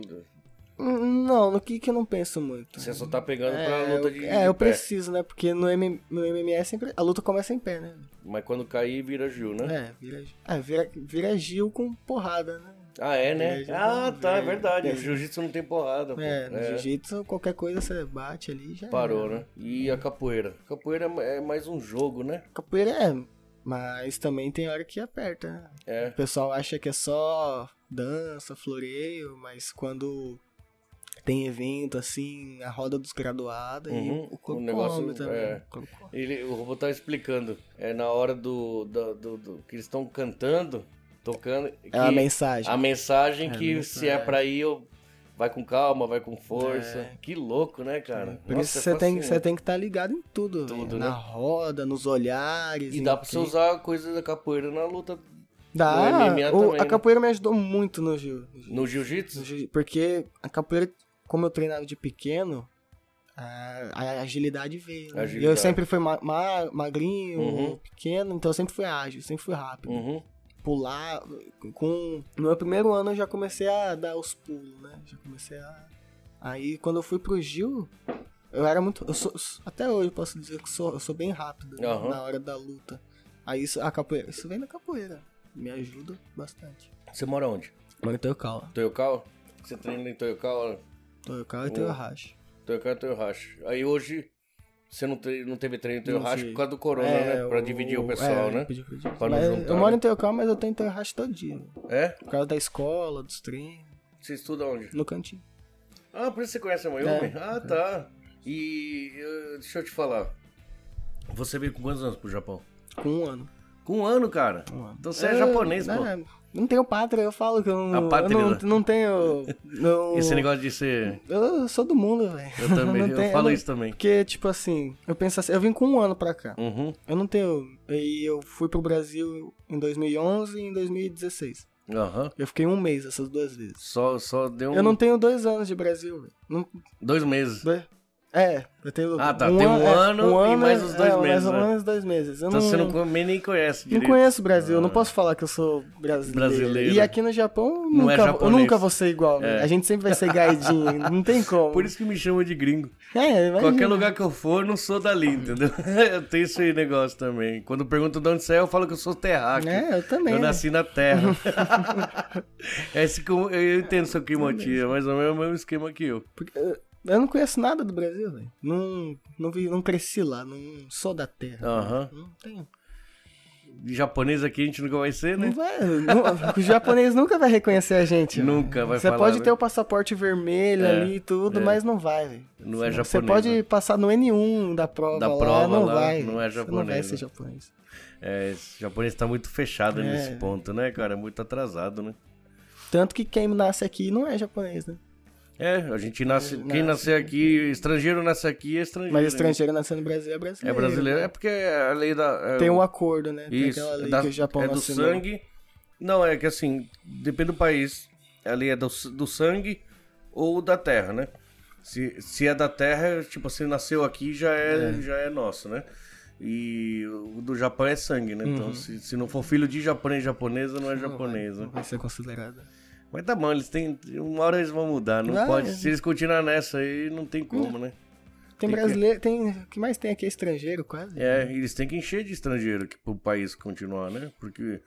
Speaker 2: Hum, Não, no que que eu não penso muito.
Speaker 1: Você só tá pegando
Speaker 2: É,
Speaker 1: pra luta de.
Speaker 2: eu, é,
Speaker 1: de
Speaker 2: eu
Speaker 1: pé.
Speaker 2: preciso, né? Porque no, M, no MMA sempre, a luta começa em pé, né?
Speaker 1: Mas quando cair, vira Gil, né?
Speaker 2: É, vira, é, vira, vira Gil com porrada, né?
Speaker 1: Ah, é, né?
Speaker 2: É, já-
Speaker 1: ah, tá, é
Speaker 2: já-
Speaker 1: verdade.
Speaker 2: é.
Speaker 1: O jiu-jitsu não tem porrada. pô.
Speaker 2: É, no
Speaker 1: É,
Speaker 2: jiu-jitsu, qualquer coisa você bate ali e já.
Speaker 1: Parou,
Speaker 2: era.
Speaker 1: né? E a capoeira? Capoeira é mais um jogo, né?
Speaker 2: Capoeira é, mas também tem hora que aperta, né?
Speaker 1: É.
Speaker 2: O pessoal acha que é só dança, floreio, mas quando tem evento assim, a roda dos graduados, aí
Speaker 1: Uhum,
Speaker 2: o corpo
Speaker 1: o negócio,
Speaker 2: come também.
Speaker 1: é.
Speaker 2: O corpo come.
Speaker 1: Ele, o robô tá explicando. É na hora do. da- do- do- que eles estão cantando, tocando. que
Speaker 2: É uma mensagem.
Speaker 1: a mensagem
Speaker 2: É,
Speaker 1: que
Speaker 2: mensagem.
Speaker 1: se é pra ir, eu- vai com calma, vai com força.
Speaker 2: É.
Speaker 1: Que louco, né, cara?
Speaker 2: Por
Speaker 1: Nossa,
Speaker 2: isso
Speaker 1: é
Speaker 2: você tem,
Speaker 1: fascinante.
Speaker 2: você tem que estar ligado em tudo,
Speaker 1: Tudo,
Speaker 2: velho.
Speaker 1: né?
Speaker 2: na roda, nos olhares.
Speaker 1: E
Speaker 2: em
Speaker 1: dá pra você
Speaker 2: quem-
Speaker 1: usar a coisa da capoeira na luta
Speaker 2: Dá.
Speaker 1: no MMA
Speaker 2: o-
Speaker 1: também,
Speaker 2: a
Speaker 1: né?
Speaker 2: capoeira me ajudou muito no Gil.
Speaker 1: no jiu-jitsu?
Speaker 2: Porque a capoeira, como eu treinava de pequeno, a, a agilidade veio. né?
Speaker 1: Agilidade.
Speaker 2: E Eu sempre fui ma- ma- magrinho,
Speaker 1: Uhum.
Speaker 2: pequeno, então eu sempre fui ágil, sempre fui rápido.
Speaker 1: Uhum.
Speaker 2: Pular, com... No meu primeiro ano eu já comecei a dar os pulos, né? Já comecei a... Aí quando eu fui pro Gil, eu era muito... eu sou- até hoje eu posso dizer que sou, eu sou bem rápido né?
Speaker 1: Aham.
Speaker 2: na hora da luta. Aí isso, a capoeira, isso vem da capoeira. Me ajuda bastante.
Speaker 1: Você mora onde?
Speaker 2: Agora tem o Kawa.
Speaker 1: Toyokawa? Você treina em Toyokawa?
Speaker 2: Tem o Kawa e tem o
Speaker 1: Boa.
Speaker 2: Racha.
Speaker 1: Toyokawa e Toyohashi. Aí hoje você não, tre- não teve treino em
Speaker 2: Não
Speaker 1: Toyohashi
Speaker 2: tive.
Speaker 1: por causa do corona,
Speaker 2: É,
Speaker 1: né? Pra dividir o
Speaker 2: é,
Speaker 1: pessoal, né?
Speaker 2: dividir, dividir.
Speaker 1: Pra não
Speaker 2: Mas
Speaker 1: juntar,
Speaker 2: eu moro
Speaker 1: né?
Speaker 2: em Teucal, mas eu tenho Interracha todo dia.
Speaker 1: É?
Speaker 2: Por causa da escola, dos treinos,
Speaker 1: Você estuda onde?
Speaker 2: no cantinho.
Speaker 1: Ah, por isso você conhece a Mayumi?
Speaker 2: É.
Speaker 1: Ah, tá. E eh, deixa eu te falar. Você veio com quantos anos pro Japão?
Speaker 2: Com um ano.
Speaker 1: Com um ano, cara.
Speaker 2: Um ano.
Speaker 1: Então você é,
Speaker 2: Eu-
Speaker 1: japonês,
Speaker 2: né,
Speaker 1: pô.
Speaker 2: Não tenho pátria, eu falo que eu não,
Speaker 1: A
Speaker 2: eu
Speaker 1: pátria,
Speaker 2: não,
Speaker 1: né?
Speaker 2: não tenho. não-
Speaker 1: Esse negócio de ser.
Speaker 2: Eu sou do mundo, velho.
Speaker 1: Eu também,
Speaker 2: não
Speaker 1: eu
Speaker 2: tenho-
Speaker 1: falo
Speaker 2: não-
Speaker 1: isso também.
Speaker 2: Porque, tipo assim, eu penso assim, eu vim com um ano pra cá.
Speaker 1: Uhum.
Speaker 2: Eu não tenho. Aí eu fui pro Brasil em 2011 e em 2016.
Speaker 1: Aham.
Speaker 2: Eu fiquei um mês essas duas vezes.
Speaker 1: Só, só deu um-
Speaker 2: Eu não tenho dois anos de Brasil, velho. Não-
Speaker 1: dois meses.
Speaker 2: Dois- É, eu tenho.
Speaker 1: Ah, tá, tem um
Speaker 2: é,
Speaker 1: ano e mais uns dois
Speaker 2: é,
Speaker 1: meses,
Speaker 2: Mais um
Speaker 1: né?
Speaker 2: ano e uns dois meses. Eu
Speaker 1: Então
Speaker 2: não,
Speaker 1: você não come- nem conhece
Speaker 2: não
Speaker 1: direito. Ah.
Speaker 2: conheço o Brasil, eu não posso falar que eu sou brasileiro.
Speaker 1: Brasileiro.
Speaker 2: E aqui no Japão, eu
Speaker 1: Não é
Speaker 2: nunca, eu
Speaker 1: japonês. É.
Speaker 2: nunca vou ser igual. velho. A gente sempre vai ser gaidinho, não tem como.
Speaker 1: Por isso que me chama de gringo.
Speaker 2: É, imagina.
Speaker 1: Qualquer lugar que eu for, eu não sou dali, entendeu? Eu tenho esse negócio também. Quando perguntam de onde você é, eu falo que eu sou terráqueo.
Speaker 2: É, eu também.
Speaker 1: Eu nasci na terra. é esse que eu, eu entendo seu clima, é mais ou menos o mesmo esquema que eu.
Speaker 2: Porque eu- Eu não conheço nada do Brasil, velho. Não, não, vi- não cresci lá, não sou da terra.
Speaker 1: Aham.
Speaker 2: Não tenho.
Speaker 1: De Japonês aqui a gente nunca vai ser,
Speaker 2: Não
Speaker 1: né?
Speaker 2: vai, não- o japonês nunca vai reconhecer a gente. velho.
Speaker 1: Nunca vai
Speaker 2: Você
Speaker 1: falar,
Speaker 2: pode
Speaker 1: né?
Speaker 2: ter o passaporte vermelho
Speaker 1: É,
Speaker 2: ali e tudo,
Speaker 1: é.
Speaker 2: mas não vai, velho.
Speaker 1: Não é
Speaker 2: Você
Speaker 1: japonês.
Speaker 2: pode
Speaker 1: né?
Speaker 2: passar no N1 da prova,
Speaker 1: Da
Speaker 2: lá,
Speaker 1: prova
Speaker 2: não
Speaker 1: lá,
Speaker 2: vai.
Speaker 1: não é
Speaker 2: Você Não vai
Speaker 1: japonês,
Speaker 2: ser
Speaker 1: né?
Speaker 2: japonês.
Speaker 1: É, esse japonês tá muito fechado
Speaker 2: É.
Speaker 1: nesse ponto, né, cara? É muito atrasado, né?
Speaker 2: Tanto que quem nasce aqui não é japonês, né?
Speaker 1: É, a gente nasce.
Speaker 2: Nasce.
Speaker 1: Quem nascer aqui, estrangeiro nasce aqui, é estrangeiro.
Speaker 2: Mas
Speaker 1: né?
Speaker 2: estrangeiro nascendo no Brasil é
Speaker 1: É
Speaker 2: brasileiro.
Speaker 1: brasileiro. É porque a lei da. é,
Speaker 2: Tem
Speaker 1: o-
Speaker 2: um acordo, né? Tem
Speaker 1: Isso,
Speaker 2: aquela
Speaker 1: é,
Speaker 2: lei
Speaker 1: da-
Speaker 2: que o Japão
Speaker 1: é do
Speaker 2: assinou.
Speaker 1: sangue. Não, é que assim, depende do país. A lei é do, do sangue ou da terra, né? Se, se é da terra, tipo assim, nasceu aqui já é, já é nosso, né? E o do Japão é sangue, né? Então,
Speaker 2: Uhum.
Speaker 1: se, se não for filho de japonês japonesa, não é
Speaker 2: Não vai-
Speaker 1: japonês, né?
Speaker 2: Não vai ser considerado.
Speaker 1: Mas tá bom, eles têm. Uma hora eles vão mudar, não
Speaker 2: Ah,
Speaker 1: pode.
Speaker 2: é.
Speaker 1: Se eles continuarem nessa aí, não tem como, né?
Speaker 2: Tem brasileiro, tem. O que mais tem aqui é estrangeiro, quase.
Speaker 1: É, eles têm que encher de estrangeiro para o país continuar, né? Porque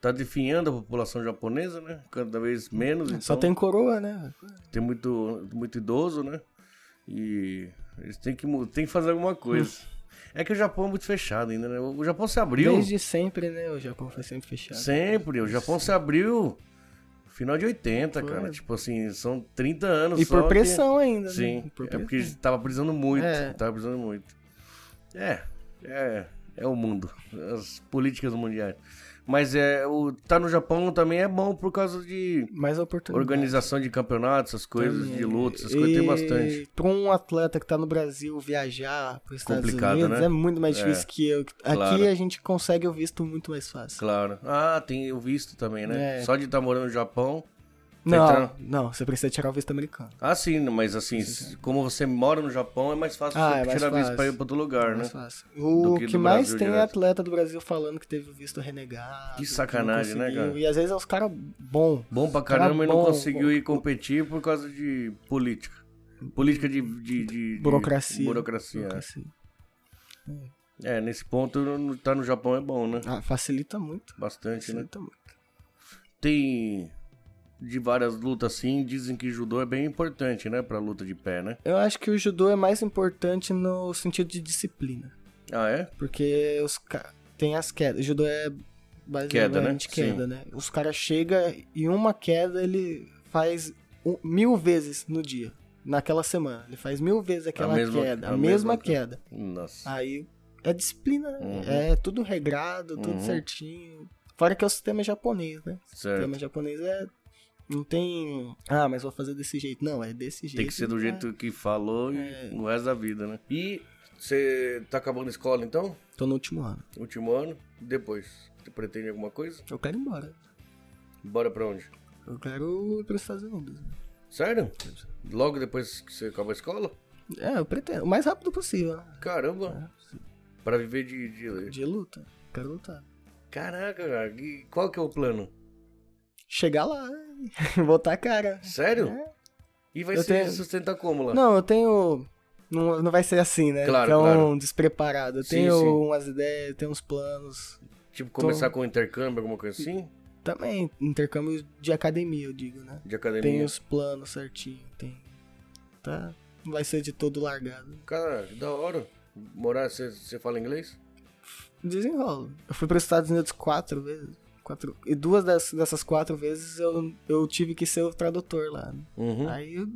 Speaker 1: tá definhando a população japonesa, né? Cada vez menos.
Speaker 2: É, Só
Speaker 1: então,
Speaker 2: tem coroa, né?
Speaker 1: Tem muito, muito idoso, né? E eles têm que, mu- têm que fazer alguma coisa. É que o Japão é muito fechado ainda, né? O Japão se abriu.
Speaker 2: Desde sempre, né? O Japão foi sempre fechado.
Speaker 1: Sempre. O Japão se abriu no final de 80, cara. Tipo assim, são 30 anos
Speaker 2: E
Speaker 1: só
Speaker 2: por
Speaker 1: que-
Speaker 2: pressão ainda, né?
Speaker 1: Sim,
Speaker 2: Por
Speaker 1: é
Speaker 2: pressão.
Speaker 1: porque tava precisando muito,
Speaker 2: É.
Speaker 1: tava precisando muito. É, é, é o mundo, as políticas mundiais. Mas é, o tá no Japão também é bom por causa de
Speaker 2: Mais oportunidade. É.
Speaker 1: organização de campeonatos, essas coisas, de luta, essas coisas tem bastante.
Speaker 2: Pra um atleta que tá no Brasil viajar pros Estados
Speaker 1: Complicado,
Speaker 2: Unidos
Speaker 1: né?
Speaker 2: é muito mais
Speaker 1: É,
Speaker 2: difícil que eu. Aqui
Speaker 1: claro.
Speaker 2: a gente consegue o visto muito mais fácil.
Speaker 1: Claro. Ah, tem o visto também, né?
Speaker 2: É.
Speaker 1: Só de estar morando no Japão.
Speaker 2: Não,
Speaker 1: Então-
Speaker 2: não, você precisa tirar o visto americano.
Speaker 1: Ah, sim, mas assim, se- como você mora no Japão, é mais fácil
Speaker 2: Ah,
Speaker 1: você
Speaker 2: é mais
Speaker 1: tirar visto
Speaker 2: fácil. É
Speaker 1: pra ir pra outro lugar, né?
Speaker 2: Mais fácil. O
Speaker 1: Do que
Speaker 2: que,
Speaker 1: do
Speaker 2: mais
Speaker 1: Brasil
Speaker 2: tem é
Speaker 1: direto.
Speaker 2: atleta do Brasil falando que teve o visto renegado.
Speaker 1: Que
Speaker 2: não
Speaker 1: sacanagem, né,
Speaker 2: conseguiu.
Speaker 1: cara?
Speaker 2: E às vezes é os caras bom.
Speaker 1: Bom pra
Speaker 2: Cara
Speaker 1: caramba e não
Speaker 2: Tá bom,
Speaker 1: conseguiu
Speaker 2: bom.
Speaker 1: ir competir por causa de política. Política de. de- de- de-
Speaker 2: Burocracia.
Speaker 1: burocracia.
Speaker 2: Burocracia.
Speaker 1: É, nesse ponto, no- tá no Japão é bom, né?
Speaker 2: Ah, facilita muito.
Speaker 1: Bastante, né?
Speaker 2: Facilita muito.
Speaker 1: Tem. De várias lutas assim, dizem que judô é bem importante, né? Pra luta de pé, né?
Speaker 2: Eu acho que o judô é mais importante no sentido de disciplina.
Speaker 1: Ah, é?
Speaker 2: Porque os ca... tem as quedas. O judô é
Speaker 1: Queda, né?
Speaker 2: basicamente queda, né? Os caras chegam e uma queda ele faz um- mil vezes no dia. Naquela semana. Ele faz mil vezes aquela
Speaker 1: mesma-
Speaker 2: queda.
Speaker 1: a
Speaker 2: A,
Speaker 1: mesma
Speaker 2: mesma
Speaker 1: queda.
Speaker 2: queda.
Speaker 1: Nossa.
Speaker 2: Aí é disciplina, né?
Speaker 1: Uhum.
Speaker 2: É tudo regrado, tudo
Speaker 1: Uhum.
Speaker 2: certinho. Fora que é o sistema japonês, né? O
Speaker 1: certo.
Speaker 2: sistema japonês é. Não tem. Ah, mas vou fazer desse jeito. Não, é desse jeito.
Speaker 1: Tem que ser do
Speaker 2: né?
Speaker 1: jeito que falou e
Speaker 2: É.
Speaker 1: o resto da vida, né? E você tá acabando a escola então?
Speaker 2: Tô no último ano.
Speaker 1: Último ano? Depois? Você pretende alguma coisa?
Speaker 2: Eu quero ir embora.
Speaker 1: Bora pra onde?
Speaker 2: Eu quero ir pros Estados Unidos.
Speaker 1: Sério? Logo depois que você acaba a escola?
Speaker 2: É, eu pretendo. O mais rápido possível, né?
Speaker 1: Caramba! Pra viver de, de-
Speaker 2: De luta. Quero lutar.
Speaker 1: Caraca, cara. E qual que é o plano?
Speaker 2: Chegar lá, botar a cara.
Speaker 1: Sério?
Speaker 2: É.
Speaker 1: E vai
Speaker 2: Eu
Speaker 1: se
Speaker 2: tenho-
Speaker 1: sustentar como lá?
Speaker 2: Não, eu tenho. Não, não vai ser assim, né?
Speaker 1: Claro,
Speaker 2: Tão
Speaker 1: claro.
Speaker 2: despreparado. Eu
Speaker 1: Sim,
Speaker 2: tenho
Speaker 1: sim.
Speaker 2: umas ideias, eu tenho uns planos.
Speaker 1: Tipo, começar com intercâmbio, alguma coisa assim?
Speaker 2: Também, intercâmbio de academia, eu digo, né?
Speaker 1: De academia?
Speaker 2: Tem os planos certinho, tem. Tá? Não vai ser de todo largado.
Speaker 1: Cara, que da hora. Morar, você- você fala inglês?
Speaker 2: Desenrolo. Eu fui para os Estados Unidos quatro vezes. Quatro, e duas das- dessas quatro vezes eu, eu tive que ser o tradutor lá. né?
Speaker 1: Uhum.
Speaker 2: Aí eu-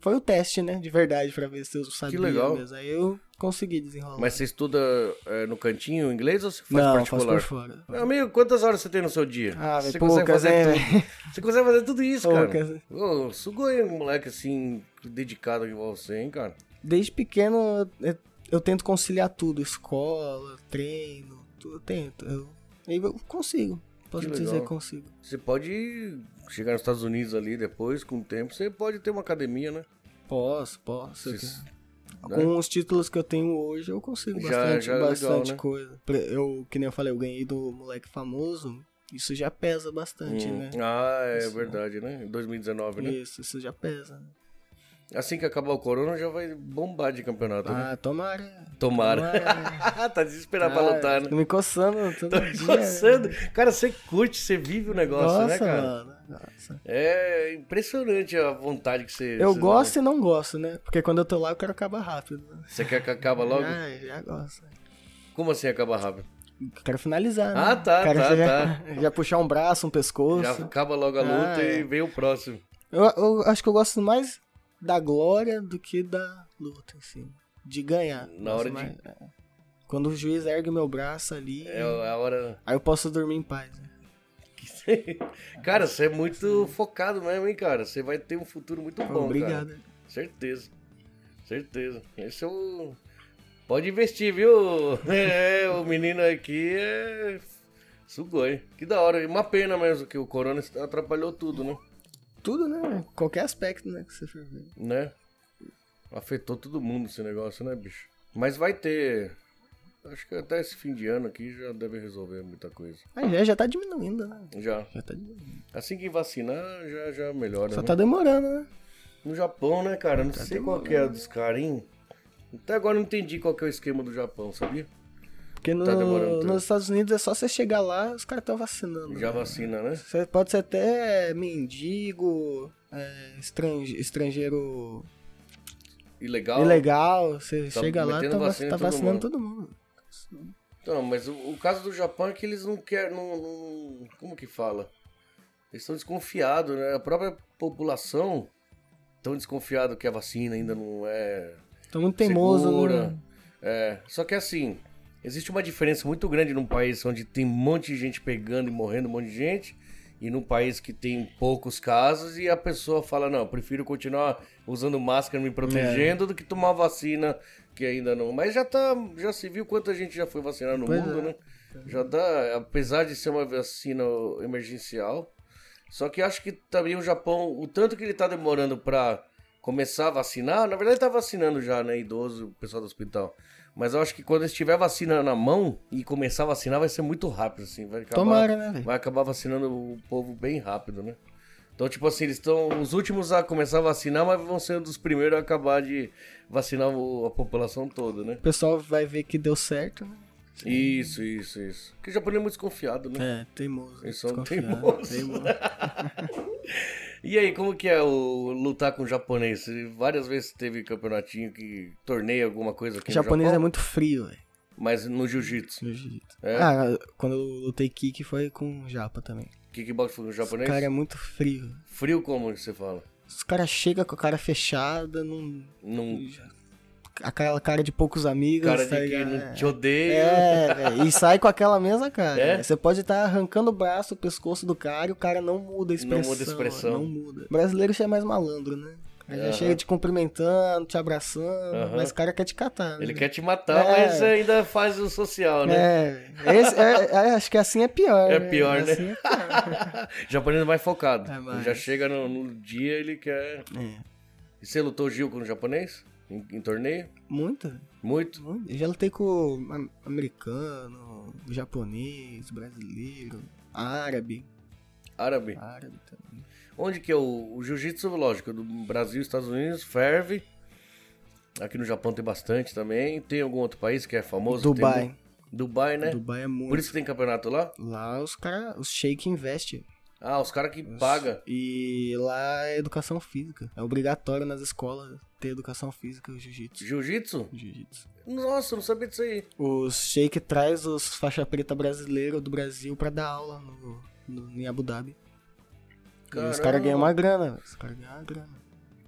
Speaker 2: foi o teste, né? De verdade, pra ver se eu sabia
Speaker 1: legal.
Speaker 2: mesmo. Aí eu consegui desenrolar.
Speaker 1: Mas você estuda é, no cantinho inglês ou você faz
Speaker 2: não, faço
Speaker 1: particular?
Speaker 2: por fora.
Speaker 1: Meu amigo, quantas horas você tem no seu dia?
Speaker 2: Ah,
Speaker 1: você
Speaker 2: velho,
Speaker 1: consegue
Speaker 2: poucas,
Speaker 1: fazer
Speaker 2: né,
Speaker 1: tudo. Você consegue fazer tudo isso, cara.
Speaker 2: Poucas.
Speaker 1: Ô, sugoi um moleque assim, dedicado igual você, hein, cara?
Speaker 2: Desde pequeno eu, eu tento conciliar tudo. Escola, treino, tudo, eu tento. Eu, aí eu consigo. Posso
Speaker 1: Que
Speaker 2: dizer
Speaker 1: legal.
Speaker 2: que consigo.
Speaker 1: Você pode chegar nos Estados Unidos ali depois, com o tempo, você pode ter uma academia, né?
Speaker 2: Posso, posso. eu
Speaker 1: Você-
Speaker 2: Com os títulos que eu tenho hoje, eu consigo
Speaker 1: Já-
Speaker 2: bastante,
Speaker 1: já é legal,
Speaker 2: bastante
Speaker 1: né?
Speaker 2: coisa. Pra- Eu, que nem eu falei, eu ganhei do moleque famoso, isso já pesa bastante,
Speaker 1: Hum.
Speaker 2: né?
Speaker 1: Ah, é
Speaker 2: Isso.
Speaker 1: verdade, né? Em 2019, né?
Speaker 2: Isso, isso já pesa. né?
Speaker 1: Assim que acabar o corona, já vai bombar de campeonato, né?
Speaker 2: Ah, tomara.
Speaker 1: Tomara.
Speaker 2: tomara.
Speaker 1: tá desesperado pra lutar,
Speaker 2: Tô
Speaker 1: né?
Speaker 2: me coçando todo
Speaker 1: Tô
Speaker 2: dia. né?
Speaker 1: gostando. Cara, você curte, você vive o negócio,
Speaker 2: Nossa,
Speaker 1: né, cara?
Speaker 2: mano. Nossa.
Speaker 1: É impressionante a vontade que você.
Speaker 2: Eu
Speaker 1: você-
Speaker 2: gosto e não gosto, né? Porque quando eu tô lá, eu quero acabar rápido. né?
Speaker 1: Você quer que acaba logo?
Speaker 2: Ah, já gosto.
Speaker 1: Como assim acaba rápido?
Speaker 2: Quero finalizar, né?
Speaker 1: Ah, tá,
Speaker 2: Quero
Speaker 1: tá,
Speaker 2: já, já puxar um braço, um pescoço.
Speaker 1: Já acaba logo a luta
Speaker 2: Ah,
Speaker 1: e
Speaker 2: é.
Speaker 1: vem o próximo.
Speaker 2: Eu, eu acho que eu gosto mais da glória do que da luta em si. De ganhar.
Speaker 1: Na hora de-
Speaker 2: de. Quando o juiz ergue meu braço ali.
Speaker 1: É a hora.
Speaker 2: Aí eu posso dormir em paz. né?
Speaker 1: cara, você é muito focado mesmo, hein, cara? Você vai ter um futuro muito bom,
Speaker 2: Obrigado.
Speaker 1: cara. Certeza. Certeza. Esse é o. Pode investir, viu? É, o menino aqui é. Sugoi. Que da hora. E Uma pena mesmo que o corona atrapalhou tudo, né?
Speaker 2: Tudo, né? Qualquer aspecto, né? Que você for ver.
Speaker 1: né? Afetou todo mundo esse negócio, né, bicho? Mas vai ter. Acho que até esse fim de ano aqui já deve resolver muita coisa.
Speaker 2: Mas já, já tá diminuindo, né?
Speaker 1: Já.
Speaker 2: Já tá diminuindo.
Speaker 1: Assim que vacinar, já, já melhora.
Speaker 2: Só
Speaker 1: né?
Speaker 2: tá demorando, né?
Speaker 1: No Japão, né, cara? Não sei qual que é a dos carinhos. Até agora eu não entendi qual que é o esquema do Japão, sabia?
Speaker 2: Porque no-
Speaker 1: Tá demorando tanto.
Speaker 2: nos Estados Unidos é só você chegar lá, os caras estão vacinando.
Speaker 1: Já
Speaker 2: né?
Speaker 1: vacina, né?
Speaker 2: Você pode ser até mendigo, é, estrange- estrangeiro
Speaker 1: Ilegal.
Speaker 2: ilegal, você
Speaker 1: Tá
Speaker 2: chega lá e
Speaker 1: metendo
Speaker 2: tá, vac-
Speaker 1: vacina em
Speaker 2: tá
Speaker 1: todo
Speaker 2: vacinando
Speaker 1: mundo.
Speaker 2: todo mundo.
Speaker 1: Então, mas o, o caso do Japão é que eles não querem. Não, não- como que fala? Eles estão desconfiados, né? A própria população tão desconfiado que a vacina ainda não é
Speaker 2: Tá muito teimoso.
Speaker 1: segura.
Speaker 2: né?
Speaker 1: É, só que assim, existe uma diferença muito grande num país onde tem um monte de gente pegando e morrendo um monte de gente, e num país que tem poucos casos, e a pessoa fala, não, eu prefiro continuar usando máscara, me
Speaker 2: É.
Speaker 1: protegendo, do que tomar vacina, que ainda não. Mas já tá. Já se viu quanta gente já foi vacinada no
Speaker 2: Pois
Speaker 1: mundo,
Speaker 2: é.
Speaker 1: né? Já dá, apesar de ser uma vacina emergencial. Só que acho que também o Japão, o tanto que ele tá demorando pra começar a vacinar, na verdade tá vacinando já, né, idoso, o pessoal do hospital. Mas eu acho que quando estiver a vacina na mão e começar a vacinar vai ser muito rápido, assim, vai acabar,
Speaker 2: Tomara, né, velho?
Speaker 1: vai acabar vacinando o povo bem rápido, né? Então, tipo assim, eles estão os últimos a começar a vacinar, mas vão ser um dos primeiros a acabar de vacinar o- a população toda, né?
Speaker 2: O pessoal vai ver que deu certo, né?
Speaker 1: Isso, isso, isso. Porque o japonês é muito desconfiado, né?
Speaker 2: É, teimoso.
Speaker 1: Eles são
Speaker 2: desconfiado,
Speaker 1: teimosos.
Speaker 2: teimoso.
Speaker 1: E aí, como que é o lutar com o japonês? Várias vezes teve campeonatinho que torneio alguma coisa aqui
Speaker 2: O japonês
Speaker 1: no
Speaker 2: é
Speaker 1: Japão,
Speaker 2: muito frio, velho.
Speaker 1: mas no jiu-jitsu.
Speaker 2: no jiu-jitsu.
Speaker 1: É?
Speaker 2: Ah, quando eu lutei kick foi com o japa também.
Speaker 1: Kickbox foi com o
Speaker 2: O
Speaker 1: japonês?
Speaker 2: cara é muito frio.
Speaker 1: Frio como que você fala?
Speaker 2: Os caras chegam com a cara fechada, não...
Speaker 1: Num
Speaker 2: aquela cara de poucos amigos.
Speaker 1: cara de
Speaker 2: tá
Speaker 1: que
Speaker 2: ligado?
Speaker 1: não te odeia.
Speaker 2: É, velho. E sai com aquela mesma cara.
Speaker 1: É?
Speaker 2: né? Você pode estar arrancando o braço, o pescoço do cara e o cara não muda
Speaker 1: Não
Speaker 2: a expressão.
Speaker 1: muda a expressão.
Speaker 2: Não muda. O brasileiro já é mais malandro, né? O cara já
Speaker 1: Aham.
Speaker 2: chega te cumprimentando, te abraçando,
Speaker 1: Aham.
Speaker 2: mas o cara quer te catar. Né?
Speaker 1: Ele quer te matar,
Speaker 2: É.
Speaker 1: mas ainda faz o social, né?
Speaker 2: É, esse- é, é, acho que assim é pior.
Speaker 1: É pior, né?
Speaker 2: Assim é pior.
Speaker 1: O japonês é mais focado.
Speaker 2: É
Speaker 1: Ele
Speaker 2: mais.
Speaker 1: Já chega no, no dia, ele quer.
Speaker 2: É.
Speaker 1: E você lutou Gil com o japonês? Em, em torneio?
Speaker 2: Muito,
Speaker 1: Muito?
Speaker 2: muito. Eu já lutei com am- americano, japonês, brasileiro, árabe.
Speaker 1: Árabe?
Speaker 2: Árabe também.
Speaker 1: Onde que é o, o jiu-jitsu, lógico, do Brasil, Estados Unidos, ferve. Aqui no Japão tem bastante também. Tem algum outro país que é famoso? Tem
Speaker 2: Dubai.
Speaker 1: mu- Dubai, né?
Speaker 2: Dubai é muito.
Speaker 1: Por isso que tem campeonato lá?
Speaker 2: Lá os caras, os shake investem.
Speaker 1: Ah, os caras que pagam.
Speaker 2: E lá é educação física. É obrigatório nas escolas ter educação física e jiu-jitsu.
Speaker 1: Jiu-jitsu?
Speaker 2: Jiu-jitsu.
Speaker 1: Nossa, eu não sabia disso aí.
Speaker 2: Os shake traz os faixa preta brasileiro do Brasil pra dar aula no, no- em Abu Dhabi. E os
Speaker 1: Caramba.
Speaker 2: caras ganham uma grana. velho. Os caras ganham uma grana.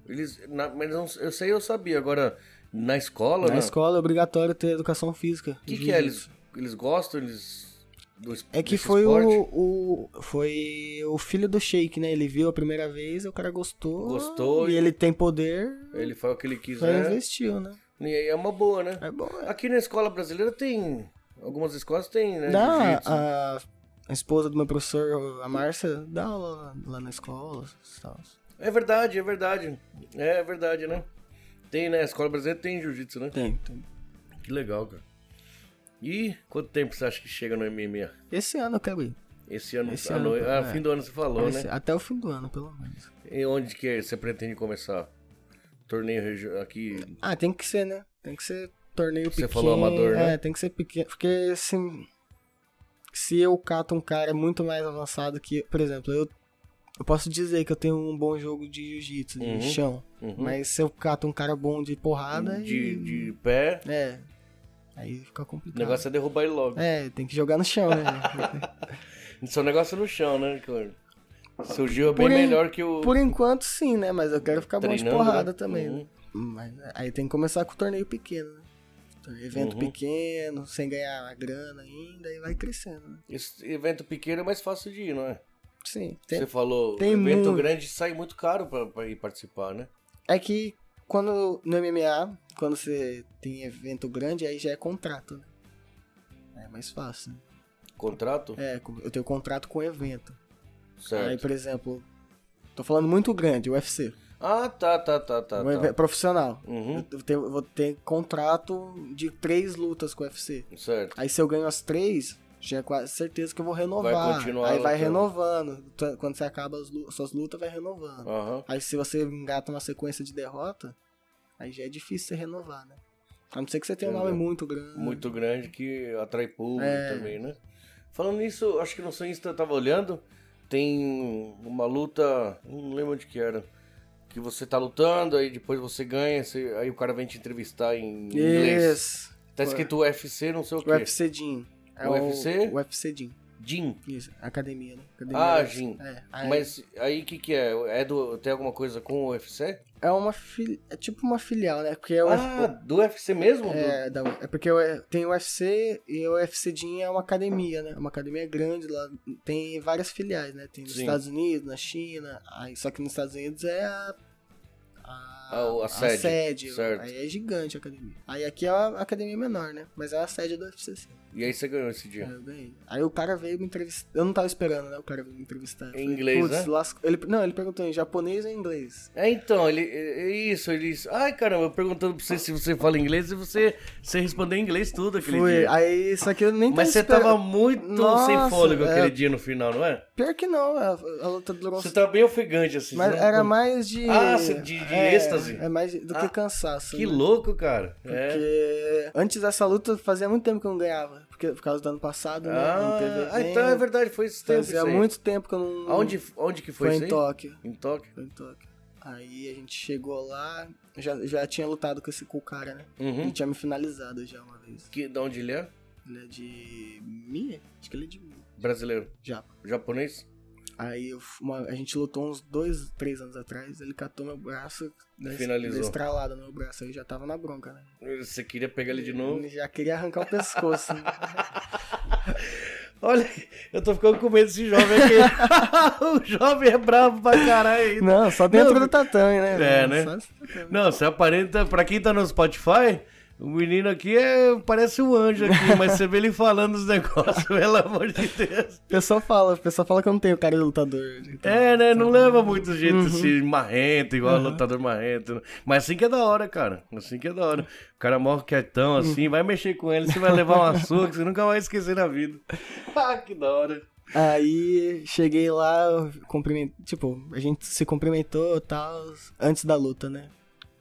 Speaker 1: Eles, na- mas não- eu sei, eu sabia. Agora, na escola,
Speaker 2: Na
Speaker 1: né?
Speaker 2: escola é obrigatório ter educação física.
Speaker 1: O que, que
Speaker 2: jiu-jitsu.
Speaker 1: é? Eles, eles gostam? Eles. Do, es-
Speaker 2: É que
Speaker 1: desse
Speaker 2: foi
Speaker 1: esporte?
Speaker 2: o, o- Foi o filho do Sheik, né? Ele viu a primeira vez, o cara gostou.
Speaker 1: Gostou
Speaker 2: E
Speaker 1: e- É.
Speaker 2: ele tem poder.
Speaker 1: Ele faz o que ele
Speaker 2: Só
Speaker 1: quiser.
Speaker 2: investiu, né?
Speaker 1: E aí é uma boa, né?
Speaker 2: É bom. é.
Speaker 1: Aqui na escola brasileira tem. Algumas escolas tem, né?
Speaker 2: Dá ah.
Speaker 1: jiu-jitsu.
Speaker 2: a, a esposa do meu professor, a Márcia, dá aula lá, lá na escola. tal.
Speaker 1: É verdade, é verdade. É verdade, né? Tem, né? A escola brasileira tem jiu-jitsu, né?
Speaker 2: Tem, tem.
Speaker 1: Que legal, cara. E quanto tempo você acha que chega no MMA?
Speaker 2: Esse ano eu quero ir.
Speaker 1: Esse ano,
Speaker 2: Esse
Speaker 1: a
Speaker 2: ano,
Speaker 1: no- ah,
Speaker 2: é.
Speaker 1: fim do ano você falou,
Speaker 2: Esse-
Speaker 1: né?
Speaker 2: Até o fim do ano, pelo menos.
Speaker 1: E onde que é? você pretende começar? Torneio regi- aqui.
Speaker 2: Ah, tem que ser, né? Tem que ser torneio
Speaker 1: Você
Speaker 2: pequeno.
Speaker 1: falou amador, né?
Speaker 2: É, tem que ser pequeno. Porque, assim, se eu cato um cara muito mais avançado que... Por exemplo, eu, eu posso dizer que eu tenho um bom jogo de jiu-jitsu, de
Speaker 1: Uhum.
Speaker 2: chão.
Speaker 1: Uhum.
Speaker 2: Mas se eu cato um cara bom de porrada...
Speaker 1: de,
Speaker 2: e-
Speaker 1: de pé.
Speaker 2: É. Aí fica
Speaker 1: O
Speaker 2: complicado.
Speaker 1: negócio é derrubar ele logo.
Speaker 2: É, tem que jogar no chão, né?
Speaker 1: Seu negócio é no chão, né, cara? Seu Gil é bem
Speaker 2: Por en-
Speaker 1: melhor que o.
Speaker 2: Por enquanto, sim, né? Mas eu quero ficar bom de
Speaker 1: Treinando,
Speaker 2: porrada
Speaker 1: né?
Speaker 2: também,
Speaker 1: Uhum.
Speaker 2: né? Mas aí tem que começar com o torneio pequeno, né? Torneio- Evento
Speaker 1: Uhum.
Speaker 2: pequeno, sem ganhar a grana ainda, e vai crescendo, né?
Speaker 1: Esse evento pequeno é mais fácil de ir, não é?
Speaker 2: Sim. tem-
Speaker 1: você falou,
Speaker 2: tem
Speaker 1: evento
Speaker 2: muito.
Speaker 1: grande sai muito caro pra, pra ir participar, né?
Speaker 2: É que quando no MMA, quando você tem evento grande, aí já é contrato, né? É mais fácil. né?
Speaker 1: Contrato?
Speaker 2: É, com- eu tenho contrato com o evento. Aí,
Speaker 1: Certo.
Speaker 2: por exemplo, tô falando muito grande, UFC.
Speaker 1: Ah, tá, tá, tá, tá.
Speaker 2: um
Speaker 1: tá.
Speaker 2: evento profissional.
Speaker 1: Uhum,
Speaker 2: Eu tenho- eu vou ter contrato de três lutas com o UFC.
Speaker 1: certo.
Speaker 2: Aí se eu ganho as três, já é quase certeza que eu vou renovar.
Speaker 1: Vai continuar
Speaker 2: Aí vai
Speaker 1: lutando.
Speaker 2: renovando. Tu- Quando você acaba as lu- suas lutas, vai renovando.
Speaker 1: Aham.
Speaker 2: Aí se você engata uma sequência de derrota, aí já é difícil você renovar, né? A não ser que você tenha um nome
Speaker 1: Entendeu?
Speaker 2: muito grande.
Speaker 1: muito grande que atrai público
Speaker 2: É.
Speaker 1: também, né? Falando nisso, acho que no seu Insta eu tava olhando, tem uma luta, não lembro onde que era, que você tá lutando, aí depois você ganha, você- aí o cara vem te entrevistar em inglês.
Speaker 2: Isso.
Speaker 1: Tá escrito UFC, não sei o
Speaker 2: O
Speaker 1: quê.
Speaker 2: UFC Gym. É
Speaker 1: UFC?
Speaker 2: O UFC Gym.
Speaker 1: Jim.
Speaker 2: Isso, academia, né? Academia
Speaker 1: Ah,
Speaker 2: UFC.
Speaker 1: Gym.
Speaker 2: É, aí
Speaker 1: Mas aí o que que é? É do, tem alguma coisa com o UFC?
Speaker 2: é uma fili... é tipo uma filial, né? Porque é o
Speaker 1: ah, do UFC mesmo?
Speaker 2: É, da- é porque eu- tem o UFC e o UFC Gym é uma academia, né? Uma academia grande lá. Tem várias filiais, né? Tem nos
Speaker 1: Sim.
Speaker 2: Estados Unidos, na China. Aí, só que nos Estados Unidos é a.
Speaker 1: Ah, o- a sede, certo.
Speaker 2: Aí é gigante a academia. Aí aqui é uma academia menor, né? Mas é a sede do UFC, sim.
Speaker 1: Do... E aí você ganhou esse
Speaker 2: Aí
Speaker 1: dia.
Speaker 2: eu ganhei. Aí o cara veio me entrevistar. Eu não tava esperando, né? O cara veio me entrevistar. Eu
Speaker 1: Em inglês,
Speaker 2: "Putz,
Speaker 1: né?"
Speaker 2: lasco-" Ele... Não, ele perguntou em japonês ou em inglês.
Speaker 1: É, então, ele, é é isso, ele... Ai, caramba, eu perguntando pra você se você fala inglês e você, você respondeu em inglês tudo aquele
Speaker 2: Fui.
Speaker 1: dia.
Speaker 2: Aí, só que eu nem
Speaker 1: Mas
Speaker 2: tava
Speaker 1: você
Speaker 2: esperando.
Speaker 1: tava muito
Speaker 2: Nossa,
Speaker 1: sem fôlego
Speaker 2: é.
Speaker 1: aquele dia no final, não é?
Speaker 2: Pior que não, a, a luta durou
Speaker 1: Você tava bem ofegante, assim.
Speaker 2: Mas
Speaker 1: né?
Speaker 2: era mais de.
Speaker 1: Ah, cê- de- de êxtase?
Speaker 2: É mais do que
Speaker 1: Ah,
Speaker 2: cansaço.
Speaker 1: Que
Speaker 2: né?
Speaker 1: louco, cara. É.
Speaker 2: Porque antes dessa luta fazia muito tempo que eu não ganhava. Porque, por causa do ano passado, né? não teve
Speaker 1: Ah, ah,
Speaker 2: evento.
Speaker 1: então é verdade, foi esse tempo
Speaker 2: Fazia
Speaker 1: isso aí.
Speaker 2: muito tempo que eu não.
Speaker 1: Onde, onde que foi,
Speaker 2: foi
Speaker 1: isso
Speaker 2: em
Speaker 1: aí?
Speaker 2: Tóquio.
Speaker 1: Em Tóquio.
Speaker 2: Foi em Tóquio. Aí a gente chegou lá, eu já, já tinha lutado com esse com o cara, né?
Speaker 1: Uhum.
Speaker 2: Ele tinha me finalizado já uma vez.
Speaker 1: Que, da onde ele é?
Speaker 2: Ele é de Mie? Acho que ele é de Mie.
Speaker 1: Brasileiro.
Speaker 2: Já.
Speaker 1: Japonês?
Speaker 2: Aí eu f- uma- a gente lutou uns dois, três anos atrás, ele catou meu braço, deu es-
Speaker 1: Finalizou.
Speaker 2: deu estralada no meu braço, aí eu já tava na bronca, né?
Speaker 1: Você queria pegar ele de novo?
Speaker 2: Ele Já queria arrancar o pescoço. né?
Speaker 1: Olha, eu tô ficando com medo desse jovem aqui. o jovem é bravo pra caralho. Não.
Speaker 2: Não, só dentro
Speaker 1: Não,
Speaker 2: do tatame, né?
Speaker 1: é, né?
Speaker 2: Só esse tatame.
Speaker 1: não, você aparenta. Pra quem tá no Spotify, o menino aqui é, parece um anjo aqui, mas você vê ele falando os negócios, pelo amor de Deus.
Speaker 2: O pessoal fala, o pessoal fala que eu não tenho cara de lutador. então.
Speaker 1: É, né? Não leva muito jeito
Speaker 2: Uhum.
Speaker 1: esse marrento, igual lutador marrento. Mas assim que é da hora, cara. Assim que é da hora. O cara morre
Speaker 2: Uhum.
Speaker 1: quietão assim, vai mexer com ele, você vai levar um açúcar, você nunca vai esquecer na vida. ah, que da hora.
Speaker 2: Aí cheguei lá, eu cumprimen- tipo, a gente se cumprimentou e tal, antes da luta, né?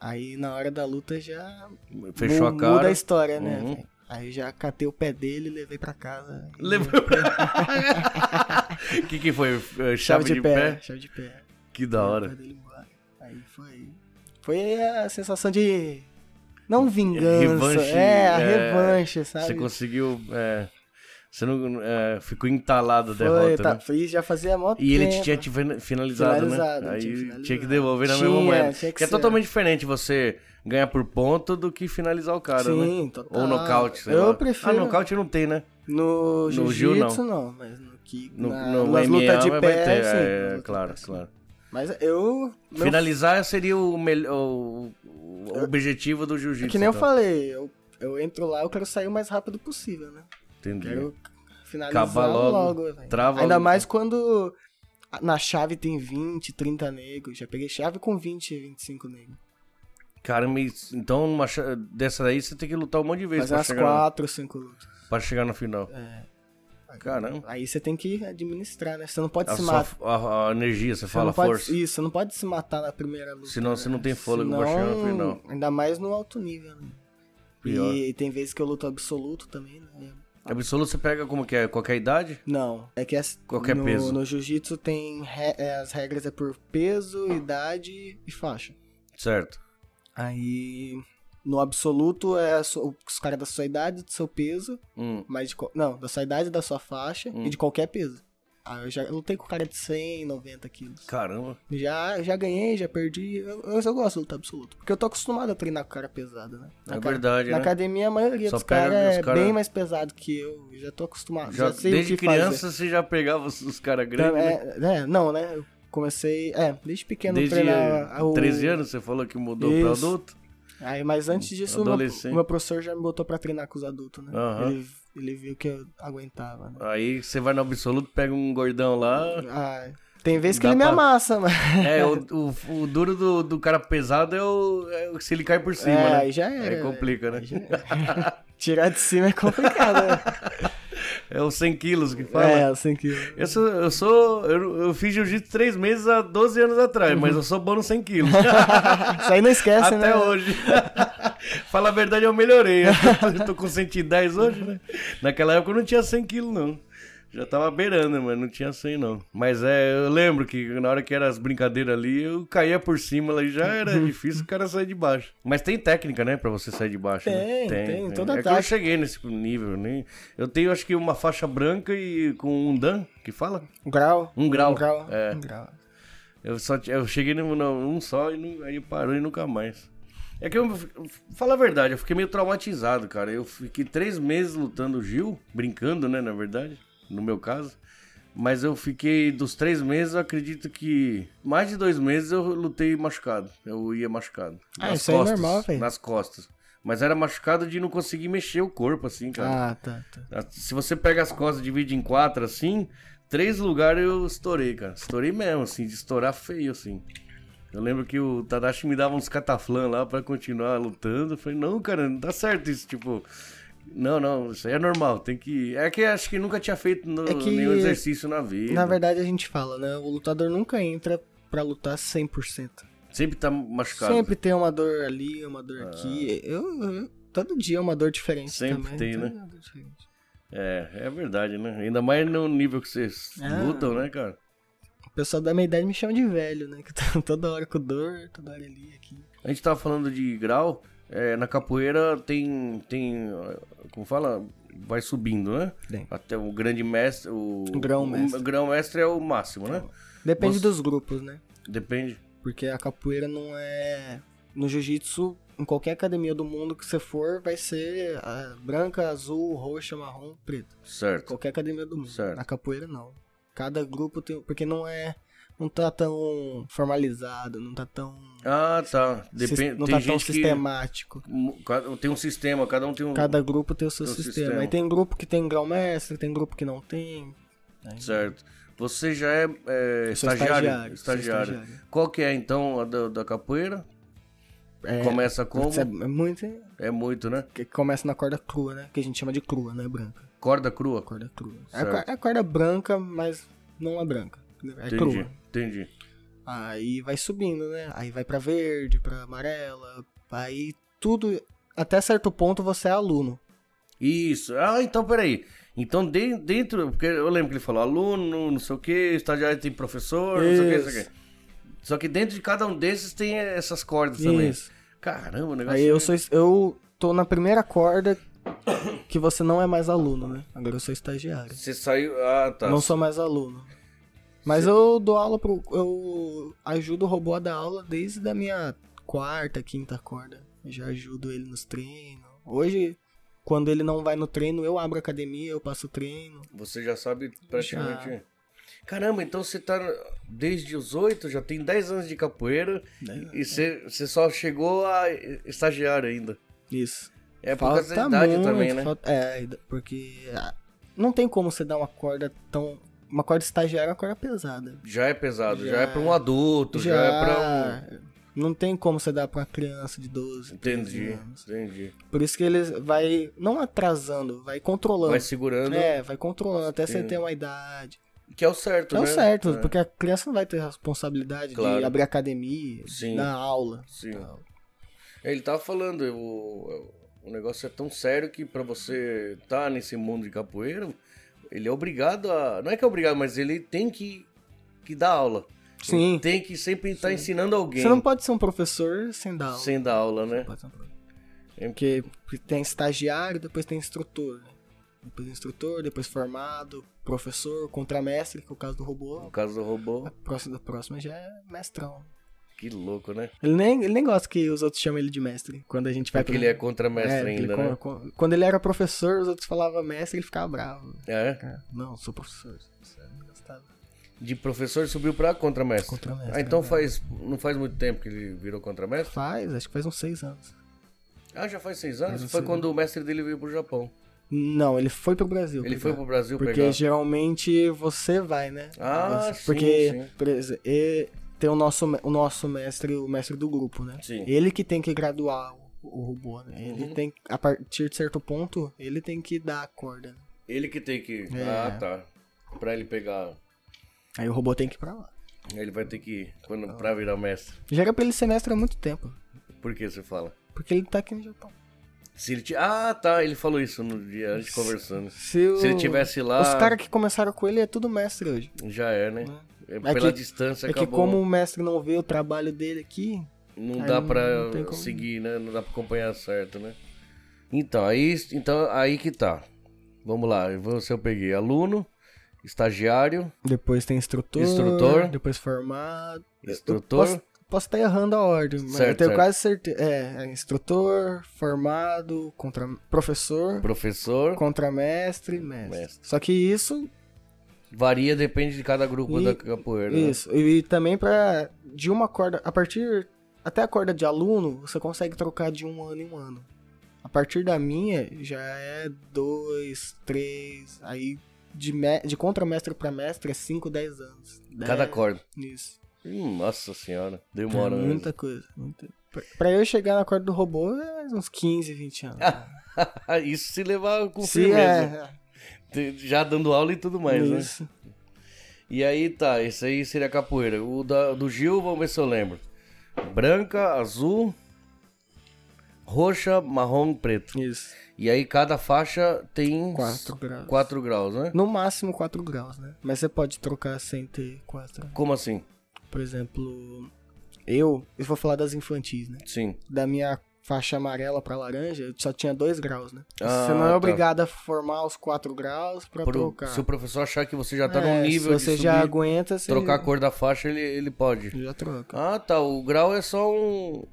Speaker 2: Aí na hora da luta já
Speaker 1: Fechou
Speaker 2: mu-
Speaker 1: a cara.
Speaker 2: muda a história, né?
Speaker 1: Uhum.
Speaker 2: velho? Aí eu já catei o pé dele e levei pra casa.
Speaker 1: Levou. O que, que foi? Eh, Chave,
Speaker 2: Chave de, pé, Chave de pé.
Speaker 1: Que da
Speaker 2: Levei
Speaker 1: hora.
Speaker 2: dele embora. Aí foi. Foi a sensação de. Não vingança.
Speaker 1: É, Revanche,
Speaker 2: é, a
Speaker 1: é,
Speaker 2: revanche, sabe?
Speaker 1: Você conseguiu. é, você não é, ficou entalado a
Speaker 2: foi,
Speaker 1: derrota.
Speaker 2: tá,
Speaker 1: né?
Speaker 2: foi, já fazia mó
Speaker 1: E ele
Speaker 2: tempo.
Speaker 1: tinha te fin- finalizado,
Speaker 2: É, Finalizado,
Speaker 1: né? Aí
Speaker 2: tinha
Speaker 1: tinha,
Speaker 2: finalizado.
Speaker 1: que devolver na mesma
Speaker 2: Tinha,
Speaker 1: moeda.
Speaker 2: tinha
Speaker 1: Que,
Speaker 2: que
Speaker 1: é
Speaker 2: ser.
Speaker 1: totalmente diferente você ganhar por ponto do que finalizar o cara, né?
Speaker 2: Sim, total.
Speaker 1: Ou nocaute, sei
Speaker 2: Eu
Speaker 1: lá.
Speaker 2: prefiro.
Speaker 1: Ah, nocaute não tem, né?
Speaker 2: No
Speaker 1: Jiu,
Speaker 2: jiu-jitsu, não. mas no kick,
Speaker 1: No,
Speaker 2: na,
Speaker 1: no
Speaker 2: nas
Speaker 1: MMA
Speaker 2: lutas de
Speaker 1: vai
Speaker 2: pé,
Speaker 1: ter.
Speaker 2: sim, nas
Speaker 1: é,
Speaker 2: lutas de
Speaker 1: claro,
Speaker 2: pé, sim.
Speaker 1: claro.
Speaker 2: Mas eu... meu-
Speaker 1: Finalizar seria o, melhor, o, o objetivo do jiu-jitsu.
Speaker 2: É que nem eu
Speaker 1: então.
Speaker 2: falei, eu, eu entro lá, eu quero sair o mais rápido possível, né?
Speaker 1: Entendi.
Speaker 2: Quero finalizar
Speaker 1: Acabar logo,
Speaker 2: logo, velho.
Speaker 1: trava
Speaker 2: Ainda
Speaker 1: logo.
Speaker 2: mais quando na chave tem 20, 30 negros. Já peguei chave com 20, 25 negros.
Speaker 1: Cara, mas- então numa cha- dessa daí você tem que lutar um monte de vezes
Speaker 2: Fazer
Speaker 1: pra
Speaker 2: umas
Speaker 1: chegar,
Speaker 2: 4, 5 lutas.
Speaker 1: pra chegar no final.
Speaker 2: É.
Speaker 1: Caramba.
Speaker 2: Aí você tem que administrar, né? Você não pode
Speaker 1: A,
Speaker 2: se
Speaker 1: sua-
Speaker 2: matar.
Speaker 1: a- a energia, você
Speaker 2: Você
Speaker 1: fala
Speaker 2: não pode-
Speaker 1: força.
Speaker 2: Isso, você não pode se matar na primeira luta.
Speaker 1: Senão
Speaker 2: né?
Speaker 1: você não tem fôlego pra chegar no
Speaker 2: Senão,
Speaker 1: final.
Speaker 2: Ainda mais no alto nível, né?
Speaker 1: Pior.
Speaker 2: E tem vezes que eu luto absoluto também, né?
Speaker 1: Absoluto você pega como que é? Qualquer idade?
Speaker 2: Não, é que as-
Speaker 1: Qualquer
Speaker 2: no,
Speaker 1: peso.
Speaker 2: no jiu-jitsu tem re- é, as regras é por peso, idade e faixa.
Speaker 1: Certo.
Speaker 2: Aí no absoluto é a sua- os caras da sua idade, do seu peso,
Speaker 1: Hum.
Speaker 2: mas de, qual- não, da sua idade, da sua faixa
Speaker 1: Hum.
Speaker 2: e de qualquer peso. Aí eu já lutei com o cara de 100, 90 quilos.
Speaker 1: Caramba.
Speaker 2: Já, já ganhei, já perdi. Eu, eu, eu gosto de luta absoluta. Porque eu tô acostumado a treinar com cara pesado, né? Na,
Speaker 1: é
Speaker 2: cara-
Speaker 1: verdade,
Speaker 2: na
Speaker 1: né?
Speaker 2: academia, a maioria
Speaker 1: Só
Speaker 2: dos
Speaker 1: pega
Speaker 2: caras
Speaker 1: os
Speaker 2: é
Speaker 1: cara-
Speaker 2: bem mais pesado que eu. Eu já tô acostumado.
Speaker 1: Já-
Speaker 2: Já, sei
Speaker 1: desde
Speaker 2: o que
Speaker 1: criança você já pegava os, os caras
Speaker 2: fazer. Então,
Speaker 1: grandes. né?
Speaker 2: é, é, não, né? Eu comecei. É, desde pequeno
Speaker 1: Desde
Speaker 2: treinar.
Speaker 1: eh,
Speaker 2: o-
Speaker 1: 13 anos você falou que mudou pra
Speaker 2: Isso.
Speaker 1: adulto.
Speaker 2: Aí, mas antes disso, o
Speaker 1: Um
Speaker 2: meu,
Speaker 1: Adolescente.
Speaker 2: o meu professor já me botou pra treinar com os adultos, né?
Speaker 1: Aham.
Speaker 2: Ele, ele viu que eu aguentava, né?
Speaker 1: Aí você vai no absoluto, pega um gordão lá.
Speaker 2: Ah, tem vezes que
Speaker 1: Dá
Speaker 2: ele me
Speaker 1: pra-
Speaker 2: amassa, mas.
Speaker 1: É, o, o- o duro do, do cara pesado é o, é o- se ele cai por cima,
Speaker 2: é,
Speaker 1: né?
Speaker 2: aí já era.
Speaker 1: Aí
Speaker 2: velho.
Speaker 1: complica, né?
Speaker 2: já Tirar de cima é complicado, né?
Speaker 1: É os 100 quilos que fala.
Speaker 2: É, assim que.
Speaker 1: Eu sou. Eu, sou eu, eu fiz jiu-jitsu 3 meses há 12 anos atrás, mas eu sou bom no 100 quilos.
Speaker 2: Isso aí não esquece, né?
Speaker 1: Até hoje. Fala a verdade, eu melhorei. Eu tô com 110 hoje, né? Naquela época eu não tinha 100 quilos, não. Já tava beirando, mas não tinha 100, não. Mas é, eu lembro que na hora que eram as brincadeiras ali, eu caía por cima, ali já era difícil o cara sair de baixo. Mas tem técnica, né, pra você sair de baixo, né?
Speaker 2: Tem, tem, toda
Speaker 1: É que eu
Speaker 2: tática.
Speaker 1: cheguei nesse nível, né? Eu tenho, acho que uma faixa branca e com um dan, que fala?
Speaker 2: Um grau?
Speaker 1: Um grau,
Speaker 2: Um grau.
Speaker 1: é.
Speaker 2: Um grau.
Speaker 1: Eu, só, t- eu cheguei num, num só e não- aí parou e nunca mais. É que eu. Fala a verdade, eu fiquei meio traumatizado, cara. Eu fiquei três meses lutando o Gil, brincando, né, na verdade, no meu caso. Mas eu fiquei, dos três meses, eu acredito que mais de dois meses eu lutei machucado. Eu ia machucado.
Speaker 2: Ah,
Speaker 1: Nas
Speaker 2: isso aí é normal, velho.
Speaker 1: Nas costas. Mas era machucado de não conseguir mexer o corpo, assim, cara.
Speaker 2: Ah, tá, tá.
Speaker 1: Se você pega as costas e divide em quatro, assim, três lugares eu estourei, cara. Estourei mesmo, assim, de estourar feio, assim. Eu lembro que o Tadashi me dava uns cataflã lá pra continuar lutando. Eu falei, não, cara, não dá certo isso, tipo... Não, não, isso aí é normal, tem que... É que acho que nunca tinha feito no-
Speaker 2: É que-
Speaker 1: nenhum exercício na vida.
Speaker 2: Na verdade, a gente fala, né? O lutador nunca entra pra lutar 100%.
Speaker 1: Sempre tá machucado.
Speaker 2: Sempre tem uma dor ali, uma dor aqui. Eu, eu- todo dia é uma dor diferente
Speaker 1: Ah. Sempre
Speaker 2: também.
Speaker 1: tem,
Speaker 2: todo
Speaker 1: né?
Speaker 2: dia é uma dor diferente.
Speaker 1: É, é verdade, né? Ainda mais no nível que vocês
Speaker 2: Ah.
Speaker 1: lutam, né, cara?
Speaker 2: O pessoal da minha idade me chama de velho, né? Que tá toda hora com dor, toda hora ali, aqui.
Speaker 1: A gente tava falando de grau, é, na capoeira tem, tem, ó, como fala, vai subindo, né?
Speaker 2: Tem.
Speaker 1: Até o grande mestre, o...
Speaker 2: O grão-mestre.
Speaker 1: O grão-mestre é o máximo, né?
Speaker 2: Depende
Speaker 1: Você-
Speaker 2: dos grupos, né?
Speaker 1: Depende.
Speaker 2: Porque a capoeira não é. No jiu-jitsu, em qualquer academia do mundo que você for, vai ser ah, branca, azul, roxa, marrom, preto.
Speaker 1: Certo.
Speaker 2: Qualquer academia do mundo.
Speaker 1: Certo.
Speaker 2: Na capoeira, não. Cada grupo tem. Porque não é. Não tá tão formalizado, não tá tão.
Speaker 1: Ah, tá. Depende.
Speaker 2: sis- não
Speaker 1: tem
Speaker 2: tá tão
Speaker 1: gente
Speaker 2: sistemático.
Speaker 1: que... mu- cada- Tem um sistema, cada um tem um...
Speaker 2: Cada grupo tem o seu
Speaker 1: Tem o
Speaker 2: sistema.
Speaker 1: sistema.
Speaker 2: Aí tem grupo que tem grau mestre, tem grupo que não tem.
Speaker 1: Certo. Você já é, é,
Speaker 2: Eu sou
Speaker 1: estagiário?
Speaker 2: estagiário, sou estagiário.
Speaker 1: Qual que é, então, a da, da capoeira?
Speaker 2: É,
Speaker 1: Começa como?
Speaker 2: Isso é muito.
Speaker 1: É muito, né?
Speaker 2: Que começa na corda crua, né? Que a gente chama de crua, não é branca.
Speaker 1: Corda crua.
Speaker 2: Corda crua. É
Speaker 1: Certo.
Speaker 2: cor- É corda branca, mas não é branca. É
Speaker 1: Entendi,
Speaker 2: crua.
Speaker 1: entendi.
Speaker 2: Aí vai subindo, né? Aí vai pra verde, pra amarela. Aí tudo. Até certo ponto você é aluno.
Speaker 1: Isso. Ah, então peraí. Então de- dentro, porque eu lembro que ele falou aluno, não sei o que, estagiário tem professor, não sei o que, não sei o que. Só que dentro de cada um desses tem essas cordas também.
Speaker 2: Isso.
Speaker 1: Caramba, o negócio.
Speaker 2: Aí eu sou. es- Eu tô na primeira corda que você não é mais aluno, né? Agora eu sou estagiário.
Speaker 1: Você saiu. Ah, tá.
Speaker 2: Não sou mais aluno. Mas eu dou aula pro. Eu ajudo o robô a dar aula desde a minha quarta, quinta corda. Eu já ajudo ele nos treinos. Hoje, quando ele não vai no treino, eu abro a academia, eu passo o treino.
Speaker 1: Você já sabe praticamente. Caramba, então você tá desde os oito, já tem 10 anos de capoeira
Speaker 2: né?
Speaker 1: e você, você só chegou a estagiário ainda.
Speaker 2: Isso.
Speaker 1: É por causa da idade também, né?
Speaker 2: falta- é, porque ah, não tem como você dar uma corda tão. Uma corda estagiária é uma corda pesada.
Speaker 1: Já é pesado, já,
Speaker 2: Já.
Speaker 1: é pra um adulto, já, é pra um.
Speaker 2: Não tem como você dar pra uma criança de 12, 13
Speaker 1: Entendi,
Speaker 2: anos.
Speaker 1: entendi.
Speaker 2: Por isso que eles vai não atrasando, vai controlando.
Speaker 1: Vai segurando.
Speaker 2: É, vai controlando até você
Speaker 1: Sim.
Speaker 2: ter uma idade.
Speaker 1: Que é o certo,
Speaker 2: É
Speaker 1: né?
Speaker 2: o certo,
Speaker 1: É,
Speaker 2: porque a criança não vai ter responsabilidade
Speaker 1: Claro.
Speaker 2: de abrir academia,
Speaker 1: Sim.
Speaker 2: de dar aula.
Speaker 1: Sim. É. Ele tava falando, o, o negócio é tão sério que pra você estar tá nesse mundo de capoeira, ele é obrigado a. Não é que é obrigado, mas ele tem que, que dar aula.
Speaker 2: Sim.
Speaker 1: Tem que sempre estar ensinando alguém
Speaker 2: Você não pode ser um professor sem dar aula.
Speaker 1: sem dar aula, né?
Speaker 2: Pode ser um professor.
Speaker 1: É
Speaker 2: Porque tem estagiário, depois tem instrutor. né? Depois instrutor, depois formado, professor, contramestre, que é o caso do
Speaker 1: No
Speaker 2: robô.
Speaker 1: caso do
Speaker 2: A
Speaker 1: robô,
Speaker 2: próxima da próxima já é mestrão.
Speaker 1: que louco, né?
Speaker 2: Ele nem, ele nem gosta que os outros chamem ele de mestre. Quando a gente vai
Speaker 1: Porque ele é contramestre
Speaker 2: É, ele
Speaker 1: ainda,
Speaker 2: co-
Speaker 1: né?
Speaker 2: co- Quando ele era professor, os outros falavam mestre, ele ficava bravo.
Speaker 1: É.
Speaker 2: Cara, não, sou professor. Você não gostava.
Speaker 1: De professor subiu pra contramestre.
Speaker 2: Contramestre,
Speaker 1: Ah, então
Speaker 2: né?
Speaker 1: faz. Não faz muito tempo que ele virou contramestre?
Speaker 2: Faz, acho que faz uns seis anos.
Speaker 1: Ah, já faz seis anos?
Speaker 2: Faz
Speaker 1: Foi
Speaker 2: seis
Speaker 1: quando o mestre dele veio pro Japão.
Speaker 2: Não, ele foi pro Brasil.
Speaker 1: Ele
Speaker 2: pegar.
Speaker 1: foi pro Brasil
Speaker 2: Porque
Speaker 1: pegar.
Speaker 2: geralmente você vai, né?
Speaker 1: Ah, sim,
Speaker 2: Porque
Speaker 1: sim.
Speaker 2: por exe- e- tem o nosso, me- o nosso mestre, o mestre do grupo, né?
Speaker 1: Sim. Uhum.
Speaker 2: Ele que tem que graduar o, o robô, né? Ele tem, a partir de certo ponto, ele tem que dar a corda. né?
Speaker 1: Ele que tem que.
Speaker 2: É.
Speaker 1: Ah, tá. Pra ele pegar.
Speaker 2: Aí o robô tem que ir pra lá. Ah.
Speaker 1: Ele vai ter que ir quando, pra virar mestre.
Speaker 2: Já era pra ele ser mestre há muito tempo.
Speaker 1: Por que você fala?
Speaker 2: Porque ele tá aqui no Japão.
Speaker 1: Se ele ti- Ah, tá, ele falou isso no dia, a gente conversando.
Speaker 2: Se, o-
Speaker 1: Se ele tivesse lá,
Speaker 2: Os caras que começaram com ele é tudo mestre hoje.
Speaker 1: já é, né? É,
Speaker 2: É
Speaker 1: Pela
Speaker 2: que-
Speaker 1: distância
Speaker 2: é que
Speaker 1: acabou.
Speaker 2: como o mestre não vê o trabalho dele aqui,
Speaker 1: Não
Speaker 2: Aí
Speaker 1: dá
Speaker 2: não-
Speaker 1: pra
Speaker 2: não tem como.
Speaker 1: seguir, né? Não dá pra acompanhar certo, né? Então, aí, então, aí que tá. Vamos lá, eu vou- se eu peguei aluno, estagiário,
Speaker 2: depois tem instrutor,
Speaker 1: Instrutor.
Speaker 2: depois formado.
Speaker 1: instrutor.
Speaker 2: Posso, posso estar errando a ordem, mas
Speaker 1: Certo,
Speaker 2: eu tenho
Speaker 1: certo.
Speaker 2: quase certeza. É, é instrutor, formado, contra, professor,
Speaker 1: Professor
Speaker 2: contramestre, mestre.
Speaker 1: Mestre.
Speaker 2: Só que isso,
Speaker 1: varia, depende de cada grupo
Speaker 2: E-
Speaker 1: da capoeira. né?
Speaker 2: isso. E também pra. De uma corda. A partir. Até a corda de aluno, você consegue trocar de um ano em um ano. A partir da minha, já é dois, três. Aí de, me, de contramestre pra mestre é cinco, dez anos.
Speaker 1: Cada
Speaker 2: Dez,
Speaker 1: corda.
Speaker 2: Isso.
Speaker 1: Hum, nossa senhora, demora. né?
Speaker 2: É
Speaker 1: mesmo.
Speaker 2: muita coisa. Muita... Pra- Pra eu chegar na corda do robô é mais uns 15, 20 anos.
Speaker 1: Ah, isso se levar com
Speaker 2: Se
Speaker 1: firmeza.
Speaker 2: é,
Speaker 1: Te- Já dando aula e tudo mais, né?
Speaker 2: isso.
Speaker 1: E aí tá, esse aí seria a capoeira. O da- do Gil, vamos ver se eu lembro. Branca, azul, roxa, marrom, preto.
Speaker 2: Isso.
Speaker 1: E aí cada faixa tem
Speaker 2: 4 graus.
Speaker 1: 4 graus, né?
Speaker 2: No máximo 4 graus, né? Mas você pode trocar sem ter 4.
Speaker 1: Como assim?
Speaker 2: Por exemplo, eu, eu vou falar das infantis, né?
Speaker 1: Sim.
Speaker 2: Da minha faixa amarela pra laranja, eu só tinha 2 graus, né?
Speaker 1: Ah,
Speaker 2: você não é
Speaker 1: tá.
Speaker 2: obrigado a formar os 4 graus pra
Speaker 1: Pro-
Speaker 2: trocar.
Speaker 1: se o professor achar que você já tá
Speaker 2: É,
Speaker 1: num nível
Speaker 2: se você
Speaker 1: de subir,
Speaker 2: já aguenta, você
Speaker 1: trocar a cor da faixa, ele, ele pode.
Speaker 2: já troca.
Speaker 1: Ah, tá. O grau é só um.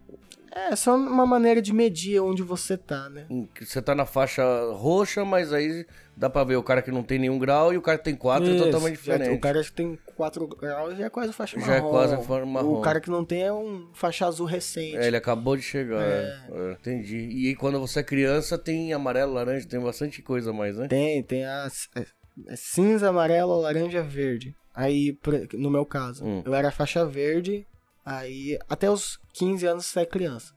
Speaker 2: É, só uma maneira de medir onde você tá, né?
Speaker 1: um- que Você tá na faixa roxa, mas aí dá pra ver o cara que não tem nenhum grau e o cara que tem quatro é
Speaker 2: Isso,
Speaker 1: totalmente
Speaker 2: já-
Speaker 1: diferente.
Speaker 2: o cara que tem 4 graus já é quase faixa
Speaker 1: Já
Speaker 2: marrom.
Speaker 1: é quase a forma marrom.
Speaker 2: O cara que não tem é um faixa azul recente.
Speaker 1: É, ele acabou de chegar. é. É, entendi. E aí, quando você é criança, tem amarelo, laranja, tem bastante coisa a mais, né?
Speaker 2: Tem, tem a c- é- é cinza, amarelo, laranja, verde. Aí, por- no meu caso,
Speaker 1: Hum.
Speaker 2: eu era faixa verde, aí até os 15 anos você é criança.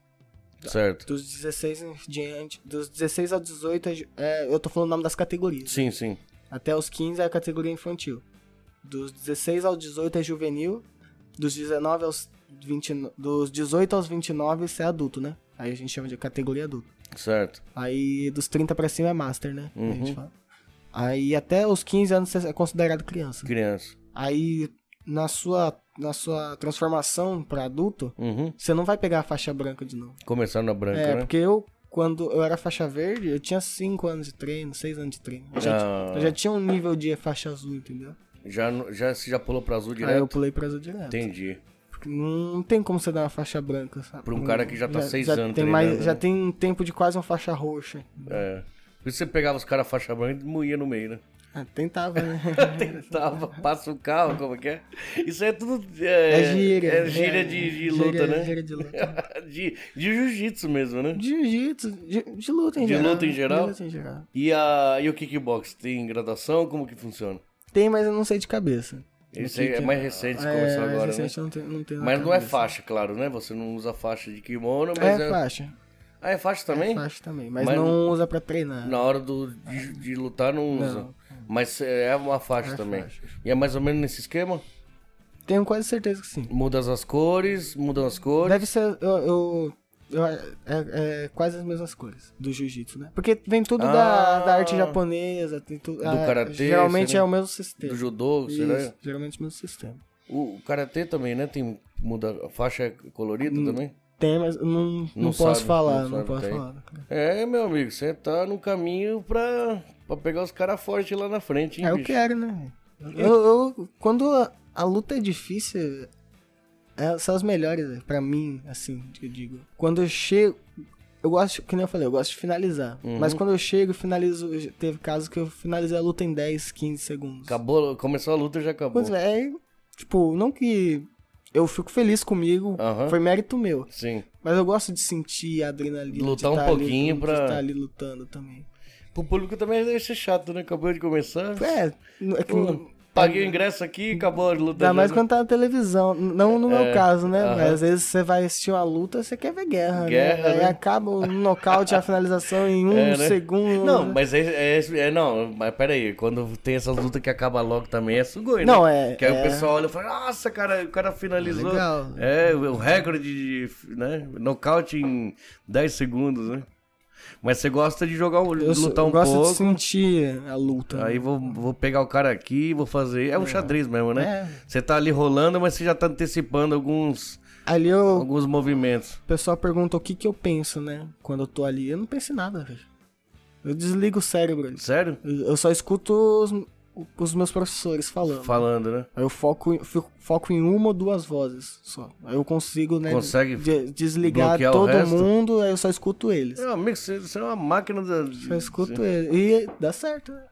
Speaker 1: Certo.
Speaker 2: Dos 16 em diante, dos 16 aos 18, é ju- é, eu tô falando o nome das categorias.
Speaker 1: Sim, sim.
Speaker 2: Até os 15 é a categoria infantil. Dos 16 aos 18 é juvenil. Dos 19 aos 20, dos 18 aos 29 você é adulto, né? Aí a gente chama de categoria adulto.
Speaker 1: Certo.
Speaker 2: Aí dos 30 pra cima é master, né? A gente
Speaker 1: Uhum.
Speaker 2: fala. Aí até os 15 anos você é considerado criança.
Speaker 1: Criança.
Speaker 2: Aí na sua na sua transformação pra adulto,
Speaker 1: Uhum.
Speaker 2: você não vai pegar a faixa branca de novo.
Speaker 1: Começando na branca,
Speaker 2: É,
Speaker 1: né?
Speaker 2: porque eu quando eu era faixa verde, eu tinha 5 anos de treino, 6 anos de treino. Eu já,
Speaker 1: Ah.
Speaker 2: eu já tinha um nível de faixa azul, entendeu?
Speaker 1: Já, no- já, você já pulou pra azul
Speaker 2: Aí Ah, eu
Speaker 1: direto?
Speaker 2: pulei pra azul direto.
Speaker 1: Entendi.
Speaker 2: Porque Não tem como você dar uma faixa branca, sabe?
Speaker 1: Pra um cara que já tá seis anos
Speaker 2: tem
Speaker 1: treinando,
Speaker 2: mais, Já
Speaker 1: né?
Speaker 2: tem um tempo de quase uma faixa roxa.
Speaker 1: É. Por isso você pegava os caras faixa branca e moía no meio, né?
Speaker 2: Ah, tentava, né?
Speaker 1: Tentava, passa o carro, como que é? Isso é tudo.
Speaker 2: É
Speaker 1: É,
Speaker 2: gíria.
Speaker 1: É gíria de, de luta,
Speaker 2: gíria-
Speaker 1: né?
Speaker 2: Gíria de luta.
Speaker 1: de de jiu-jitsu mesmo, né?
Speaker 2: De jiu-jitsu, de, de luta em
Speaker 1: De
Speaker 2: geral.
Speaker 1: luta em geral?
Speaker 2: De luta em geral.
Speaker 1: E, a, e o kickbox? Tem graduação? Como que funciona?
Speaker 2: Tem, mas eu não sei de cabeça.
Speaker 1: Esse aí é
Speaker 2: Kick-
Speaker 1: mais recente,
Speaker 2: É,
Speaker 1: começou
Speaker 2: mas
Speaker 1: agora,
Speaker 2: recente
Speaker 1: né?
Speaker 2: eu não tenho, não tenho na
Speaker 1: Mas não é
Speaker 2: cabeça.
Speaker 1: faixa, claro, né? Você não usa faixa de kimono,
Speaker 2: É
Speaker 1: mas é...
Speaker 2: faixa.
Speaker 1: Ah, é faixa também?
Speaker 2: Faixa também. Mas,
Speaker 1: Mas-
Speaker 2: não usa pra treinar.
Speaker 1: Na hora do, de, de lutar não usa.
Speaker 2: Não.
Speaker 1: Mas é uma faixa
Speaker 2: É
Speaker 1: também.
Speaker 2: faixa.
Speaker 1: E é mais ou menos nesse esquema?
Speaker 2: Tenho quase certeza que sim.
Speaker 1: Muda as cores, mudam as cores.
Speaker 2: Deve ser. Eu, eu- eu- é, é quase as mesmas cores do jiu-jitsu, né? Porque vem tudo da,
Speaker 1: Ah.
Speaker 2: da arte japonesa, tem tudo.
Speaker 1: Do
Speaker 2: ah,
Speaker 1: karatê,
Speaker 2: Geralmente
Speaker 1: será?
Speaker 2: é o mesmo sistema.
Speaker 1: Do judô,
Speaker 2: Isso,
Speaker 1: será?
Speaker 2: Geralmente é o mesmo sistema.
Speaker 1: O, o karatê também, né? Tem, muda, a faixa é colorida
Speaker 2: Hum.
Speaker 1: também?
Speaker 2: Tem, mas eu não, não,
Speaker 1: Não
Speaker 2: posso
Speaker 1: sabe,
Speaker 2: falar,
Speaker 1: não
Speaker 2: não,
Speaker 1: sabe,
Speaker 2: posso
Speaker 1: tem.
Speaker 2: falar.
Speaker 1: É, meu amigo, você tá no caminho pra, pra pegar os caras fortes lá na frente, hein,
Speaker 2: É, eu
Speaker 1: bicho?
Speaker 2: quero, né? Eu, eu- quando a, a luta é difícil, é, são as melhores, né? pra mim, assim, que eu digo. Quando eu chego. Eu gosto, que nem eu falei, eu gosto de finalizar.
Speaker 1: Uhum.
Speaker 2: Mas quando eu chego, eu finalizo. eu- Teve casos que eu finalizei a luta em 10, 15 segundos.
Speaker 1: Acabou, começou a luta, já acabou.
Speaker 2: Pois é, tipo, não que. Eu fico feliz comigo,
Speaker 1: Aham.
Speaker 2: foi mérito meu.
Speaker 1: Sim.
Speaker 2: Mas eu gosto de sentir a adrenalina.
Speaker 1: Lutar
Speaker 2: de
Speaker 1: um
Speaker 2: tá ali-
Speaker 1: pouquinho
Speaker 2: de
Speaker 1: pra-
Speaker 2: estar ali lutando também.
Speaker 1: é Pro público também deve ser chato, né? Acabou de começar.
Speaker 2: É, é que
Speaker 1: Pô,
Speaker 2: pra
Speaker 1: paguei o ingresso aqui, acabou a luta.
Speaker 2: Ainda
Speaker 1: já,
Speaker 2: mais
Speaker 1: né?
Speaker 2: quando tá na televisão. Não no meu
Speaker 1: É,
Speaker 2: caso, né?
Speaker 1: aham.
Speaker 2: Mas às vezes você vai assistir uma luta, você quer ver guerra,
Speaker 1: Guerra,
Speaker 2: né? Aí
Speaker 1: né?
Speaker 2: acaba o nocaute, a finalização em um
Speaker 1: É, né?
Speaker 2: segundo.
Speaker 1: Não, mas é, é- é- Não, mas peraí, quando tem essas lutas que acaba logo também é sugoi, né?
Speaker 2: Não, é-
Speaker 1: Que aí
Speaker 2: é.
Speaker 1: o pessoal olha e fala, nossa, cara, o cara finalizou.
Speaker 2: Legal.
Speaker 1: É, o o recorde de. né? Nocaute em 10 segundos, né? Mas você gosta de jogar um,
Speaker 2: eu sou-
Speaker 1: lutar um
Speaker 2: gosto
Speaker 1: pouco.
Speaker 2: de sentir a luta.
Speaker 1: Aí vou, vou pegar o cara aqui, vou fazer. É um xadrez mesmo, né?
Speaker 2: É.
Speaker 1: Você tá ali rolando, mas você já tá antecipando alguns,
Speaker 2: Ali eu,
Speaker 1: alguns movimentos.
Speaker 2: o pessoal pergunta o que, que eu penso, né? Quando eu tô ali, eu não penso em nada, velho. Eu desligo o cérebro.
Speaker 1: Sério?
Speaker 2: Eu eu só escuto os, os meus professores falando.
Speaker 1: Falando, né?
Speaker 2: Aí eu foco, em- fico- foco em uma ou duas vozes só. Aí eu consigo, né?
Speaker 1: Consegue
Speaker 2: de- desligar
Speaker 1: bloquear o
Speaker 2: todo
Speaker 1: resto?
Speaker 2: mundo, aí eu só escuto eles.
Speaker 1: Meu amigo, você, você é uma máquina da.
Speaker 2: Só escuto eles. E dá certo, né?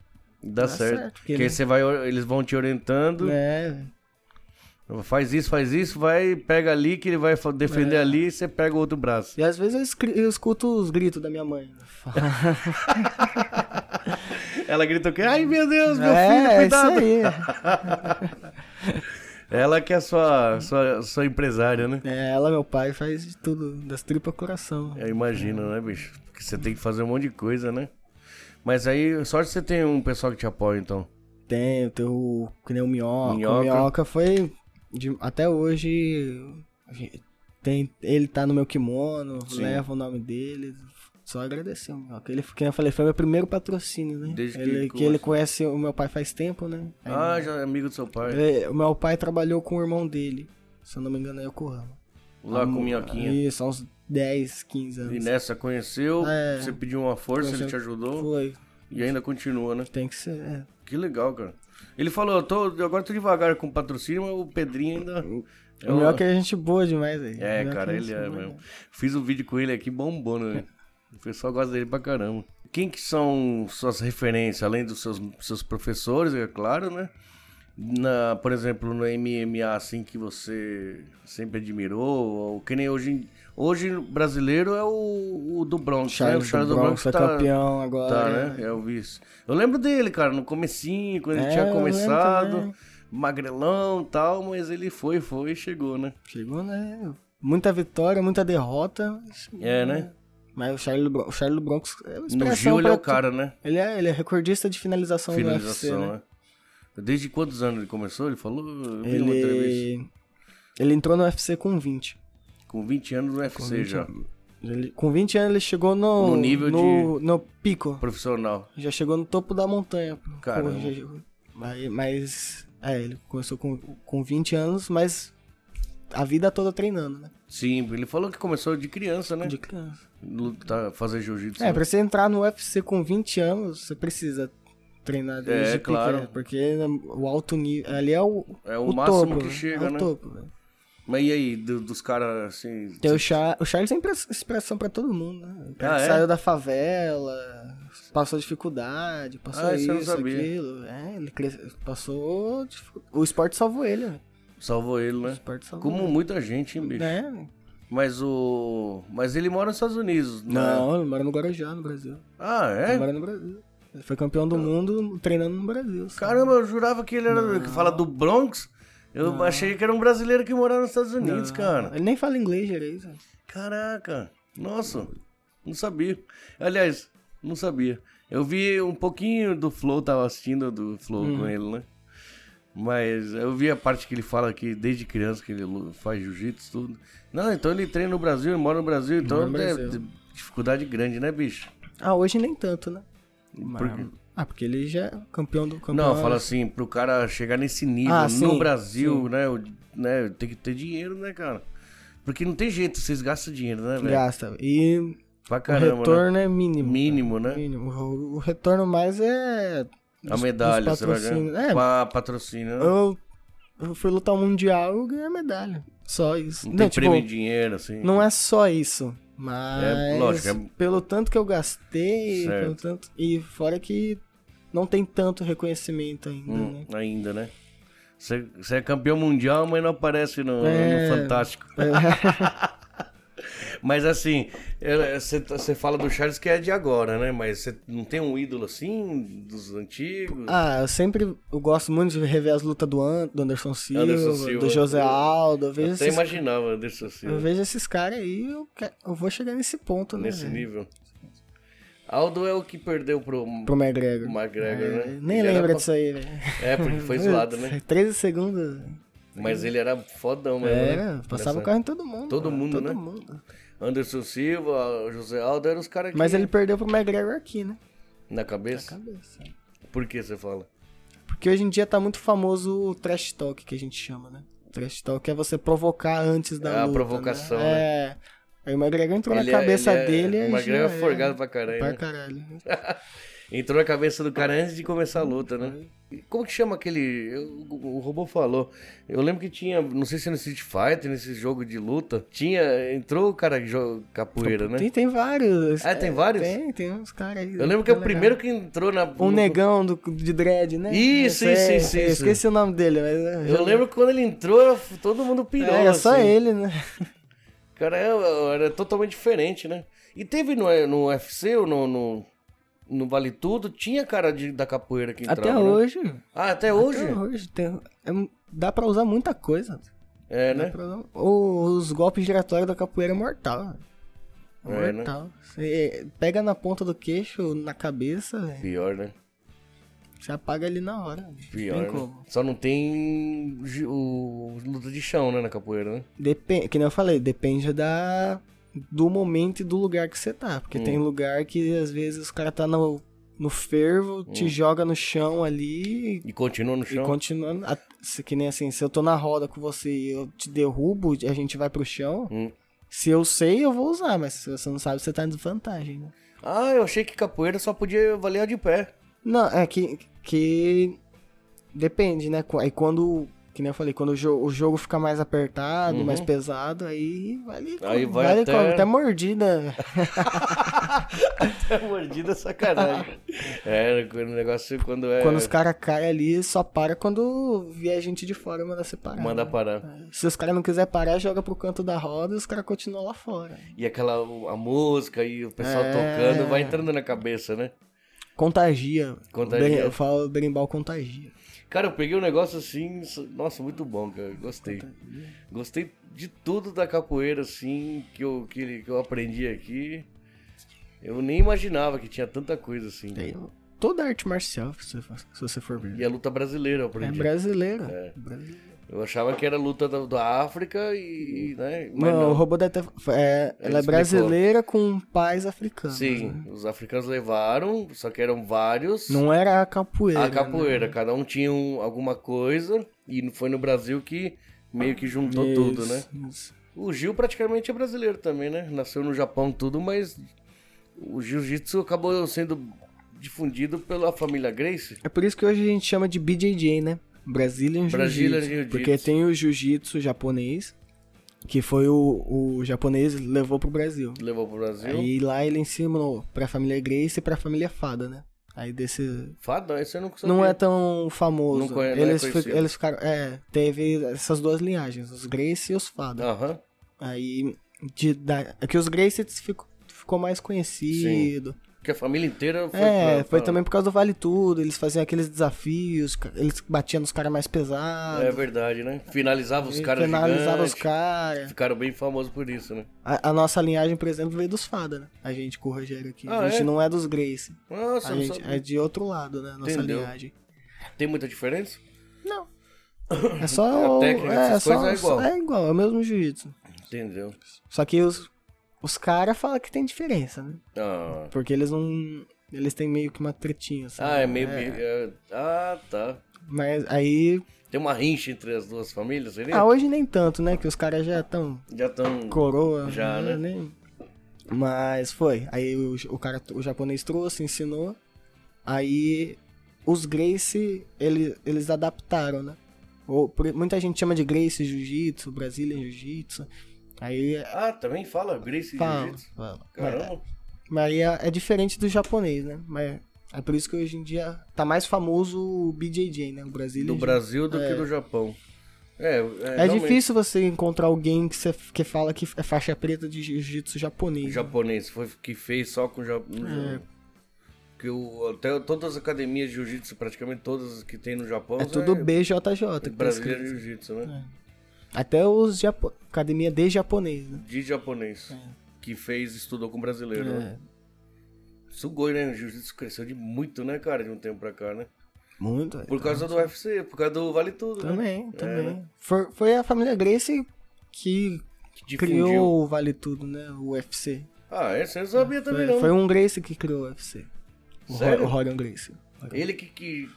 Speaker 1: Dá,
Speaker 2: Dá
Speaker 1: certo.
Speaker 2: certo,
Speaker 1: Porque
Speaker 2: porque
Speaker 1: Né? aí
Speaker 2: ele-
Speaker 1: você vai, or- eles vão te orientando.
Speaker 2: É,
Speaker 1: Faz isso, faz isso, vai, pega ali que ele vai fa- defender ali e você pega o outro braço.
Speaker 2: E às vezes eu, escri- eu escuto os gritos da minha mãe.
Speaker 1: É, Ela grita o quê? Ai, meu Deus, meu filho,
Speaker 2: é, é isso
Speaker 1: cuidado.
Speaker 2: aí.
Speaker 1: Ela que é sua, sua, sua empresária, né?
Speaker 2: É, ela, meu pai, faz de tudo, das tripas ao coração.
Speaker 1: Eu imagino, né, bicho? Porque você tem que fazer um monte de coisa, né? Mas aí, sorte que você tem um pessoal que te apoia, então.
Speaker 2: Tem, tem o que nem o minhoca.
Speaker 1: Minhoca.
Speaker 2: O minhoca foi. de- até hoje. a gente- Tem, ele tá no meu kimono,
Speaker 1: Sim.
Speaker 2: leva o nome dele. Só agradecer o minhoca. Ele, que eu falei, foi meu primeiro patrocínio, né?
Speaker 1: Desde que
Speaker 2: ele,
Speaker 1: começou.
Speaker 2: que ele conhece o meu pai faz tempo, né? Aí,
Speaker 1: Ah, já é amigo do seu pai.
Speaker 2: ele- o meu pai trabalhou com o irmão dele. Se eu não me engano, é Yokohama.
Speaker 1: Lá com o Minhoquinha.
Speaker 2: Isso, há uns 10, 15 anos.
Speaker 1: E né, nessa conheceu,
Speaker 2: É.
Speaker 1: você pediu uma força, ele
Speaker 2: Conheceu-
Speaker 1: te ajudou
Speaker 2: Foi,
Speaker 1: e ainda continua, né?
Speaker 2: tem que ser. é.
Speaker 1: Que legal, cara. Ele falou, eu tô, eu agora tô devagar com o patrocínio, mas o Pedrinho ainda.
Speaker 2: O melhor que a gente boa demais aí.
Speaker 1: É,
Speaker 2: Minhoca
Speaker 1: cara,
Speaker 2: gente
Speaker 1: ele é
Speaker 2: boa
Speaker 1: mesmo. Fiz um vídeo com ele aqui bombando, né? O pessoal gosta dele pra caramba. Quem que são suas referências, além dos seus, seus professores, é claro, né? Na, por exemplo, no MMA, assim, que você sempre admirou, ou que nem hoje... em- Hoje, o brasileiro é o, o do Bronx, né?
Speaker 2: Charles,
Speaker 1: O Charles
Speaker 2: do Bronx, é
Speaker 1: tá-
Speaker 2: campeão agora.
Speaker 1: Tá, né? Eu vi isso. Eu lembro dele, cara, no comecinho, quando ele
Speaker 2: É,
Speaker 1: tinha
Speaker 2: eu lembro
Speaker 1: começado,
Speaker 2: também.
Speaker 1: magrelão e tal, mas ele foi, foi e chegou, né?
Speaker 2: Chegou, né? Muita vitória, muita derrota. mas-
Speaker 1: É, né?
Speaker 2: Mas o Charlie, do Bronx, o Charlie do Bronx é uma
Speaker 1: No
Speaker 2: inspiração
Speaker 1: Gil ele é
Speaker 2: pra
Speaker 1: o
Speaker 2: tu-
Speaker 1: cara, né?
Speaker 2: Ele é, ele é recordista de finalização,
Speaker 1: Finalização,
Speaker 2: do UFC, né?
Speaker 1: né? Desde quantos anos ele começou? Ele falou, eu vi uma entrevista.
Speaker 2: Ele... ele entrou no UFC com 20.
Speaker 1: Com 20 anos no UFC já,
Speaker 2: Ele- com 20 anos ele chegou no...
Speaker 1: No nível
Speaker 2: no, no pico.
Speaker 1: profissional.
Speaker 2: Já chegou no topo da montanha. pô.
Speaker 1: Caramba.
Speaker 2: Com- já- Mas, mas... É, ele começou com, com 20 anos, mas a vida toda treinando, né?
Speaker 1: Sim, ele falou que começou de criança, né?
Speaker 2: De criança.
Speaker 1: Lutar, fazer jiu-jitsu.
Speaker 2: É,
Speaker 1: né?
Speaker 2: pra você entrar no UFC com 20 anos, você precisa treinar desde
Speaker 1: É,
Speaker 2: pequeno,
Speaker 1: claro.
Speaker 2: porque é o alto nível, ali é o
Speaker 1: É o máximo
Speaker 2: topo,
Speaker 1: que
Speaker 2: né?
Speaker 1: chega,
Speaker 2: é o
Speaker 1: né?
Speaker 2: topo, né?
Speaker 1: Mas e aí, do- dos caras assim.
Speaker 2: Tem o, Char o Charles é impre- inspiração pra todo mundo, né? O cara
Speaker 1: Ah,
Speaker 2: que
Speaker 1: é?
Speaker 2: Saiu da favela, passou dificuldade, passou
Speaker 1: Ah, isso eu não
Speaker 2: isso,
Speaker 1: sabia.
Speaker 2: aquilo. É, ele cresce- passou... dificu- O esporte salvou ele, né?
Speaker 1: Salvou ele,
Speaker 2: O
Speaker 1: né?
Speaker 2: esporte salvou
Speaker 1: Como
Speaker 2: ele.
Speaker 1: muita gente, hein, bicho?
Speaker 2: Né?
Speaker 1: Mas o. Mas ele mora nos Estados Unidos, né?
Speaker 2: Não, é, ele mora no Guarujá, no Brasil.
Speaker 1: Ah,
Speaker 2: Ele
Speaker 1: é? Tá.
Speaker 2: mora no Brasil. Ele foi campeão do mundo treinando no Brasil. sabe?
Speaker 1: Caramba, eu jurava que ele era. Que fala do Bronx. Eu achei que era um brasileiro que morava nos Estados Unidos, cara.
Speaker 2: Ele nem fala inglês direito. né?
Speaker 1: Caraca, nossa, não sabia. Aliás, não sabia. Eu vi um pouquinho do Flow, tava assistindo do Flow com ele, né? Mas eu vi a parte que ele fala que desde criança que ele lu- faz jiu-jitsu, tudo. Não, então ele treina no Brasil, ele mora no Brasil, então
Speaker 2: no
Speaker 1: é
Speaker 2: Brasil.
Speaker 1: dificuldade grande, né, bicho?
Speaker 2: Ah, hoje nem tanto, né?
Speaker 1: Por quê?
Speaker 2: Ah, porque ele já é campeão do campeão.
Speaker 1: Não, fala assim, pro cara chegar nesse nível
Speaker 2: Ah,
Speaker 1: no
Speaker 2: sim,
Speaker 1: Brasil, né, o- né? Tem que ter dinheiro, né, cara? Porque não tem jeito, vocês gastam dinheiro, né, velho?
Speaker 2: Gasta. E
Speaker 1: Pra caramba,
Speaker 2: o
Speaker 1: né?
Speaker 2: retorno é mínimo.
Speaker 1: Mínimo, né?
Speaker 2: Mínimo. O, o retorno mais é.
Speaker 1: A
Speaker 2: dos-
Speaker 1: medalha,
Speaker 2: dos
Speaker 1: você vai
Speaker 2: patrocínios.
Speaker 1: ganhar.
Speaker 2: É,
Speaker 1: Pa- patrocínio, né?
Speaker 2: eu, eu fui lutar o Mundial e eu ganhei a medalha. Só isso.
Speaker 1: Não tem
Speaker 2: tipo,
Speaker 1: prêmio de dinheiro, assim.
Speaker 2: não é só isso. Mas.
Speaker 1: É, lógico, é-
Speaker 2: Pelo tanto que eu gastei,
Speaker 1: Certo.
Speaker 2: pelo tanto. E fora que não tem tanto reconhecimento ainda, né?
Speaker 1: Hum, ainda, né? Você você é campeão mundial, mas não aparece no, no
Speaker 2: É.
Speaker 1: Fantástico. Mas assim, você fala do Charles que é de agora, né? Mas você não tem um ídolo assim, dos antigos?
Speaker 2: Ah, eu sempre eu gosto muito de rever as lutas do, An do Anderson, Silva,
Speaker 1: Anderson Silva,
Speaker 2: do José
Speaker 1: eu-
Speaker 2: Aldo. Eu vejo,
Speaker 1: Eu até
Speaker 2: esses,
Speaker 1: imaginava assim, Anderson Silva
Speaker 2: eu vejo esses caras aí eu, que- eu vou chegar nesse ponto, né?
Speaker 1: nesse
Speaker 2: velho?
Speaker 1: nível. Aldo é o que perdeu pro,
Speaker 2: Pro McGregor.
Speaker 1: McGregor,
Speaker 2: É,
Speaker 1: né?
Speaker 2: Nem
Speaker 1: Ele era
Speaker 2: lembra
Speaker 1: pra-
Speaker 2: disso aí, velho.
Speaker 1: É, porque foi zoado, né?
Speaker 2: 13 segundos.
Speaker 1: Mas ele era fodão mesmo.
Speaker 2: Era,
Speaker 1: né?
Speaker 2: É, passava o
Speaker 1: Nessa-
Speaker 2: carro em todo mundo.
Speaker 1: Todo
Speaker 2: mano,
Speaker 1: mundo,
Speaker 2: todo
Speaker 1: né?
Speaker 2: Mundo.
Speaker 1: Anderson Silva, José Aldo eram os caras que.
Speaker 2: Mas ele perdeu pro McGregor aqui, né?
Speaker 1: Na cabeça?
Speaker 2: Cabeça.
Speaker 1: Por que você fala?
Speaker 2: Porque hoje em dia tá muito famoso o trash talk que a gente chama, né? Trash talk é você provocar antes da
Speaker 1: É a
Speaker 2: luta,
Speaker 1: provocação,
Speaker 2: né? É. Aí o McGregor entrou
Speaker 1: Ele é-
Speaker 2: na cabeça
Speaker 1: ele é-
Speaker 2: dele e
Speaker 1: O McGregor
Speaker 2: já
Speaker 1: é forgado
Speaker 2: era.
Speaker 1: pra caralho.
Speaker 2: pra
Speaker 1: Né?
Speaker 2: caralho. né?
Speaker 1: Entrou na cabeça do cara antes de começar a luta, né? E Como que chama aquele. eu- O robô falou. Eu lembro que tinha. Não sei se no Street Fighter, nesse jogo de luta. Tinha. Entrou o cara que joga capoeira, né?
Speaker 2: Tem, tem vários.
Speaker 1: Ah, tem vários?
Speaker 2: Tem, tem uns caras aí. tá
Speaker 1: Eu lembro que é o
Speaker 2: legal.
Speaker 1: primeiro que entrou na. no-
Speaker 2: Um negão do, de dread, né?
Speaker 1: Isso,
Speaker 2: Não sei,
Speaker 1: isso, isso,
Speaker 2: eu
Speaker 1: isso.
Speaker 2: Esqueci o nome dele, mas.
Speaker 1: Eu lembro que quando ele entrou, eu- todo mundo pirou.
Speaker 2: É, só
Speaker 1: assim.
Speaker 2: ele, né?
Speaker 1: Cara, é- era totalmente diferente, né? E teve no, no UFC ou no, no, no Vale Tudo, tinha cara de, da capoeira que entrava,
Speaker 2: Até
Speaker 1: né?
Speaker 2: hoje.
Speaker 1: Ah, até hoje?
Speaker 2: Até hoje. tem- é um- dá pra usar muita coisa.
Speaker 1: É,
Speaker 2: Dá
Speaker 1: né?
Speaker 2: pra usar- Os golpes giratórios da capoeira é mortal. É
Speaker 1: É, né?
Speaker 2: mortal. Você pega na ponta do queixo, na cabeça, velho,
Speaker 1: Pior, né?
Speaker 2: você apaga ali na hora. velho.
Speaker 1: Pior,
Speaker 2: Tem
Speaker 1: né?
Speaker 2: como.
Speaker 1: Só não tem ju- o luta de chão, né, na capoeira, né?
Speaker 2: Depende, que nem eu falei, depende da do momento e do lugar que você tá. Porque
Speaker 1: Hum.
Speaker 2: tem lugar que às vezes os caras tá no, no fervo, te joga no chão ali
Speaker 1: E continua no
Speaker 2: e
Speaker 1: Hum. chão.
Speaker 2: continuando. a- se- que nem assim, se eu tô na roda com você e eu te derrubo, a gente vai pro chão.
Speaker 1: Hum.
Speaker 2: Se eu sei, eu vou usar, mas se você não sabe, você tá em desvantagem, né?
Speaker 1: Ah, eu achei que capoeira só podia valer a de pé.
Speaker 2: Não, é que. que depende, né? Qu- Aí quando. Que nem eu falei, quando o jogo, o jogo fica mais apertado, mais pesado, aí vale.
Speaker 1: Uhum. Aí vai
Speaker 2: vale
Speaker 1: até-
Speaker 2: como- mordida. né?
Speaker 1: Mordida é sacanagem. é, quando o negócio quando é.
Speaker 2: Quando os caras caem ali, só para quando vier gente de fora e mandar separar.
Speaker 1: Manda
Speaker 2: né?
Speaker 1: parar.
Speaker 2: Se os caras não quiser parar, joga pro canto da roda e os caras continuam lá fora.
Speaker 1: E aquela o- a música e o pessoal
Speaker 2: É.
Speaker 1: tocando vai entrando na cabeça, né?
Speaker 2: Contagia.
Speaker 1: Contagia.
Speaker 2: Bem- Eu falo berimbau contagia.
Speaker 1: Cara, eu peguei um negócio assim, isso- nossa, muito bom, cara. Gostei. Gostei de tudo da capoeira, assim, que eu, que, ele- que eu aprendi aqui. Eu nem imaginava que tinha tanta coisa assim.
Speaker 2: Tem toda arte marcial, se você, se você for ver.
Speaker 1: E a luta brasileira eu
Speaker 2: É
Speaker 1: aprendi.
Speaker 2: brasileira.
Speaker 1: Eu achava que era luta da, da África e. e, né? Mas
Speaker 2: não, o
Speaker 1: não.
Speaker 2: robô da Tef- é, ela é
Speaker 1: explicou.
Speaker 2: brasileira com pais africanos. né?
Speaker 1: Sim, os africanos levaram, só que eram vários.
Speaker 2: Não era a capoeira. né?
Speaker 1: a capoeira, cada um tinha um- alguma coisa, e foi no Brasil que meio que juntou
Speaker 2: né?
Speaker 1: tudo, né?
Speaker 2: Isso, isso.
Speaker 1: O Gil praticamente é brasileiro também, né? Nasceu no Japão tudo, mas o jiu-jitsu acabou sendo difundido pela família Grace.
Speaker 2: É por isso que hoje a gente chama de BJJ, né? Brazilian
Speaker 1: Brazilian
Speaker 2: Jiu-Jitsu.
Speaker 1: Jiu-Jitsu.
Speaker 2: Porque tem o jiu-jitsu japonês, que foi o, o japonês levou pro Brasil.
Speaker 1: Levou pro Brasil.
Speaker 2: Aí lá ele ensinou pra família Grace e pra família Fada, né? Aí desse
Speaker 1: Fada, isso eu não sabia.
Speaker 2: não é tão famoso.
Speaker 1: Não conhe- não é
Speaker 2: eles, fi-
Speaker 1: conhecido.
Speaker 2: eles ficaram. É, teve essas duas linhagens, os Grace e os Fada.
Speaker 1: Aham.
Speaker 2: Aí, de, da, é que os Graces ficou, ficou mais conhecido.
Speaker 1: Porque a família inteira foi
Speaker 2: é,
Speaker 1: pra-
Speaker 2: foi
Speaker 1: pra-
Speaker 2: também por causa do Vale Tudo, eles faziam aqueles desafios, ca- eles batiam nos caras mais pesados.
Speaker 1: É verdade, né? Finalizava os
Speaker 2: e
Speaker 1: caras
Speaker 2: penalizavam os
Speaker 1: gigantes,
Speaker 2: caras.
Speaker 1: Ficaram bem famosos por isso, né?
Speaker 2: A, a nossa linhagem, por exemplo, veio dos Fada, né? A gente com o Rogério aqui.
Speaker 1: Ah,
Speaker 2: a gente
Speaker 1: é?
Speaker 2: não é dos Grace.
Speaker 1: Nossa,
Speaker 2: A
Speaker 1: não
Speaker 2: gente
Speaker 1: sabia.
Speaker 2: é de outro lado, né? a Nossa
Speaker 1: Entendeu.
Speaker 2: linhagem.
Speaker 1: tem muita diferença?
Speaker 2: Não. É só.
Speaker 1: A
Speaker 2: o-
Speaker 1: técnica,
Speaker 2: é,
Speaker 1: essas
Speaker 2: só,
Speaker 1: coisas é igual.
Speaker 2: É igual, é o mesmo jiu-jitsu.
Speaker 1: Entendeu?
Speaker 2: Só que os, os caras falam que tem diferença, né?
Speaker 1: Ah,
Speaker 2: Porque eles não. Eles têm meio que uma tretinha, assim.
Speaker 1: ah é meio.
Speaker 2: É.
Speaker 1: é, Ah, tá.
Speaker 2: Mas aí.
Speaker 1: Tem uma rincha entre as duas famílias, seria?
Speaker 2: Ah, hoje nem tanto, né? Que os caras já estão
Speaker 1: Já estão.
Speaker 2: coroa.
Speaker 1: Já, né?
Speaker 2: Nem... Mas foi. Aí o, o cara, o japonês trouxe, ensinou. Aí os Grace, ele, eles adaptaram, né? Ou, por- muita gente chama de Grace Jiu-Jitsu, Brasília Jiu-Jitsu. Aí. é-
Speaker 1: Ah, também fala Grace e
Speaker 2: Fala, É.
Speaker 1: Jiu-Jitsu.
Speaker 2: fala. Mas,
Speaker 1: Caramba.
Speaker 2: mas aí é, é diferente do japonês, né? Mas é por isso que hoje em dia tá mais famoso o BJJ, né? O Brasília
Speaker 1: Do Brasil do que
Speaker 2: É.
Speaker 1: do Japão. É,
Speaker 2: É
Speaker 1: realmente,
Speaker 2: difícil você encontrar alguém que, você, que fala que é faixa preta de jiu-jitsu
Speaker 1: o
Speaker 2: japonês.
Speaker 1: japonês foi que fez só com ja- no
Speaker 2: É.
Speaker 1: ja- que o até todas as academias de jiu-jitsu, praticamente todas que tem no Japão,
Speaker 2: É tudo BJJ. que tá
Speaker 1: brasileiro
Speaker 2: escrito.
Speaker 1: jiu-jitsu, né?
Speaker 2: Até os japo... academia de japonês, né?
Speaker 1: De japonês. Que fez, estudou com brasileiro, né?
Speaker 2: É.
Speaker 1: Sugoi, né? O jiu-jitsu cresceu de muito, né, cara, de um tempo pra cá, né?
Speaker 2: Muito.
Speaker 1: Por
Speaker 2: é.
Speaker 1: causa do UFC, por causa do Vale Tudo. né?
Speaker 2: Também,
Speaker 1: É,
Speaker 2: também. Foi, foi a família Grace que
Speaker 1: Que difundiu.
Speaker 2: criou o Vale Tudo, né? O UFC.
Speaker 1: Ah, esse eu não sabia também,
Speaker 2: Foi,
Speaker 1: não.
Speaker 2: foi um Grace que criou o UFC. O Ro-
Speaker 1: Sério?
Speaker 2: O Rorion Grace.
Speaker 1: Ele que, que.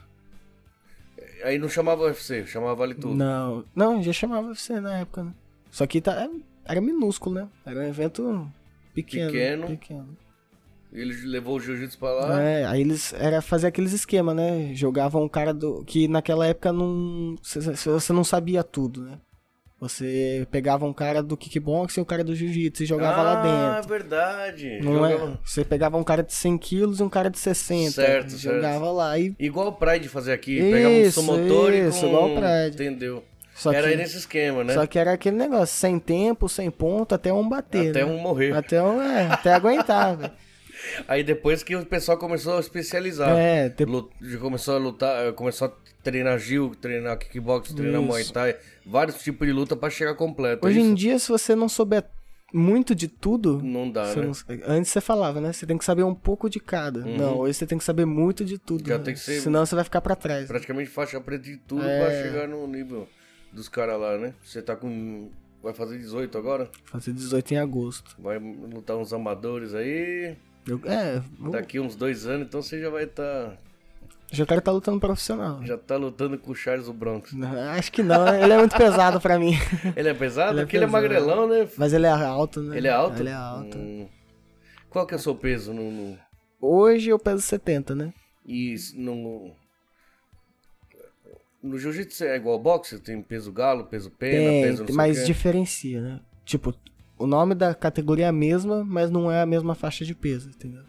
Speaker 1: é, Aí não chamava UFC, chamava Vale Tudo.
Speaker 2: Não, não, já chamava UFC na época, né? Só que tá, era minúsculo, né? Era um evento pequeno.
Speaker 1: Pequeno.
Speaker 2: pequeno.
Speaker 1: Ele levou o jiu-jitsu pra lá.
Speaker 2: É, aí eles era fazer aqueles esquema, né? Jogavam um cara do que naquela época não cê- cê- você não sabia tudo, né? Você pegava um cara do kickboxing e um cara do jiu-jitsu e
Speaker 1: ah,
Speaker 2: jogava lá dentro.
Speaker 1: verdade.
Speaker 2: Não é?
Speaker 1: Jogava-
Speaker 2: Você pegava um cara de 100 quilos e um cara de 60.
Speaker 1: Certo, certo.
Speaker 2: Jogava lá e
Speaker 1: Igual o Pride fazia aqui, pegava um
Speaker 2: Isso,
Speaker 1: sumotor e
Speaker 2: isso,
Speaker 1: com...
Speaker 2: igual o Pride.
Speaker 1: Entendeu?
Speaker 2: só
Speaker 1: Era
Speaker 2: que
Speaker 1: nesse esquema, né?
Speaker 2: só que era aquele negócio, sem tempo, sem ponto, até um bater.
Speaker 1: Até
Speaker 2: né?
Speaker 1: um morrer.
Speaker 2: Até um, é, até aguentar, velho.
Speaker 1: Aí depois que o pessoal começou a especializar.
Speaker 2: É, te-
Speaker 1: Lut- já Começou a lutar, eh, começou a treinar Gil, treinar kickbox, treinar
Speaker 2: Isso.
Speaker 1: Muay Thai, vários tipos de luta pra chegar completo. é
Speaker 2: hoje em
Speaker 1: Isso
Speaker 2: dia, se você não souber muito de tudo,
Speaker 1: não dá,
Speaker 2: Você
Speaker 1: né? Uhum.
Speaker 2: não- Antes você falava, né? Você tem que saber um pouco de cada. Não, hoje você tem que saber muito de tudo.
Speaker 1: Já
Speaker 2: né?
Speaker 1: tem que ser-
Speaker 2: Senão você vai ficar pra trás.
Speaker 1: Praticamente faixa preta de tudo
Speaker 2: É.
Speaker 1: pra chegar no nível dos caras lá, né? Você tá com. Vai fazer 18 agora?
Speaker 2: Fazer 18 em agosto.
Speaker 1: Vai lutar uns amadores aí.
Speaker 2: Eu- é, eu
Speaker 1: Daqui uns dois anos, então você já vai estar.
Speaker 2: já quero estar lutando profissional.
Speaker 1: Já tá lutando com o Charles do Bronx.
Speaker 2: Não, Acho que não, né? ele é muito pesado pra mim.
Speaker 1: Ele é pesado?
Speaker 2: Ele é
Speaker 1: Porque ele é
Speaker 2: pesado.
Speaker 1: magrelão, né?
Speaker 2: Mas ele é alto, né?
Speaker 1: Ele é alto?
Speaker 2: Ele é alto.
Speaker 1: Hum. Qual que é o seu peso no. no...
Speaker 2: Hoje eu peso 70, né?
Speaker 1: E s- no. No jiu-jitsu é igual ao boxe? Tem peso galo, peso pena,
Speaker 2: Tem,
Speaker 1: peso não sei
Speaker 2: mas
Speaker 1: o quê.
Speaker 2: diferencia, né? Tipo, o nome da categoria é a mesma, mas não é a mesma faixa de peso, entendeu?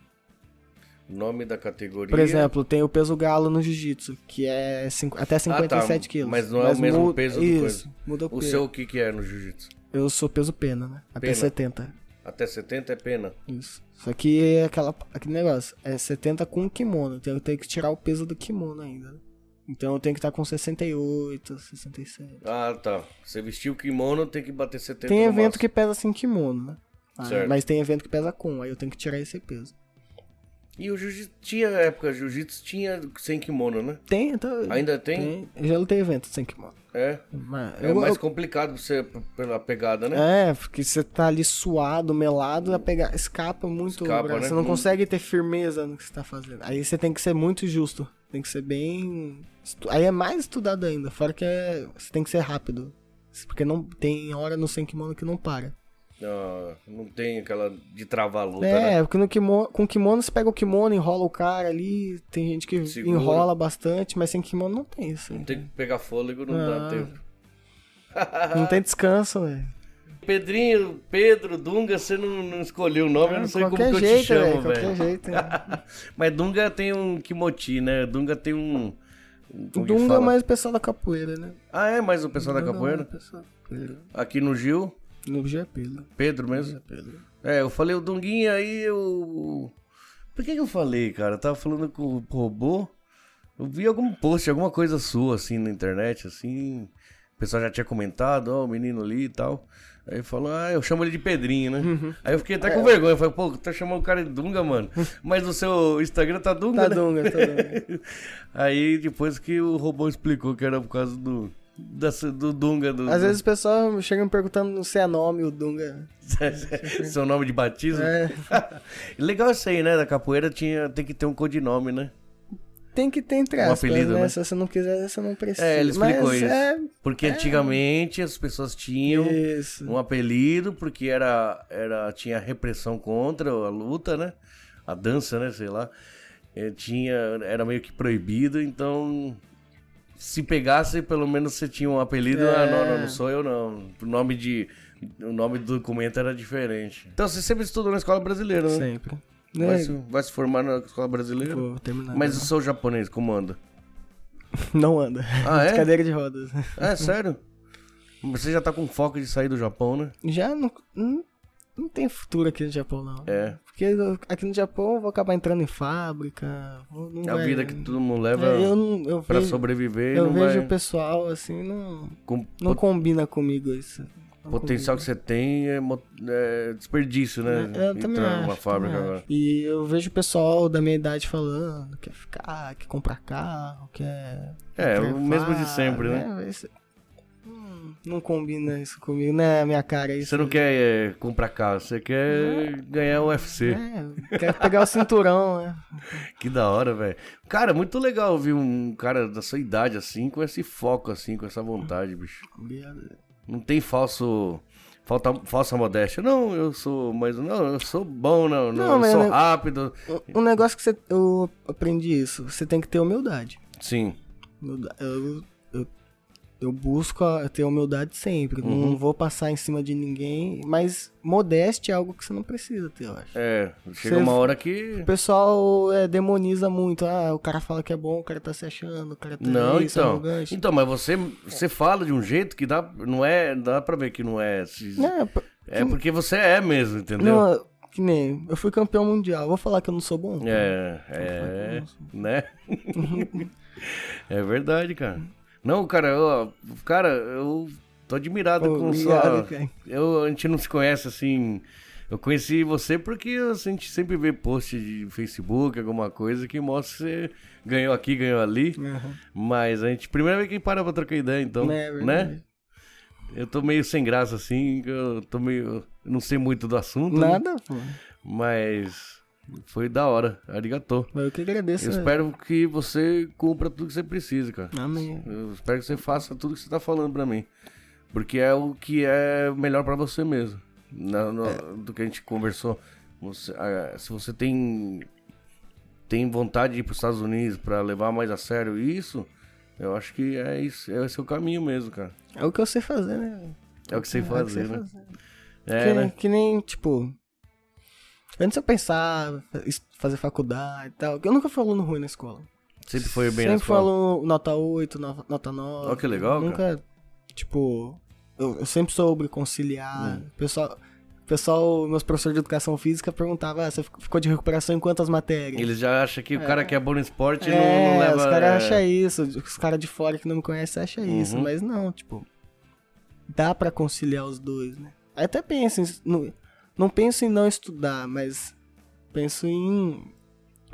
Speaker 1: Nome da categoria.
Speaker 2: Por exemplo, tem o peso galo no jiu-jitsu, que é cinco- até 57 quilos.
Speaker 1: Ah, tá. mas não é o mesmo
Speaker 2: mu-
Speaker 1: peso do
Speaker 2: Isso,
Speaker 1: coisa.
Speaker 2: muda o,
Speaker 1: O
Speaker 2: peso.
Speaker 1: seu o que que é no jiu-jitsu?
Speaker 2: Eu sou peso pena, né? Até
Speaker 1: Pena.
Speaker 2: 70.
Speaker 1: Até 70 é pena.
Speaker 2: Isso. Só que é aquela, aquele negócio, é 70 com kimono, então eu tenho que tirar o peso do kimono ainda. né? Então eu tenho que estar com 68, 67.
Speaker 1: Ah, tá. Você vestiu o kimono, tem que bater 70
Speaker 2: Tem
Speaker 1: no
Speaker 2: evento
Speaker 1: máximo.
Speaker 2: que pesa sem kimono, né? Ah,
Speaker 1: Certo.
Speaker 2: mas tem evento que pesa com, aí eu tenho que tirar esse peso.
Speaker 1: E o jiu-jitsu tinha época, jiu-jitsu tinha sem kimono, né?
Speaker 2: Tem, então.
Speaker 1: Ainda tem?
Speaker 2: Eu já lutei evento sem kimono.
Speaker 1: É.
Speaker 2: Mas
Speaker 1: É
Speaker 2: eu-
Speaker 1: mais
Speaker 2: eu-
Speaker 1: complicado pra você p- pela pegada, né?
Speaker 2: É, porque você tá ali suado, melado, a pegar, escapa muito. o
Speaker 1: Escapa,
Speaker 2: braço.
Speaker 1: né?
Speaker 2: Você não
Speaker 1: Hum.
Speaker 2: consegue ter firmeza no que você tá fazendo. Aí você tem que ser muito justo. Tem que ser bem. estu- Aí é mais estudado ainda. Fora que é... você tem que ser rápido. Porque não tem hora no sem kimono que não para.
Speaker 1: Ah, não tem aquela de travar a luta, né?
Speaker 2: é, porque no kimono, com kimono você pega o kimono, enrola o cara ali. Tem gente que
Speaker 1: Segura.
Speaker 2: enrola bastante, mas sem kimono não tem isso. né?
Speaker 1: Não tem que pegar fôlego, não dá
Speaker 2: Ah.
Speaker 1: tempo.
Speaker 2: Não tem descanso, né? velho.
Speaker 1: Pedrinho, Pedro, Dunga, você não, não escolheu o nome, eu não sei como que eu te
Speaker 2: velho.
Speaker 1: chamo,
Speaker 2: Qualquer
Speaker 1: velho.
Speaker 2: jeito. né?
Speaker 1: Mas Dunga tem um kimoti, né? Dunga tem um... um- como que
Speaker 2: Dunga é
Speaker 1: fala?
Speaker 2: mais o pessoal da capoeira, né?
Speaker 1: Ah, é? Mais o pessoal da
Speaker 2: Dunga é mais
Speaker 1: capoeira?
Speaker 2: o pessoal da capoeira.
Speaker 1: Aqui no Gil,
Speaker 2: No
Speaker 1: é
Speaker 2: Japelo.
Speaker 1: Pedro mesmo. É, eu falei o Dunguinha aí, eu. Por que, que eu falei, cara? Eu tava falando com o robô. Eu vi algum post, alguma coisa sua, assim, na internet, assim. O pessoal já tinha comentado, ó, o menino ali e tal. Aí falou, ah, eu chamo ele de Pedrinho, né?
Speaker 2: Uhum.
Speaker 1: Aí eu fiquei
Speaker 2: É.
Speaker 1: até com vergonha. Eu falei, pô, tá chamando o cara de Dunga, mano. Mas no seu Instagram tá Dunga,
Speaker 2: Tá
Speaker 1: né?
Speaker 2: Dunga, tá Dunga.
Speaker 1: Aí depois que o robô explicou que era por causa do. dessa- do Dunga. Do,
Speaker 2: Às vezes o pessoal chega me perguntando se é nome o Dunga.
Speaker 1: seu nome de batismo.
Speaker 2: É.
Speaker 1: Legal isso aí, né? Da capoeira tinha, tem que ter um codinome, né?
Speaker 2: Tem que ter entre
Speaker 1: Um
Speaker 2: aspas,
Speaker 1: apelido,
Speaker 2: né?
Speaker 1: né?
Speaker 2: Se você não quiser, você não precisa.
Speaker 1: É, ele explicou
Speaker 2: Mas
Speaker 1: isso.
Speaker 2: É...
Speaker 1: Porque antigamente as pessoas tinham
Speaker 2: Isso.
Speaker 1: um apelido, porque era, era, tinha repressão contra a luta, né? A dança, né? Sei lá. É, tinha, era meio que proibido, então se pegasse, pelo menos você tinha um apelido.
Speaker 2: É.
Speaker 1: Ah, não, não, não sou eu, não. O nome, de, o nome do documento era diferente. Então você sempre estudou na escola brasileira, né?
Speaker 2: Sempre.
Speaker 1: Vai
Speaker 2: Né?
Speaker 1: se, vai se formar na escola brasileira?
Speaker 2: Vou terminar.
Speaker 1: Mas o seu japonês, como anda?
Speaker 2: Não anda.
Speaker 1: Ah, é?
Speaker 2: De cadeira de rodas.
Speaker 1: Ah, É, sério? Você já tá com foco de sair do Japão, né?
Speaker 2: Já não, não, não tem futuro aqui no Japão, não.
Speaker 1: É.
Speaker 2: Porque eu- aqui no Japão eu vou acabar entrando em fábrica. vou- não
Speaker 1: É a
Speaker 2: vai-
Speaker 1: vida que todo mundo leva
Speaker 2: É, eu não, eu
Speaker 1: pra
Speaker 2: vejo,
Speaker 1: sobreviver e
Speaker 2: eu
Speaker 1: não
Speaker 2: vejo
Speaker 1: vai.
Speaker 2: o pessoal assim, não,
Speaker 1: Com
Speaker 2: não
Speaker 1: po-
Speaker 2: combina comigo isso. Não
Speaker 1: potencial que você tem é, mo- é desperdício, né?
Speaker 2: É, Eu também
Speaker 1: Entrar
Speaker 2: acho,
Speaker 1: numa fábrica
Speaker 2: também acho.
Speaker 1: agora.
Speaker 2: E eu vejo o pessoal da minha idade falando, quer ficar, quer comprar carro, quer.
Speaker 1: É,
Speaker 2: quer
Speaker 1: o mesmo de
Speaker 2: vá,
Speaker 1: sempre, né?
Speaker 2: Esse- Hum, não combina isso comigo, né? A minha cara isso.
Speaker 1: Você não quer é, comprar carro, você quer ganhar o UFC.
Speaker 2: É, eu quero pegar o cinturão, né?
Speaker 1: Que da hora, velho. Cara, muito legal ouvir um cara da sua idade assim, com esse foco assim, com essa vontade, bicho.
Speaker 2: Obrigado.
Speaker 1: Não tem falso. Falta, falsa modéstia. Não, eu sou. Mas não, eu sou bom, não. não,
Speaker 2: Não,
Speaker 1: eu
Speaker 2: mas
Speaker 1: sou
Speaker 2: eu-
Speaker 1: rápido.
Speaker 2: Um- Um negócio que você, eu aprendi isso, você tem que ter humildade.
Speaker 1: Sim.
Speaker 2: Humilda- Eu, eu, eu busco a- ter humildade sempre.
Speaker 1: Uhum.
Speaker 2: Não vou passar em cima de ninguém, mas modéstia é algo que você não precisa ter, eu acho.
Speaker 1: É. Chega
Speaker 2: Você-
Speaker 1: uma hora que.
Speaker 2: O pessoal é, demoniza muito. Ah, o cara fala que é bom, o cara tá se achando, o cara tá
Speaker 1: Não,
Speaker 2: isso,
Speaker 1: então.
Speaker 2: arrogante.
Speaker 1: Então, mas você, você fala de um jeito que dá, não é, dá pra ver que não é. se-
Speaker 2: Não, p-
Speaker 1: é porque você é mesmo, entendeu?
Speaker 2: não, é, que nem, eu fui campeão mundial. Vou falar que eu não sou bom?
Speaker 1: É, é, né? é verdade, cara. Não, cara, eu, cara, eu tô admirado com
Speaker 2: Obrigado,
Speaker 1: sua...
Speaker 2: cara.
Speaker 1: Eu, a gente não se conhece, assim... Eu conheci você porque assim, a gente sempre vê post de Facebook, alguma coisa que mostra que você ganhou aqui, ganhou ali.
Speaker 2: Uhum.
Speaker 1: Mas a gente, primeira vez que para pra trocar ideia, então,
Speaker 2: É verdade.
Speaker 1: né? Eu tô meio sem graça, assim, que eu tô meio... eu Não sei muito do assunto, né?
Speaker 2: Nada, pô.
Speaker 1: mas foi da hora. Arigatô.
Speaker 2: Mas eu que agradeço.
Speaker 1: Eu
Speaker 2: né? Ah,
Speaker 1: espero que você cumpra tudo que você precisa, cara.
Speaker 2: Amém.
Speaker 1: Eu espero que você faça tudo que você tá falando pra mim. Porque é o que é melhor pra você mesmo. Na- no-
Speaker 2: É.
Speaker 1: Do que a gente conversou. Você- ah, se você tem, tem vontade de ir pros Estados Unidos pra levar mais a sério isso, eu acho que é isso. É o seu caminho mesmo, cara.
Speaker 2: É o que eu sei fazer, né?
Speaker 1: É o que você
Speaker 2: É o que
Speaker 1: fazer,
Speaker 2: sei
Speaker 1: né?
Speaker 2: fazer.
Speaker 1: É,
Speaker 2: que,
Speaker 1: né?
Speaker 2: que nem, tipo. Antes eu pensava em fazer faculdade e tal. que Eu nunca fui aluno ruim na escola.
Speaker 1: Sempre foi bem na
Speaker 2: Sempre
Speaker 1: escola.
Speaker 2: falo nota 8, no- nota 9.
Speaker 1: Ó, que legal,
Speaker 2: Nunca, tipo, eu, eu sempre soube
Speaker 1: É.
Speaker 2: conciliar. O Pessoal, o pessoal, meus professores de educação física perguntavam, ah, você fic- ficou de recuperação em quantas matérias?
Speaker 1: Eles já acham que o cara que é bom no esporte não-
Speaker 2: é,
Speaker 1: não, leva.
Speaker 2: os caras
Speaker 1: é, Uhum.
Speaker 2: acham isso, os caras de fora que não me conhecem acham isso, mas não, tipo, dá pra conciliar os dois, né? Aí até penso, em, no- não penso em não estudar, mas penso em,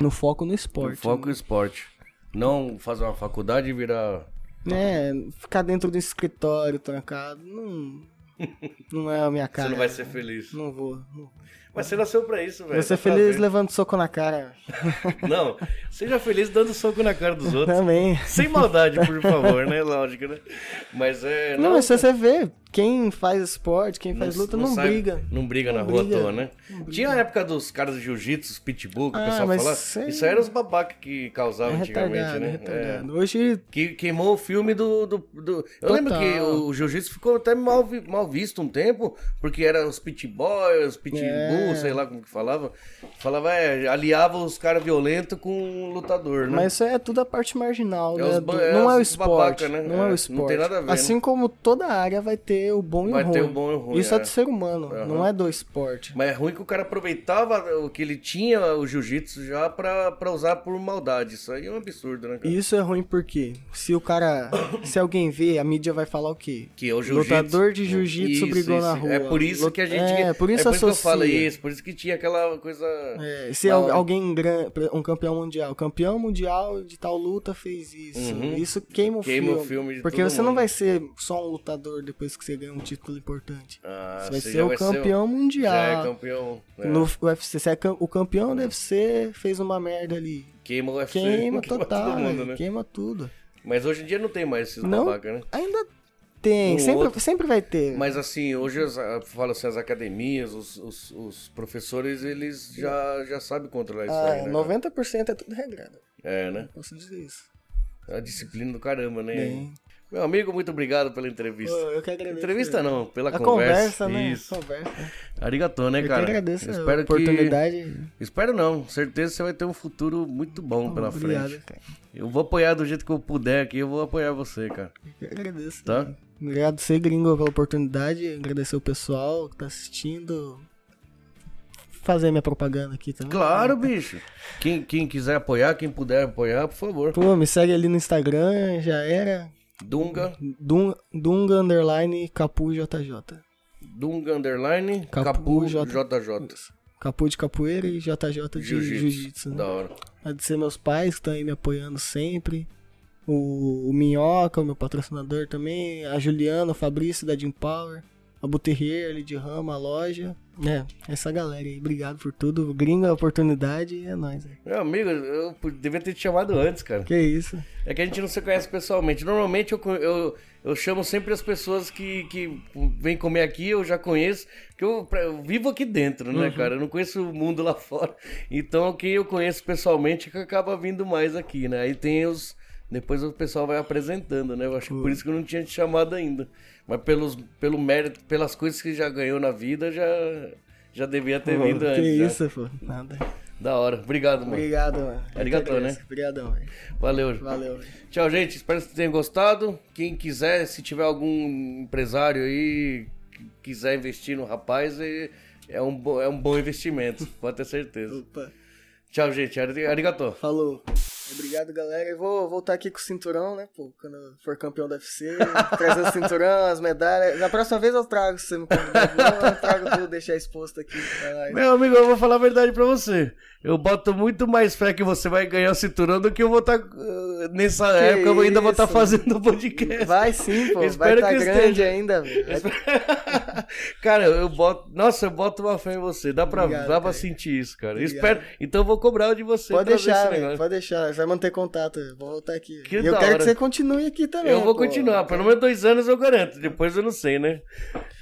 Speaker 2: no foco no
Speaker 1: o
Speaker 2: esporte.
Speaker 1: foco no esporte. Não fazer uma faculdade e virar.
Speaker 2: né, ficar dentro do escritório trancado, não, não é a minha
Speaker 1: Você
Speaker 2: cara.
Speaker 1: não tá vai ser feliz.
Speaker 2: Não vou. Não.
Speaker 1: Mas você nasceu pra isso, velho.
Speaker 2: Vou ser
Speaker 1: Dá pra
Speaker 2: feliz né?
Speaker 1: ver.
Speaker 2: levando soco na cara.
Speaker 1: Não, seja feliz dando soco na cara dos outros.
Speaker 2: Também.
Speaker 1: Sem maldade, por favor, né? Lógico, né? Mas é.
Speaker 2: Não, mas se você vê, quem faz esporte, quem faz luta, não,
Speaker 1: sai-
Speaker 2: briga.
Speaker 1: Não briga na
Speaker 2: Não
Speaker 1: rua
Speaker 2: briga.
Speaker 1: à toa, né? Tinha a época dos caras do jiu-jitsu, os pitbull, que o
Speaker 2: Ah,
Speaker 1: pessoal
Speaker 2: mas
Speaker 1: falava.
Speaker 2: sei-
Speaker 1: Isso aí era os babaca que
Speaker 2: É
Speaker 1: causavam antigamente,
Speaker 2: retardado, é
Speaker 1: né? É.
Speaker 2: retardado. Hoje,
Speaker 1: Que queimou o filme do. do, do- Eu lembro
Speaker 2: Total.
Speaker 1: que o Jiu-Jitsu ficou até mal, vi- mal visto um tempo, porque era os pit boys, os pit bull,
Speaker 2: É.
Speaker 1: sei lá como que falava. Falava, é, aliava os caras violentos com o lutador, né?
Speaker 2: mas isso é tudo a parte marginal,
Speaker 1: É
Speaker 2: né?
Speaker 1: os ba-
Speaker 2: do-
Speaker 1: é
Speaker 2: não é o
Speaker 1: os
Speaker 2: esporte.
Speaker 1: babaca, né?
Speaker 2: Não é,
Speaker 1: É,
Speaker 2: o
Speaker 1: não
Speaker 2: esporte.
Speaker 1: tem nada a ver, né?
Speaker 2: Assim como toda área vai ter o bom e
Speaker 1: Vai
Speaker 2: o ruim.
Speaker 1: ter o bom e o ruim,
Speaker 2: Isso é,
Speaker 1: é.
Speaker 2: do ser humano, não é do esporte.
Speaker 1: Mas é ruim que o cara aproveitava o que ele tinha, o jiu-jitsu, já pra, pra usar por maldade. Isso aí é um absurdo, né, cara?
Speaker 2: E Isso é ruim porque se o cara, se alguém vê, a mídia vai falar o quê?
Speaker 1: Que é o jiu-jitsu.
Speaker 2: Lutador de jiu-jitsu
Speaker 1: Isso,
Speaker 2: brigou
Speaker 1: isso.
Speaker 2: na rua.
Speaker 1: É por isso que a gente.
Speaker 2: É, por isso
Speaker 1: é por isso que eu
Speaker 2: associa.
Speaker 1: falo isso, por isso que tinha aquela coisa.
Speaker 2: É, se
Speaker 1: Ah,
Speaker 2: al- alguém gran- pre- um campeão mundial, campeão mundial de tal luta fez isso. Isso queima o
Speaker 1: Uhum. Queima o
Speaker 2: filme.
Speaker 1: filme de
Speaker 2: porque
Speaker 1: todo
Speaker 2: você
Speaker 1: mundo.
Speaker 2: não vai ser só um lutador depois que você ganha um título importante.
Speaker 1: Ah,
Speaker 2: você vai
Speaker 1: você
Speaker 2: ser
Speaker 1: já
Speaker 2: o
Speaker 1: vai ser o-
Speaker 2: campeão mundial.
Speaker 1: Já é campeão. né?
Speaker 2: No UFC, você é cam- o campeão do UFC fez uma merda ali.
Speaker 1: Queima o UFC.
Speaker 2: Queima
Speaker 1: todo
Speaker 2: total,
Speaker 1: mundo,
Speaker 2: velho,
Speaker 1: né?
Speaker 2: queima tudo.
Speaker 1: Mas hoje em dia não tem mais esses
Speaker 2: Não.
Speaker 1: babaca, né?
Speaker 2: Ainda tem,
Speaker 1: Um
Speaker 2: sempre,
Speaker 1: outro.
Speaker 2: sempre vai ter.
Speaker 1: Mas assim, hoje as- eu falo assim, as academias, os, os- os professores, eles já, já sabem controlar isso
Speaker 2: Ah,
Speaker 1: aí, né?
Speaker 2: 90% é tudo regrado.
Speaker 1: É, né?
Speaker 2: Posso dizer isso.
Speaker 1: É a disciplina do caramba, né?
Speaker 2: Tem.
Speaker 1: Meu amigo, muito obrigado pela entrevista.
Speaker 2: Pô, Ah, eu que agradeço.
Speaker 1: Entrevista não, pela
Speaker 2: A
Speaker 1: conversa.
Speaker 2: conversa, né?
Speaker 1: Isso.
Speaker 2: Conversa.
Speaker 1: Arigatô, né,
Speaker 2: Eu
Speaker 1: cara?
Speaker 2: que agradeço
Speaker 1: Eu
Speaker 2: a
Speaker 1: espero que
Speaker 2: oportunidade.
Speaker 1: Espero não, certeza você vai ter um futuro muito bom pela
Speaker 2: Tá Obrigado,
Speaker 1: frente.
Speaker 2: cara.
Speaker 1: Eu vou apoiar do jeito que eu puder aqui, eu vou apoiar você, cara.
Speaker 2: Eu que agradeço.
Speaker 1: Tá?
Speaker 2: Obrigado você, gringo, pela oportunidade. Agradecer o pessoal que tá assistindo. Fazer minha propaganda aqui também.
Speaker 1: Claro, bicho. Quem, quem quiser apoiar, quem puder apoiar, por favor.
Speaker 2: Pô, me segue ali no Instagram, já era.
Speaker 1: Dunga,
Speaker 2: Dun- Dunga underline Capu JJ.
Speaker 1: Dunga underline,
Speaker 2: Capu
Speaker 1: Capu
Speaker 2: J-
Speaker 1: JJ.
Speaker 2: Capu de capoeira e JJ de
Speaker 1: Jiu-jitsu.
Speaker 2: jiu-jitsu. né?
Speaker 1: Da hora.
Speaker 2: Agradecer meus pais que estão aí me apoiando sempre. O, o Minhoca, o meu patrocinador também. A Juliana, o Fabrício da Jim Power. A Buterrier, ali de Rama, a loja. É, essa galera aí. Obrigado por tudo. Gringa, oportunidade e é nóis. é.
Speaker 1: Meu amigo, eu devia ter te chamado antes, cara.
Speaker 2: Que isso.
Speaker 1: É que a gente não se conhece pessoalmente. Normalmente eu, co- eu, eu chamo sempre as pessoas que, que vêm comer aqui, eu já conheço, que eu, pra- eu vivo aqui dentro,
Speaker 2: Uhum.
Speaker 1: né, cara? Eu não conheço o mundo lá fora. Então quem eu conheço pessoalmente é que acaba vindo mais aqui, né? Aí tem os. Depois o pessoal vai apresentando, né? Eu acho
Speaker 2: Uhum.
Speaker 1: que por isso que eu não tinha te chamado ainda. Mas pelos, pelo mérito, pelas coisas que já ganhou na vida, já, já devia ter vindo
Speaker 2: Uhum. que
Speaker 1: antes. né?
Speaker 2: isso, pô. Nada.
Speaker 1: Da hora. Obrigado, mano.
Speaker 2: Obrigado, mano. Eu que
Speaker 1: Arigatou,
Speaker 2: agradeço.
Speaker 1: né?
Speaker 2: Obrigadão, velho.
Speaker 1: Valeu.
Speaker 2: Valeu, velho.
Speaker 1: Tchau, gente. Espero que vocês tenham gostado. Quem quiser, se tiver algum empresário aí que quiser investir no rapaz, é é um, bo- é um bom investimento, pode ter certeza.
Speaker 2: Opa.
Speaker 1: Tchau, gente. Ari- Arigatô.
Speaker 2: Falou. Obrigado, galera. Eu vou voltar aqui com o cinturão, né, pô? Quando eu for campeão da UFC, trazer o cinturão, as medalhas. Na próxima vez eu trago, se você me convidar. Não, eu trago tudo, deixar exposto aqui. Vai lá.
Speaker 1: Meu amigo, eu vou falar a verdade pra você. Eu boto muito mais fé que você vai ganhar o cinturão do que eu vou estar. nessa época, eu ainda vou estar
Speaker 2: isso?
Speaker 1: fazendo podcast.
Speaker 2: Vai sim, pô. Vai
Speaker 1: Espero
Speaker 2: estar tá
Speaker 1: que
Speaker 2: grande
Speaker 1: esteja.
Speaker 2: ainda, velho. Vai-
Speaker 1: cara, eu boto. Nossa, eu boto uma fé em você. Dá pra,
Speaker 2: Obrigado,
Speaker 1: dá pra
Speaker 2: cara.
Speaker 1: sentir isso, cara.
Speaker 2: Obrigado.
Speaker 1: Espero. Então eu vou cobrar o de você.
Speaker 2: Pode
Speaker 1: pra ver
Speaker 2: deixar,
Speaker 1: esse
Speaker 2: velho.
Speaker 1: negócio.
Speaker 2: Pode deixar. Você vai manter contato. velho. Vou voltar aqui.
Speaker 1: Que
Speaker 2: e eu
Speaker 1: da
Speaker 2: quero
Speaker 1: hora.
Speaker 2: que você continue aqui também.
Speaker 1: Eu vou
Speaker 2: É, pô.
Speaker 1: continuar, pelo menos dois anos eu garanto, depois eu não sei, né?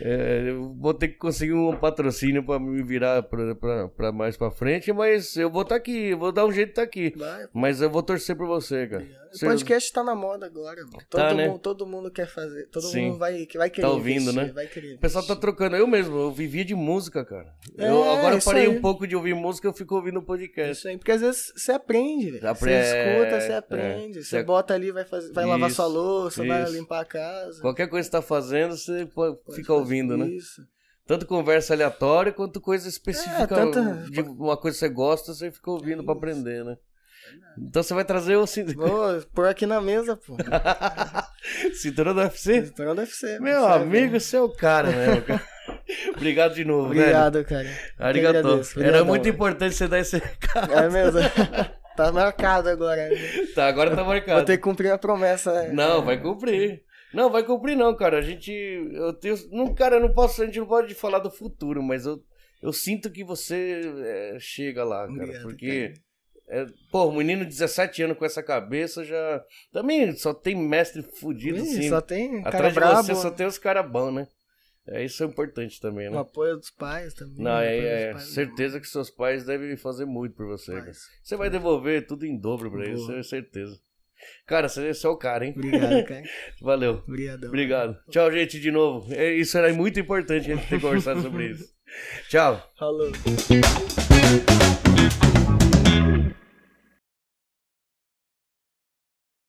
Speaker 1: É, eu vou ter que conseguir um patrocínio pra me virar pra, pra, pra mais pra frente, mas eu vou estar aqui, eu vou dar um jeito de estar aqui.
Speaker 2: Vai.
Speaker 1: Mas eu vou torcer por você, cara.
Speaker 2: O
Speaker 1: Você
Speaker 2: podcast tá na moda agora, mano. Todo,
Speaker 1: Tá, né?
Speaker 2: mundo, todo mundo quer fazer. Todo
Speaker 1: Sim.
Speaker 2: mundo vai, vai querer.
Speaker 1: Tá ouvindo,
Speaker 2: investir,
Speaker 1: né?
Speaker 2: Vai querer.
Speaker 1: O pessoal tá trocando, eu mesmo, eu vivia de música, cara. Eu
Speaker 2: É,
Speaker 1: agora
Speaker 2: isso
Speaker 1: parei
Speaker 2: aí.
Speaker 1: um pouco de ouvir música, eu fico ouvindo podcast.
Speaker 2: Isso aí, porque às vezes você aprende, velho.
Speaker 1: Apre-
Speaker 2: Você escuta, você
Speaker 1: é,
Speaker 2: aprende.
Speaker 1: é.
Speaker 2: Você
Speaker 1: Você-
Speaker 2: bota ali, vai, fazer, vai lavar
Speaker 1: Isso,
Speaker 2: sua louça, vai
Speaker 1: isso.
Speaker 2: limpar a casa.
Speaker 1: Qualquer coisa que você tá fazendo, você pô- fica
Speaker 2: Faz
Speaker 1: ouvindo, né?
Speaker 2: Isso.
Speaker 1: Tanto conversa aleatória quanto coisa específica.
Speaker 2: É, tanta-
Speaker 1: de uma coisa que você gosta, você fica ouvindo pra aprender, né? Então você vai trazer o cin-
Speaker 2: É Vou pôr aqui na mesa, pô.
Speaker 1: cinturão do UFC?
Speaker 2: Então deve ser.
Speaker 1: Meu
Speaker 2: sabe?
Speaker 1: amigo, você é o cara mesmo, cara. Obrigado de novo, velho.
Speaker 2: Obrigado, cara. Eu que
Speaker 1: Arigato. Era
Speaker 2: agradeço. Obrigadão,
Speaker 1: muito
Speaker 2: velho.
Speaker 1: importante você dar esse recado.
Speaker 2: É mesmo? tá marcado agora. né?
Speaker 1: Tá, agora tá
Speaker 2: Vou
Speaker 1: marcado.
Speaker 2: ter que cumprir a promessa. né?
Speaker 1: Não, vai cumprir. Não, vai cumprir não, cara. A gente. Eu tenho. Não, cara, eu não posso. A gente não pode falar do futuro, mas eu, eu sinto que você é, chega lá, cara.
Speaker 2: Obrigado,
Speaker 1: porque. é, pô, um menino de 17 anos com essa cabeça já. Também só tem mestre fudido,
Speaker 2: Ih,
Speaker 1: sim.
Speaker 2: Só tem um cara
Speaker 1: Atrás de
Speaker 2: brabo.
Speaker 1: você só tem os caras bons, né? É, isso é importante também,
Speaker 2: O
Speaker 1: né?
Speaker 2: apoio dos pais também.
Speaker 1: Não, é,
Speaker 2: apoio
Speaker 1: é,
Speaker 2: dos pais,
Speaker 1: certeza que seus pais devem fazer muito por você.
Speaker 2: dos
Speaker 1: cara.
Speaker 2: pais.
Speaker 1: Você vai devolver tudo em dobro pra eles,
Speaker 2: Boa.
Speaker 1: é certeza. Cara, você você é o cara, hein?
Speaker 2: Obrigado, cara.
Speaker 1: Valeu.
Speaker 2: Obrigadão.
Speaker 1: Obrigado. Tchau, gente, de novo. É, Isso era muito importante a gente ter conversado sobre isso. Tchau.
Speaker 2: Falou.